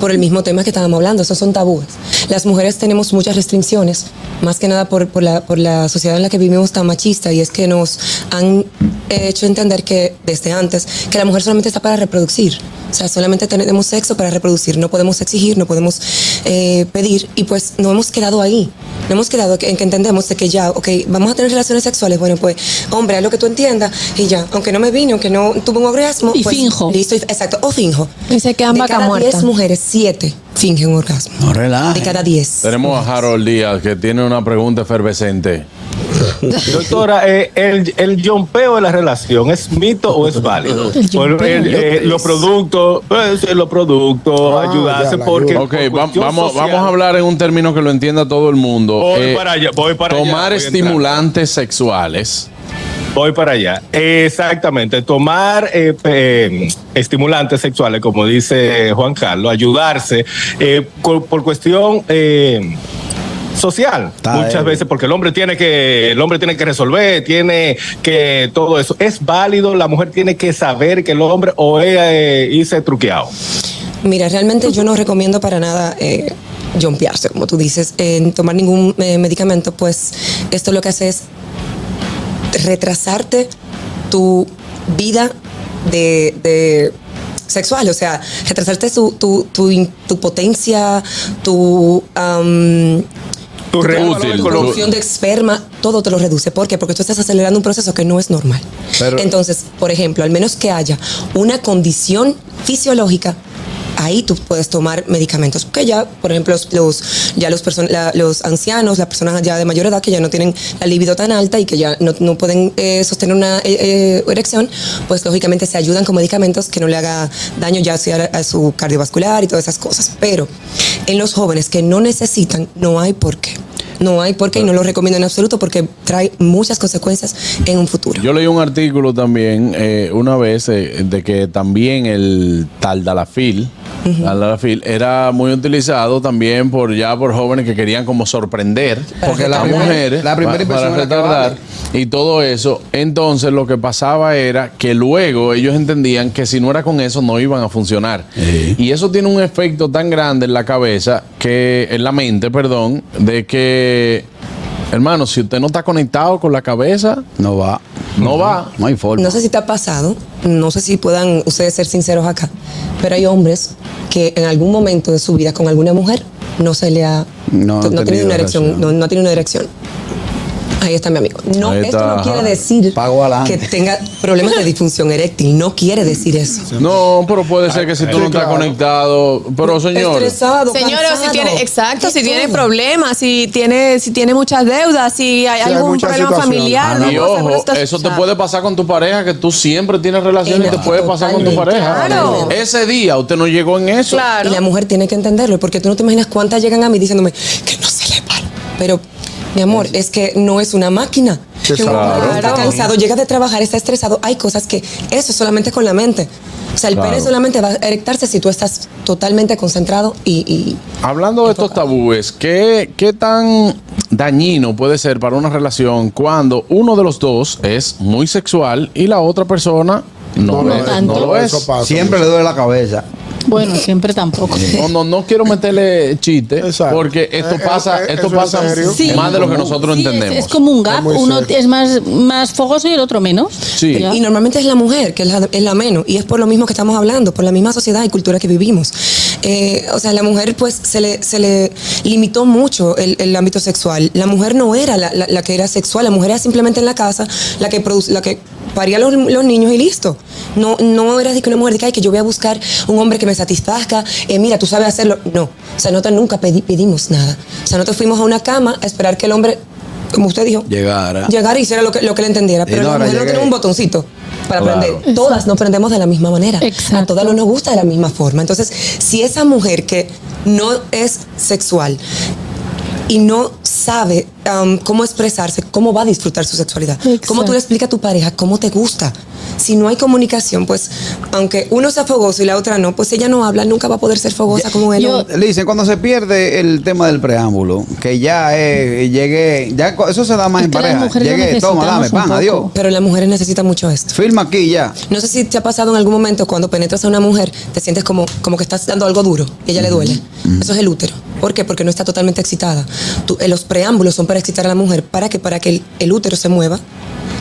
[SPEAKER 20] por el mismo tema que estábamos hablando, esos son tabúes. Las mujeres tenemos muchas restricciones, más que nada por, por la, por la sociedad en la que vivimos tan machista, y es que nos han hecho entender que desde antes, que la mujer solamente está para reproducir. O sea, solamente tenemos sexo para reproducir, no podemos exigir, no podemos eh, pedir, y pues no hemos quedado ahí. No hemos quedado en que entendemos de que ya, ok, vamos a tener relaciones sexuales, bueno, pues, hombre, haz lo que tú entiendas, y ya, aunque no me vine, aunque no tuve un orgasmo,
[SPEAKER 5] Y
[SPEAKER 20] pues,
[SPEAKER 5] finjo.
[SPEAKER 20] Listo, y- exacto, o finjo.
[SPEAKER 5] Y se quedan
[SPEAKER 20] De
[SPEAKER 5] vaca
[SPEAKER 20] cada
[SPEAKER 5] muerta.
[SPEAKER 20] 10 mujeres, 7 fingen un orgasmo.
[SPEAKER 6] No relaja.
[SPEAKER 20] De cada 10.
[SPEAKER 3] Tenemos a Harold Díaz que tiene una pregunta efervescente.
[SPEAKER 8] Doctora, eh, el, el yompeo de la relación, ¿es mito o es válido?
[SPEAKER 3] El
[SPEAKER 8] Por
[SPEAKER 3] yompeo.
[SPEAKER 8] el, eh, los productos, pues, los productos, ayudarse porque...
[SPEAKER 3] Ok,
[SPEAKER 8] por
[SPEAKER 3] va-
[SPEAKER 8] cuestión
[SPEAKER 3] vamos,
[SPEAKER 8] social-
[SPEAKER 3] vamos a hablar en un término que lo entienda todo el mundo. Eh,
[SPEAKER 8] Voy para allá, voy para allá,
[SPEAKER 3] Tomar
[SPEAKER 8] voy a
[SPEAKER 3] estimulantes sexuales.
[SPEAKER 8] Voy para allá. Exactamente. Tomar eh, eh, estimulantes sexuales, como dice eh, Juan Carlos, ayudarse eh, cu- por cuestión eh, social. Muchas
[SPEAKER 6] él.
[SPEAKER 8] veces, porque el hombre tiene que, el hombre tiene que resolver, tiene que todo eso. Es válido, la mujer tiene que saber que el hombre o ella eh, hice truqueado.
[SPEAKER 20] Mira, realmente yo no recomiendo para nada eh, jumpearse, como tú dices, en tomar ningún eh, medicamento, pues esto lo que hace es retrasarte tu vida de, de sexual, o sea, retrasarte su- tu, tu, in- tu potencia, tu... am,
[SPEAKER 8] Tu regalo
[SPEAKER 20] tu
[SPEAKER 8] de color.
[SPEAKER 20] producción de esperma, todo te lo reduce. ¿Por qué? Porque tú estás acelerando un proceso que no es normal.
[SPEAKER 6] Pero-
[SPEAKER 20] Entonces, por ejemplo, al menos que haya una condición fisiológica, ahí tú puedes tomar medicamentos que ya, por ejemplo, los- los ya los person- la- los ancianos, las personas ya de mayor edad que ya no tienen la libido tan alta y que ya no, no pueden eh, sostener una eh, eh, erección, pues lógicamente se ayudan con medicamentos que no le haga daño ya sea a su cardiovascular y todas esas cosas. Pero en los jóvenes que no necesitan, no hay por qué. No hay por qué y no lo recomiendo en absoluto porque trae muchas consecuencias en un futuro.
[SPEAKER 3] Yo leí un artículo también eh, una vez eh, de que también el taldalafil, taldalafil era muy utilizado también por ya por jóvenes que querían como sorprender
[SPEAKER 6] Porque
[SPEAKER 3] a
[SPEAKER 6] la primera-
[SPEAKER 3] mujeres
[SPEAKER 6] la primera
[SPEAKER 3] pa-
[SPEAKER 6] impresión
[SPEAKER 3] para
[SPEAKER 6] era que
[SPEAKER 3] retardar
[SPEAKER 6] vale.
[SPEAKER 3] y todo eso. Entonces lo que pasaba era que luego ellos entendían que si no era con eso no iban a funcionar. Y eso tiene un efecto tan grande en la cabeza que en la mente, perdón, de que hermano, si usted no está conectado con la cabeza,
[SPEAKER 6] no va.
[SPEAKER 3] No va.
[SPEAKER 6] No hay forma.
[SPEAKER 20] No sé si te ha pasado, no sé si puedan ustedes ser sinceros acá, pero hay hombres que en algún momento de su vida con alguna mujer no se le ha
[SPEAKER 6] No
[SPEAKER 20] no,
[SPEAKER 6] han
[SPEAKER 20] ha tenido
[SPEAKER 6] tenido
[SPEAKER 20] una erección,
[SPEAKER 6] relación.
[SPEAKER 20] no, no ha tenido una erección. Ahí está mi amigo. No,
[SPEAKER 3] Ahí
[SPEAKER 20] esto
[SPEAKER 3] está,
[SPEAKER 20] no quiere
[SPEAKER 3] ajá.
[SPEAKER 20] decir
[SPEAKER 3] Pago adelante.
[SPEAKER 20] que tenga problemas de disfunción eréctil. No quiere decir eso.
[SPEAKER 3] No, pero puede ser que si tú
[SPEAKER 20] Sí,
[SPEAKER 3] no estás
[SPEAKER 20] claro.
[SPEAKER 3] conectado. Pero, señor.
[SPEAKER 20] Estresado,
[SPEAKER 5] Señora,
[SPEAKER 20] cansado.
[SPEAKER 5] si tiene, exacto, si tiene problemas, si tiene, si tiene muchas deudas, si hay
[SPEAKER 3] Sí, hay
[SPEAKER 5] algún
[SPEAKER 3] muchas
[SPEAKER 5] problema
[SPEAKER 3] situaciones.
[SPEAKER 5] familiar,
[SPEAKER 3] Y
[SPEAKER 5] no pasa por
[SPEAKER 3] ojo,
[SPEAKER 5] esto-
[SPEAKER 3] Ah, eso te
[SPEAKER 5] o sea,
[SPEAKER 3] puede pasar con tu pareja, que tú siempre tienes relaciones y te puede pasar con tu pareja.
[SPEAKER 20] claro.
[SPEAKER 3] Ese día usted no llegó en eso.
[SPEAKER 20] Y la mujer tiene que entenderlo, porque tú no te imaginas cuántas llegan a mí diciéndome que no se le para. Pero, mi amor, es que no es una máquina.
[SPEAKER 3] Sí,
[SPEAKER 20] Que un
[SPEAKER 3] claro.
[SPEAKER 20] hombre Está
[SPEAKER 3] Claro.
[SPEAKER 20] cansado, llega de trabajar, está estresado. Hay cosas que eso es solamente con la mente. O sea, el
[SPEAKER 3] Claro.
[SPEAKER 20] pene solamente va a erectarse si tú estás totalmente concentrado y- y
[SPEAKER 3] Hablando de estos tabúes, ¿qué, qué tan dañino puede ser para una relación cuando uno de los dos es muy sexual y la otra persona no,
[SPEAKER 6] No,
[SPEAKER 3] es-
[SPEAKER 6] no,
[SPEAKER 3] no
[SPEAKER 6] no,
[SPEAKER 3] lo es?
[SPEAKER 6] eso pasa Siempre mucho. le duele la cabeza.
[SPEAKER 7] Bueno, siempre tampoco.
[SPEAKER 3] No, no, no quiero meterle chiste porque esto
[SPEAKER 7] Eh, eh,
[SPEAKER 3] pasa,
[SPEAKER 7] eh, eso
[SPEAKER 3] esto
[SPEAKER 7] es
[SPEAKER 3] pasa
[SPEAKER 7] serio. Sí.
[SPEAKER 3] más de lo que nosotros
[SPEAKER 7] Sí, es-
[SPEAKER 3] entendemos.
[SPEAKER 7] Es, como un gap,
[SPEAKER 3] muy
[SPEAKER 7] uno
[SPEAKER 3] serio.
[SPEAKER 7] es más, más fogoso y el otro menos.
[SPEAKER 3] Sí.
[SPEAKER 20] Y normalmente es la mujer, que es la, es la menos, y es por lo mismo que estamos hablando, por la misma sociedad y cultura que vivimos. Eh, o sea, la mujer pues se le, se le limitó mucho el, el ámbito sexual. La mujer no era la, la- la que era sexual, la mujer era simplemente en la casa la que, produc- la que paría los, los niños y listo. No, no era de que una mujer de que, "Ay, que yo voy a buscar un hombre que me satisfazca, eh, mira, tú sabes hacerlo. No, o sea, nosotros nunca pedi- pedimos nada. O sea, nosotros fuimos a una cama a esperar que el hombre, como usted dijo,
[SPEAKER 6] Llegara.
[SPEAKER 20] llegar y hiciera lo que, lo que le entendiera.
[SPEAKER 6] Y
[SPEAKER 20] Pero
[SPEAKER 6] no,
[SPEAKER 20] la
[SPEAKER 6] ahora
[SPEAKER 20] mujer no
[SPEAKER 6] llegué.
[SPEAKER 20] tiene un botoncito para
[SPEAKER 6] Claro.
[SPEAKER 20] aprender. Todas no aprendemos de la misma manera. A todas no nos gusta de la misma forma. Entonces, si esa mujer que no es sexual y no sabe um, cómo expresarse, cómo va a disfrutar su sexualidad, cómo tú le explicas a tu pareja cómo te gusta. Si no hay comunicación, pues aunque uno sea fogoso y la otra no, pues ella no habla, nunca va a poder ser fogosa como él.
[SPEAKER 6] Yo, Lice, cuando se pierde el tema del preámbulo, que ya eh, llegué, ya co- eso se da más en pareja. Llegué, toma, dame, pan, adiós.
[SPEAKER 20] Pero las mujeres necesitan mucho esto.
[SPEAKER 6] Firma aquí ya.
[SPEAKER 20] No sé si te ha pasado en algún momento cuando penetras a una mujer, te sientes como, como que estás dando algo duro y a ella le duele. Eso es el útero. ¿Por qué? Porque no está totalmente excitada. Tú- eh, los preámbulos son para excitar a la mujer. ¿Para que Para que el, el útero se mueva,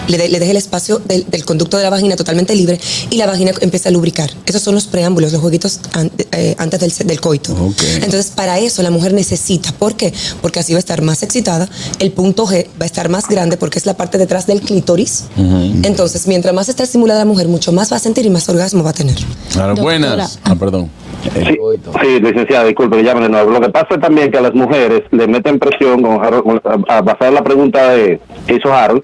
[SPEAKER 20] le, de- le deje el espacio del, del conducto de la vagina totalmente libre y la vagina empieza a lubricar. Esos son los preámbulos, los jueguitos an- eh, antes del, se- del coito. Entonces, para eso la mujer necesita. ¿Por qué? Porque así va a estar más excitada, el punto G va a estar más grande porque es la parte detrás del clítoris.
[SPEAKER 3] Mm.
[SPEAKER 20] Entonces, mientras más está estimulada la mujer, mucho más va a sentir y más orgasmo va a tener.
[SPEAKER 3] Claro, buenas. Ah, perdón.
[SPEAKER 22] Sí, sí, licenciada, disculpe, que llamen de nuevo. Lo que pasa también que a las mujeres le meten presión, con Harold- con- a, a basar en la pregunta de, que hizo Harold,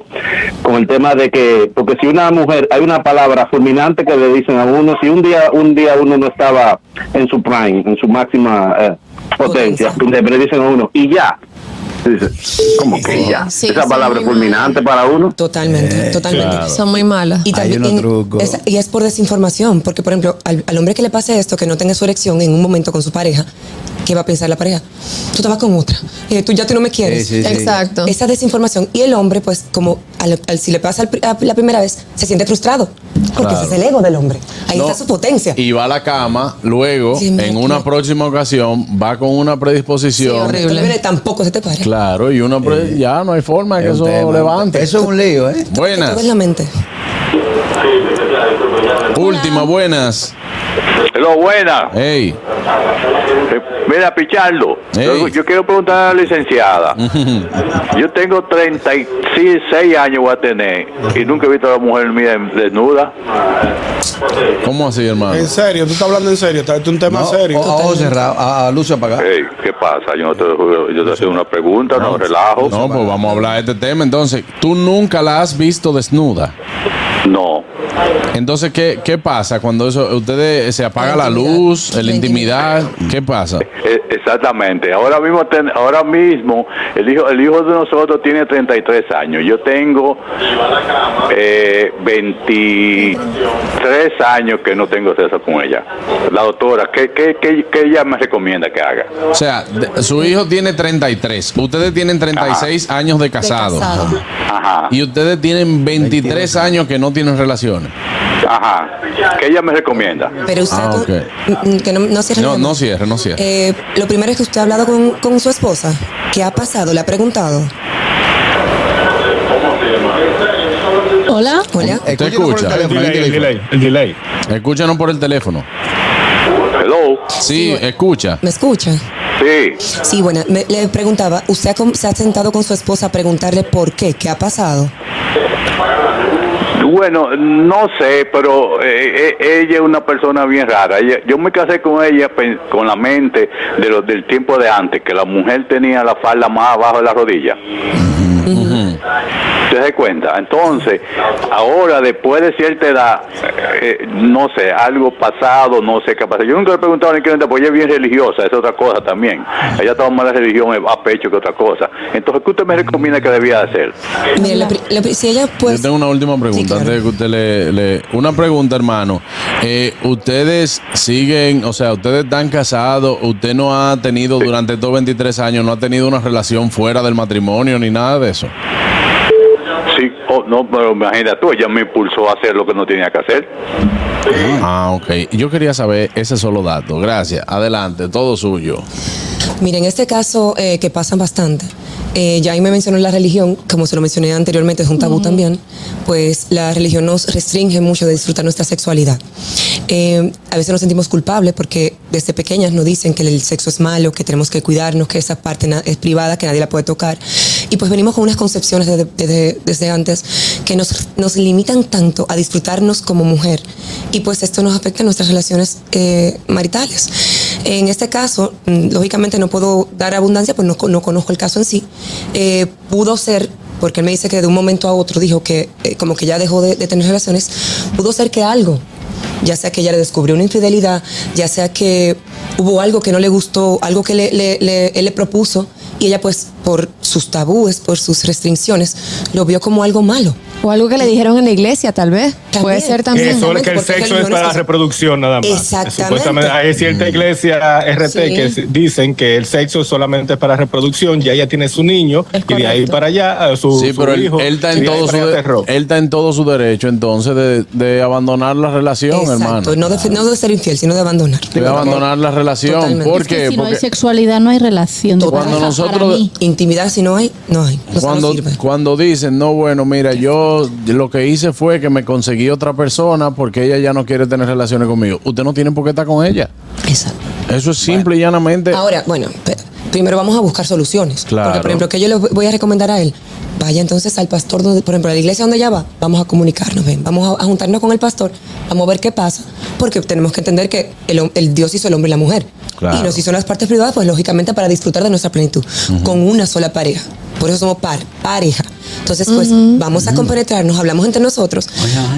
[SPEAKER 22] con el tema de que, porque si una mujer, hay una palabra fulminante que le dicen a uno, si un día un día uno no estaba en su prime, en su máxima eh, potencia, le le dicen a uno, y ya. Dice, ¿Cómo que
[SPEAKER 5] Sí,
[SPEAKER 22] ya?
[SPEAKER 5] sí,
[SPEAKER 22] Esa
[SPEAKER 5] son
[SPEAKER 22] palabra
[SPEAKER 5] muy
[SPEAKER 22] fulminante para uno.
[SPEAKER 8] Eh,
[SPEAKER 3] Eh,
[SPEAKER 20] Totalmente, totalmente.
[SPEAKER 5] Son muy malas.
[SPEAKER 20] Y también y- es, y es por desinformación, porque por ejemplo, al, al hombre que le pase esto, que no tenga su erección en un momento con su pareja, ¿qué va a pensar la pareja? Tú te vas con otra, eh, tú ya tú no me quieres.
[SPEAKER 5] Sí, sí, sí. Exacto.
[SPEAKER 20] Esa desinformación. Y el hombre, pues como al- al- si le pasa al pri- a la primera vez, se siente frustrado, porque
[SPEAKER 3] Claro.
[SPEAKER 20] ese es el ego del hombre. Ahí
[SPEAKER 3] No.
[SPEAKER 20] está su potencia.
[SPEAKER 3] Y va a la cama, luego,
[SPEAKER 20] Sí, mira
[SPEAKER 3] en
[SPEAKER 20] que-
[SPEAKER 3] una próxima ocasión, va con una predisposición.
[SPEAKER 20] Horrible. Tampoco se te para.
[SPEAKER 3] Claro, y una pre- ya no hay forma de que eso levante.
[SPEAKER 6] Eso es un lío, ¿eh?
[SPEAKER 20] Todo
[SPEAKER 3] Buenas.
[SPEAKER 20] es la mente.
[SPEAKER 3] Última, buenas.
[SPEAKER 10] Lo buena.
[SPEAKER 3] Hey.
[SPEAKER 10] Mira, Pichardo, yo, yo quiero preguntar a la licenciada. Yo tengo 36 años voy a tener y nunca he visto a la mujer mía en- desnuda.
[SPEAKER 3] ¿Cómo así, hermano?
[SPEAKER 4] En serio, tú estás hablando en serio, está- es un tema serio.
[SPEAKER 6] a, luz apagada.
[SPEAKER 10] Ey, ¿Qué pasa? Yo no te, yo te hacía una pregunta, no, relajo.
[SPEAKER 3] No, pues vamos a hablar de este tema. Entonces, tú nunca la has visto desnuda.
[SPEAKER 10] No.
[SPEAKER 3] Entonces, ¿qué, qué pasa cuando eso, ustedes se apaga la luz, la intimidad? ¿Qué pasa?
[SPEAKER 10] E- Exactamente. Ahora mismo, ten- ahora mismo el hijo, el hijo de nosotros tiene 33 años. Yo tengo eh, 23 años que no tengo sexo con ella. La doctora, ¿qué, qué, qué, qué ella me recomienda que haga?
[SPEAKER 3] O sea, de- su hijo tiene 33, ustedes tienen 36 años de casado.
[SPEAKER 10] casado.
[SPEAKER 3] Y ustedes tienen 23 años que no tienen relaciones.
[SPEAKER 10] Ajá. ¿Qué ella me recomienda?
[SPEAKER 20] Pero usted
[SPEAKER 3] Ah,
[SPEAKER 20] con-
[SPEAKER 3] ok.
[SPEAKER 20] Mm, mm, Que no, no cierre el
[SPEAKER 3] No,
[SPEAKER 20] tema.
[SPEAKER 3] no cierre, no cierre.
[SPEAKER 20] Eh, lo primero es que usted ha hablado con, con su esposa. ¿Qué ha pasado? ¿Le ha preguntado?
[SPEAKER 7] Hola.
[SPEAKER 20] Hola.
[SPEAKER 3] Usted escucha. el delay. Escúchanos por el teléfono.
[SPEAKER 10] Hello.
[SPEAKER 3] Sí, escucha.
[SPEAKER 20] ¿Me escucha?
[SPEAKER 10] Sí.
[SPEAKER 20] Sí, bueno, me- le preguntaba, ¿usted ha com- se ha sentado con su esposa a preguntarle por qué? ¿Qué ha pasado?
[SPEAKER 10] Bueno, no sé, pero eh, eh, ella es una persona bien rara. Ella- yo me casé con ella pen- con la mente de los del tiempo de antes, que la mujer tenía la falda más abajo de la rodilla. ¿Te das cuenta? Entonces, ahora después de cierta edad, eh, eh, no sé, algo pasado, no sé qué pasa. Yo nunca le he preguntado a la clienta, porque ella es bien religiosa, es otra cosa también. Ella toma más la religión a pecho que otra cosa. Entonces, ¿qué usted me recomienda que debía hacer?
[SPEAKER 20] Mire, le pri- le pri- si ella pues...
[SPEAKER 3] Yo tengo una última pregunta antes de que usted le, le- Una pregunta, hermano. Eh, ustedes siguen, o sea, ustedes están casados, usted no ha tenido durante estos 23 años, no ha tenido una relación fuera del matrimonio ni nada de eso.
[SPEAKER 10] Sí, oh, no, pero imagínate tú, ella me impulsó a hacer lo que no tenía que hacer.
[SPEAKER 3] Ah, ok. Yo quería saber ese solo dato. Gracias. Adelante, todo suyo.
[SPEAKER 20] Mira, en este caso eh, que pasan bastante, eh, ya ahí me mencionó la religión, como se lo mencioné anteriormente, es un tabú también, pues la religión nos restringe mucho de disfrutar nuestra sexualidad. Eh, a veces nos sentimos culpables porque desde pequeñas nos dicen que el sexo es malo, que tenemos que cuidarnos, que esa parte na- es privada, que nadie la puede tocar. Y pues venimos con unas concepciones desde, desde- desde antes que nos, nos limitan tanto a disfrutarnos como mujer. Y pues esto nos afecta en nuestras relaciones eh, maritales. En este caso, mm, lógicamente no puedo dar abundancia, pues no, co- no conozco el caso en sí. Eh, pudo ser, porque él me dice que de un momento a otro dijo que eh, como que ya dejó de, de tener relaciones, pudo ser que algo, ya sea que ella le descubrió una infidelidad, ya sea que hubo algo que no le gustó, algo que le- le- le- él le propuso, y ella pues por sus tabúes, por sus restricciones, lo vio como algo malo.
[SPEAKER 5] O algo que le dijeron en la iglesia, tal vez. Puede ser también.
[SPEAKER 8] Eso es que el sexo es para la reproducción nada más.
[SPEAKER 5] Exactamente.
[SPEAKER 8] Supuestamente hay cierta iglesia RT
[SPEAKER 5] Sí.
[SPEAKER 8] que s- dicen que el sexo es solamente para reproducción, ya ella tiene su niño y de ahí para allá eh, su,
[SPEAKER 3] Sí,
[SPEAKER 8] su
[SPEAKER 3] pero él,
[SPEAKER 8] hijo.
[SPEAKER 3] él está
[SPEAKER 8] y
[SPEAKER 3] en
[SPEAKER 8] de ahí
[SPEAKER 3] todo su
[SPEAKER 8] para allá
[SPEAKER 3] de-
[SPEAKER 8] te ro-
[SPEAKER 3] él está en todo su derecho entonces de, de abandonar la relación, hermano.
[SPEAKER 20] Exacto, no de, no de ser infiel, sino de abandonar.
[SPEAKER 3] De abandonar la relación.
[SPEAKER 20] Totalmente.
[SPEAKER 3] ¿Por
[SPEAKER 20] Es que
[SPEAKER 3] qué?
[SPEAKER 20] si no hay
[SPEAKER 3] Porque
[SPEAKER 7] Sexualidad no hay relación. de
[SPEAKER 3] Cuando
[SPEAKER 7] pareja, para
[SPEAKER 3] nosotros-
[SPEAKER 7] mí.
[SPEAKER 20] Intimidad si no hay, no hay.
[SPEAKER 3] cuando, cuando dicen, no, bueno, mira, yo lo que hice fue que me conseguí otra persona porque ella ya no quiere tener relaciones conmigo. Usted no tiene por qué estar con ella.
[SPEAKER 20] Exacto.
[SPEAKER 3] Eso es simple y llanamente.
[SPEAKER 20] Ahora, bueno, pe- primero vamos a buscar soluciones.
[SPEAKER 3] Claro.
[SPEAKER 20] Porque, por ejemplo, que yo le voy a recomendar a él, vaya entonces al pastor, donde, por ejemplo, a la iglesia donde ella va, vamos a comunicarnos, ven, vamos a, a juntarnos con el pastor, vamos a ver qué pasa, porque tenemos que entender que el, hom- el Dios hizo el hombre y la mujer.
[SPEAKER 1] Claro.
[SPEAKER 20] Y nos hizo las partes privadas, pues lógicamente para disfrutar de nuestra plenitud, con una sola pareja. Por eso somos par, pareja. Entonces, pues vamos a compenetrarnos, hablamos entre nosotros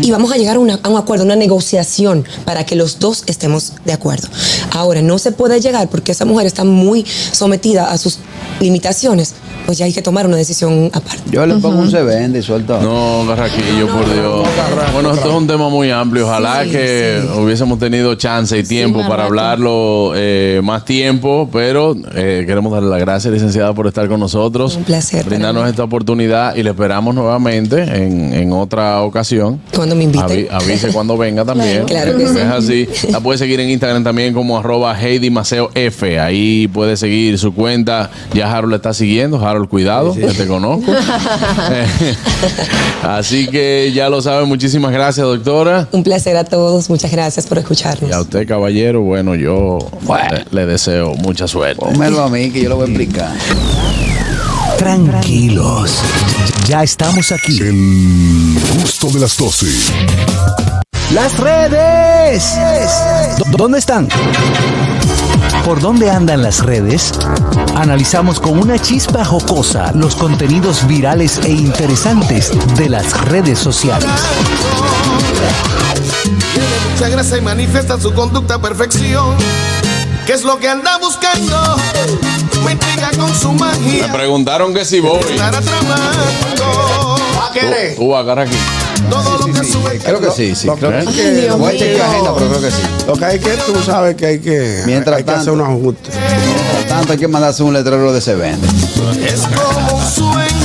[SPEAKER 20] y vamos a llegar a, una- a un acuerdo, una negociación para que los dos estemos de acuerdo. Ahora, no se puede llegar porque esa mujer está muy sometida a sus limitaciones, pues ya hay que tomar una decisión aparte.
[SPEAKER 6] Yo le pongo un se vende y suelto.
[SPEAKER 3] No, Carraquillo, por Dios. Bueno, esto es un tema muy amplio. Ojalá
[SPEAKER 6] Sí,
[SPEAKER 3] que hubiésemos tenido chance y tiempo para hablarlo eh, más tiempo, pero eh, queremos darle las gracias, licenciada, por estar con nosotros. Un
[SPEAKER 20] placer.
[SPEAKER 3] Brindarnos esta oportunidad y le esperamos nuevamente en, en otra ocasión.
[SPEAKER 20] Cuando me
[SPEAKER 3] Avi-
[SPEAKER 20] inviten.
[SPEAKER 3] avise cuando venga también.
[SPEAKER 20] Claro que sí.
[SPEAKER 3] Es así. La puedes seguir en Instagram también como arroba Heidi Maceo F. Ahí puedes seguir su cuenta. Ya Harold la está siguiendo. Harold, cuidado, que te conozco. Así que ya lo saben, muchísimas gracias, doctora. Este
[SPEAKER 20] Un placer a todos, muchas gracias por escucharnos.
[SPEAKER 3] Y a usted, caballero, bueno, yo le, le deseo mucha suerte.
[SPEAKER 6] Pónmelo a mí que yo lo voy a explicar.
[SPEAKER 9] Tranquilos, ya estamos aquí. El gusto de las 12. Las redes. ¿Dó- ¿Dónde están? ¿Por dónde andan las redes? Analizamos con una chispa jocosa los contenidos virales e interesantes de las redes sociales.
[SPEAKER 18] Tiene mucha gracia y manifiesta su conducta a perfección. ¿Qué es lo que anda buscando? Me intriga con su magia.
[SPEAKER 3] Me preguntaron que si voy.
[SPEAKER 18] Estará tramando. ¿Va a querer?
[SPEAKER 3] Tú, tú agarra aquí.
[SPEAKER 18] Todo lo que sube.
[SPEAKER 6] Creo que sí, sí. creo que-
[SPEAKER 18] Ay, Dios
[SPEAKER 6] Voy a chequear
[SPEAKER 18] mío.
[SPEAKER 6] agenda, pero creo que sí.
[SPEAKER 4] Lo que hay que, tú sabes que hay que,
[SPEAKER 6] Mientras
[SPEAKER 4] hay que
[SPEAKER 6] tanto.
[SPEAKER 4] hacer unos ajustes.
[SPEAKER 6] Por tanto, hay que mandarse un letrero de se vende.
[SPEAKER 18] Es como un sueño.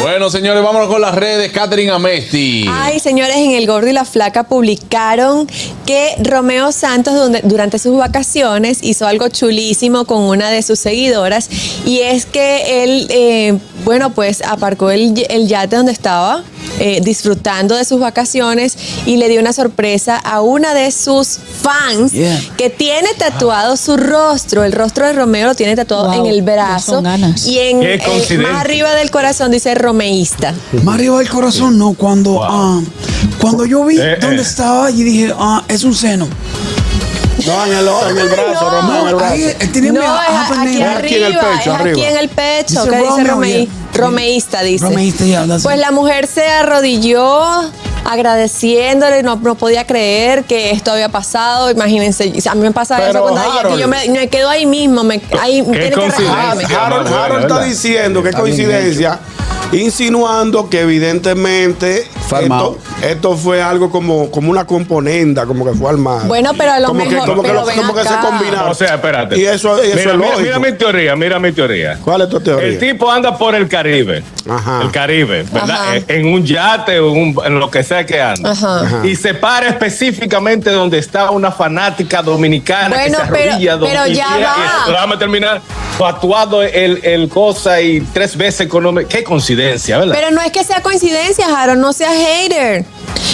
[SPEAKER 3] Bueno, señores, vámonos con las redes. Catherine Amesti.
[SPEAKER 5] Ay, señores, en El Gordo y la Flaca publicaron que Romeo Santos donde- durante sus vacaciones hizo algo chulísimo con una de sus seguidoras y es que él, eh, bueno, pues aparcó el, y- el yate donde estaba eh, disfrutando de sus vacaciones y le dio una sorpresa a una de sus fans
[SPEAKER 1] Yeah.
[SPEAKER 5] que tiene tatuado su rostro. El rostro de Romeo lo tiene tatuado en el brazo y en
[SPEAKER 1] Qué
[SPEAKER 5] eh,
[SPEAKER 1] coincidencia.
[SPEAKER 5] más arriba del corazón dice romeísta.
[SPEAKER 1] Mario del corazón, no, cuando, ah, cuando yo vi
[SPEAKER 5] Eh,
[SPEAKER 1] dónde
[SPEAKER 5] eh.
[SPEAKER 1] estaba y dije, ah, es un seno.
[SPEAKER 4] No, en el, en el brazo, Romeo, en el brazo.
[SPEAKER 1] ahí, eh, tiene
[SPEAKER 5] No, es
[SPEAKER 1] mi- ah,
[SPEAKER 5] a- aquí
[SPEAKER 1] pendejo.
[SPEAKER 5] arriba, es aquí en el pecho,
[SPEAKER 1] Dice
[SPEAKER 5] que dice
[SPEAKER 1] Romeo,
[SPEAKER 5] Romei-
[SPEAKER 1] yeah.
[SPEAKER 5] romeísta, dice.
[SPEAKER 1] Romeísta, yeah, that's
[SPEAKER 5] pues
[SPEAKER 1] it.
[SPEAKER 5] la mujer se arrodilló agradeciéndole, no, no podía creer que esto había pasado, imagínense, a mí me pasa
[SPEAKER 4] Pero,
[SPEAKER 5] eso cuando hay días que yo me, me quedo ahí mismo, me, ahí tiene que rajarme.
[SPEAKER 4] Ah, Harold, Harold está diciendo que coincidencia, insinuando que evidentemente esto, esto fue algo como, como una componenda, como que fue armado.
[SPEAKER 5] Bueno, pero a lo
[SPEAKER 4] como
[SPEAKER 5] mejor,
[SPEAKER 4] que, como que
[SPEAKER 5] pero
[SPEAKER 4] lo-
[SPEAKER 5] ven
[SPEAKER 4] como que se
[SPEAKER 5] acá.
[SPEAKER 4] combinaron.
[SPEAKER 8] O sea, espérate.
[SPEAKER 4] Y eso, y eso
[SPEAKER 8] mira,
[SPEAKER 4] es
[SPEAKER 8] mira,
[SPEAKER 4] lógico.
[SPEAKER 8] mira mi teoría, mira mi teoría.
[SPEAKER 4] ¿Cuál es tu teoría?
[SPEAKER 8] El tipo anda por el Caribe. El Caribe,
[SPEAKER 4] Ajá.
[SPEAKER 8] ¿verdad? En- En un yate o un- en lo que sea que anda.
[SPEAKER 5] Ajá. Ajá.
[SPEAKER 8] Y se para específicamente donde está una fanática dominicana
[SPEAKER 5] Bueno,
[SPEAKER 8] que se
[SPEAKER 5] pero-
[SPEAKER 8] arrodilla donde
[SPEAKER 5] pero ya
[SPEAKER 8] y- y-
[SPEAKER 5] va.
[SPEAKER 8] y- Déjame terminar. Tatuado el, el cosa y tres veces económico. Qué coincidencia, ¿verdad?
[SPEAKER 5] Pero no es que sea coincidencia, Harold, no sea hater.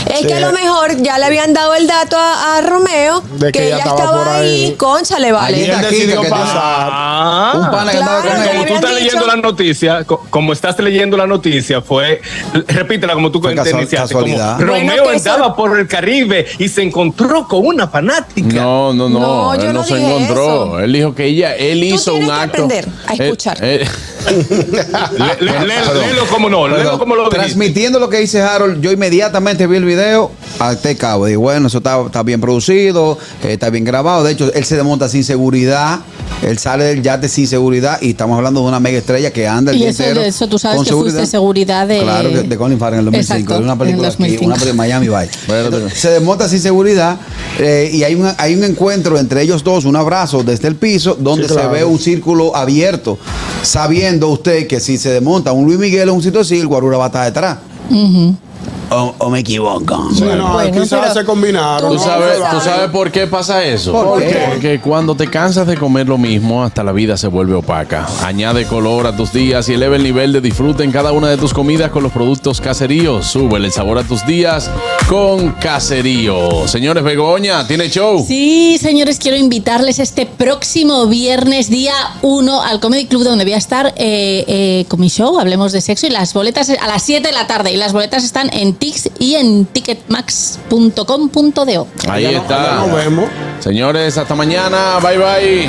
[SPEAKER 5] Es
[SPEAKER 8] Sí.
[SPEAKER 5] que a lo mejor ya le habían dado el dato a, a Romeo
[SPEAKER 8] De que
[SPEAKER 5] que,
[SPEAKER 8] ella
[SPEAKER 5] ella
[SPEAKER 8] estaba
[SPEAKER 5] estaba,
[SPEAKER 8] por
[SPEAKER 5] ahí.
[SPEAKER 8] ahí.
[SPEAKER 5] Concha, le vale.
[SPEAKER 8] Ahí está Kika, que tiene- Ah.
[SPEAKER 5] Un pana que Claro, andaba con
[SPEAKER 8] Pero
[SPEAKER 5] él.
[SPEAKER 8] Como
[SPEAKER 5] le
[SPEAKER 8] tú estás
[SPEAKER 5] habían
[SPEAKER 8] leyendo la noticia, co- como estás leyendo la noticia, fue, repítela como tú
[SPEAKER 6] Fue
[SPEAKER 8] cuenta-
[SPEAKER 6] casual-
[SPEAKER 8] iniciaste, como
[SPEAKER 6] casualidad.
[SPEAKER 8] Romeo andaba por el Caribe y se encontró con una fanática.
[SPEAKER 3] No, no, Oh, no.
[SPEAKER 8] No, yo
[SPEAKER 3] él no,
[SPEAKER 8] no
[SPEAKER 3] se
[SPEAKER 8] dije
[SPEAKER 3] encontró.
[SPEAKER 8] eso.
[SPEAKER 3] Él dijo que ella, él hizo un acto.
[SPEAKER 5] aprender a escuchar.
[SPEAKER 3] Eh, Ah, eh,
[SPEAKER 8] Le- le- le-
[SPEAKER 6] Perdón.
[SPEAKER 8] léelo como no, léelo
[SPEAKER 6] Perdón.
[SPEAKER 8] como lo dijiste.
[SPEAKER 6] Transmitiendo lo que dice Harold, yo inmediatamente vi el video, acté cabo. Dije, bueno, eso está, está bien producido, eh, está bien grabado. De hecho, él se desmonta sin seguridad. Él sale del yate sin seguridad y estamos hablando de una mega estrella que anda el
[SPEAKER 7] Y
[SPEAKER 6] día
[SPEAKER 7] eso,
[SPEAKER 6] entero
[SPEAKER 7] de eso tú sabes
[SPEAKER 6] con
[SPEAKER 7] que fuiste seguridad de.
[SPEAKER 6] Claro, de, de Colin Farrell en el 2005.
[SPEAKER 7] Exacto,
[SPEAKER 6] de una
[SPEAKER 7] en
[SPEAKER 6] película,
[SPEAKER 7] el 2005.
[SPEAKER 6] aquí, una película de Miami Vice. Entonces, se desmonta sin seguridad eh, y hay un, hay un encuentro entre ellos dos, un abrazo desde el piso, donde
[SPEAKER 4] Sí, claro.
[SPEAKER 6] se ve un círculo abierto, sabiendo usted que si se desmonta un Luis Miguel en un sitio así, el Guarura va a estar detrás.
[SPEAKER 7] Ujú.
[SPEAKER 6] O, o me equivoco.
[SPEAKER 4] Sí, no, quizás se combinaron.
[SPEAKER 3] ¿Tú
[SPEAKER 4] no,
[SPEAKER 3] sabes,
[SPEAKER 4] no
[SPEAKER 3] ¿Tú sabes por qué pasa eso?
[SPEAKER 4] ¿Por
[SPEAKER 3] Porque,
[SPEAKER 4] qué?
[SPEAKER 3] porque cuando te cansas de comer lo mismo, hasta la vida se vuelve opaca. Añade color a tus días y eleva el nivel de disfrute en cada una de tus comidas con los productos caseríos. Súbele el sabor a tus días con caserío. Señores, Begoña, ¿tiene show?
[SPEAKER 7] Sí, señores, quiero invitarles este próximo viernes, día 1, al Comedy Club, donde voy a estar eh, eh, con mi show, hablemos de sexo, y las boletas a las 7 de la tarde. Y las boletas están en Tix y en ticketmax.com.do.
[SPEAKER 3] Ahí está. Nos
[SPEAKER 4] vemos.
[SPEAKER 3] Señores, hasta mañana. Bye bye.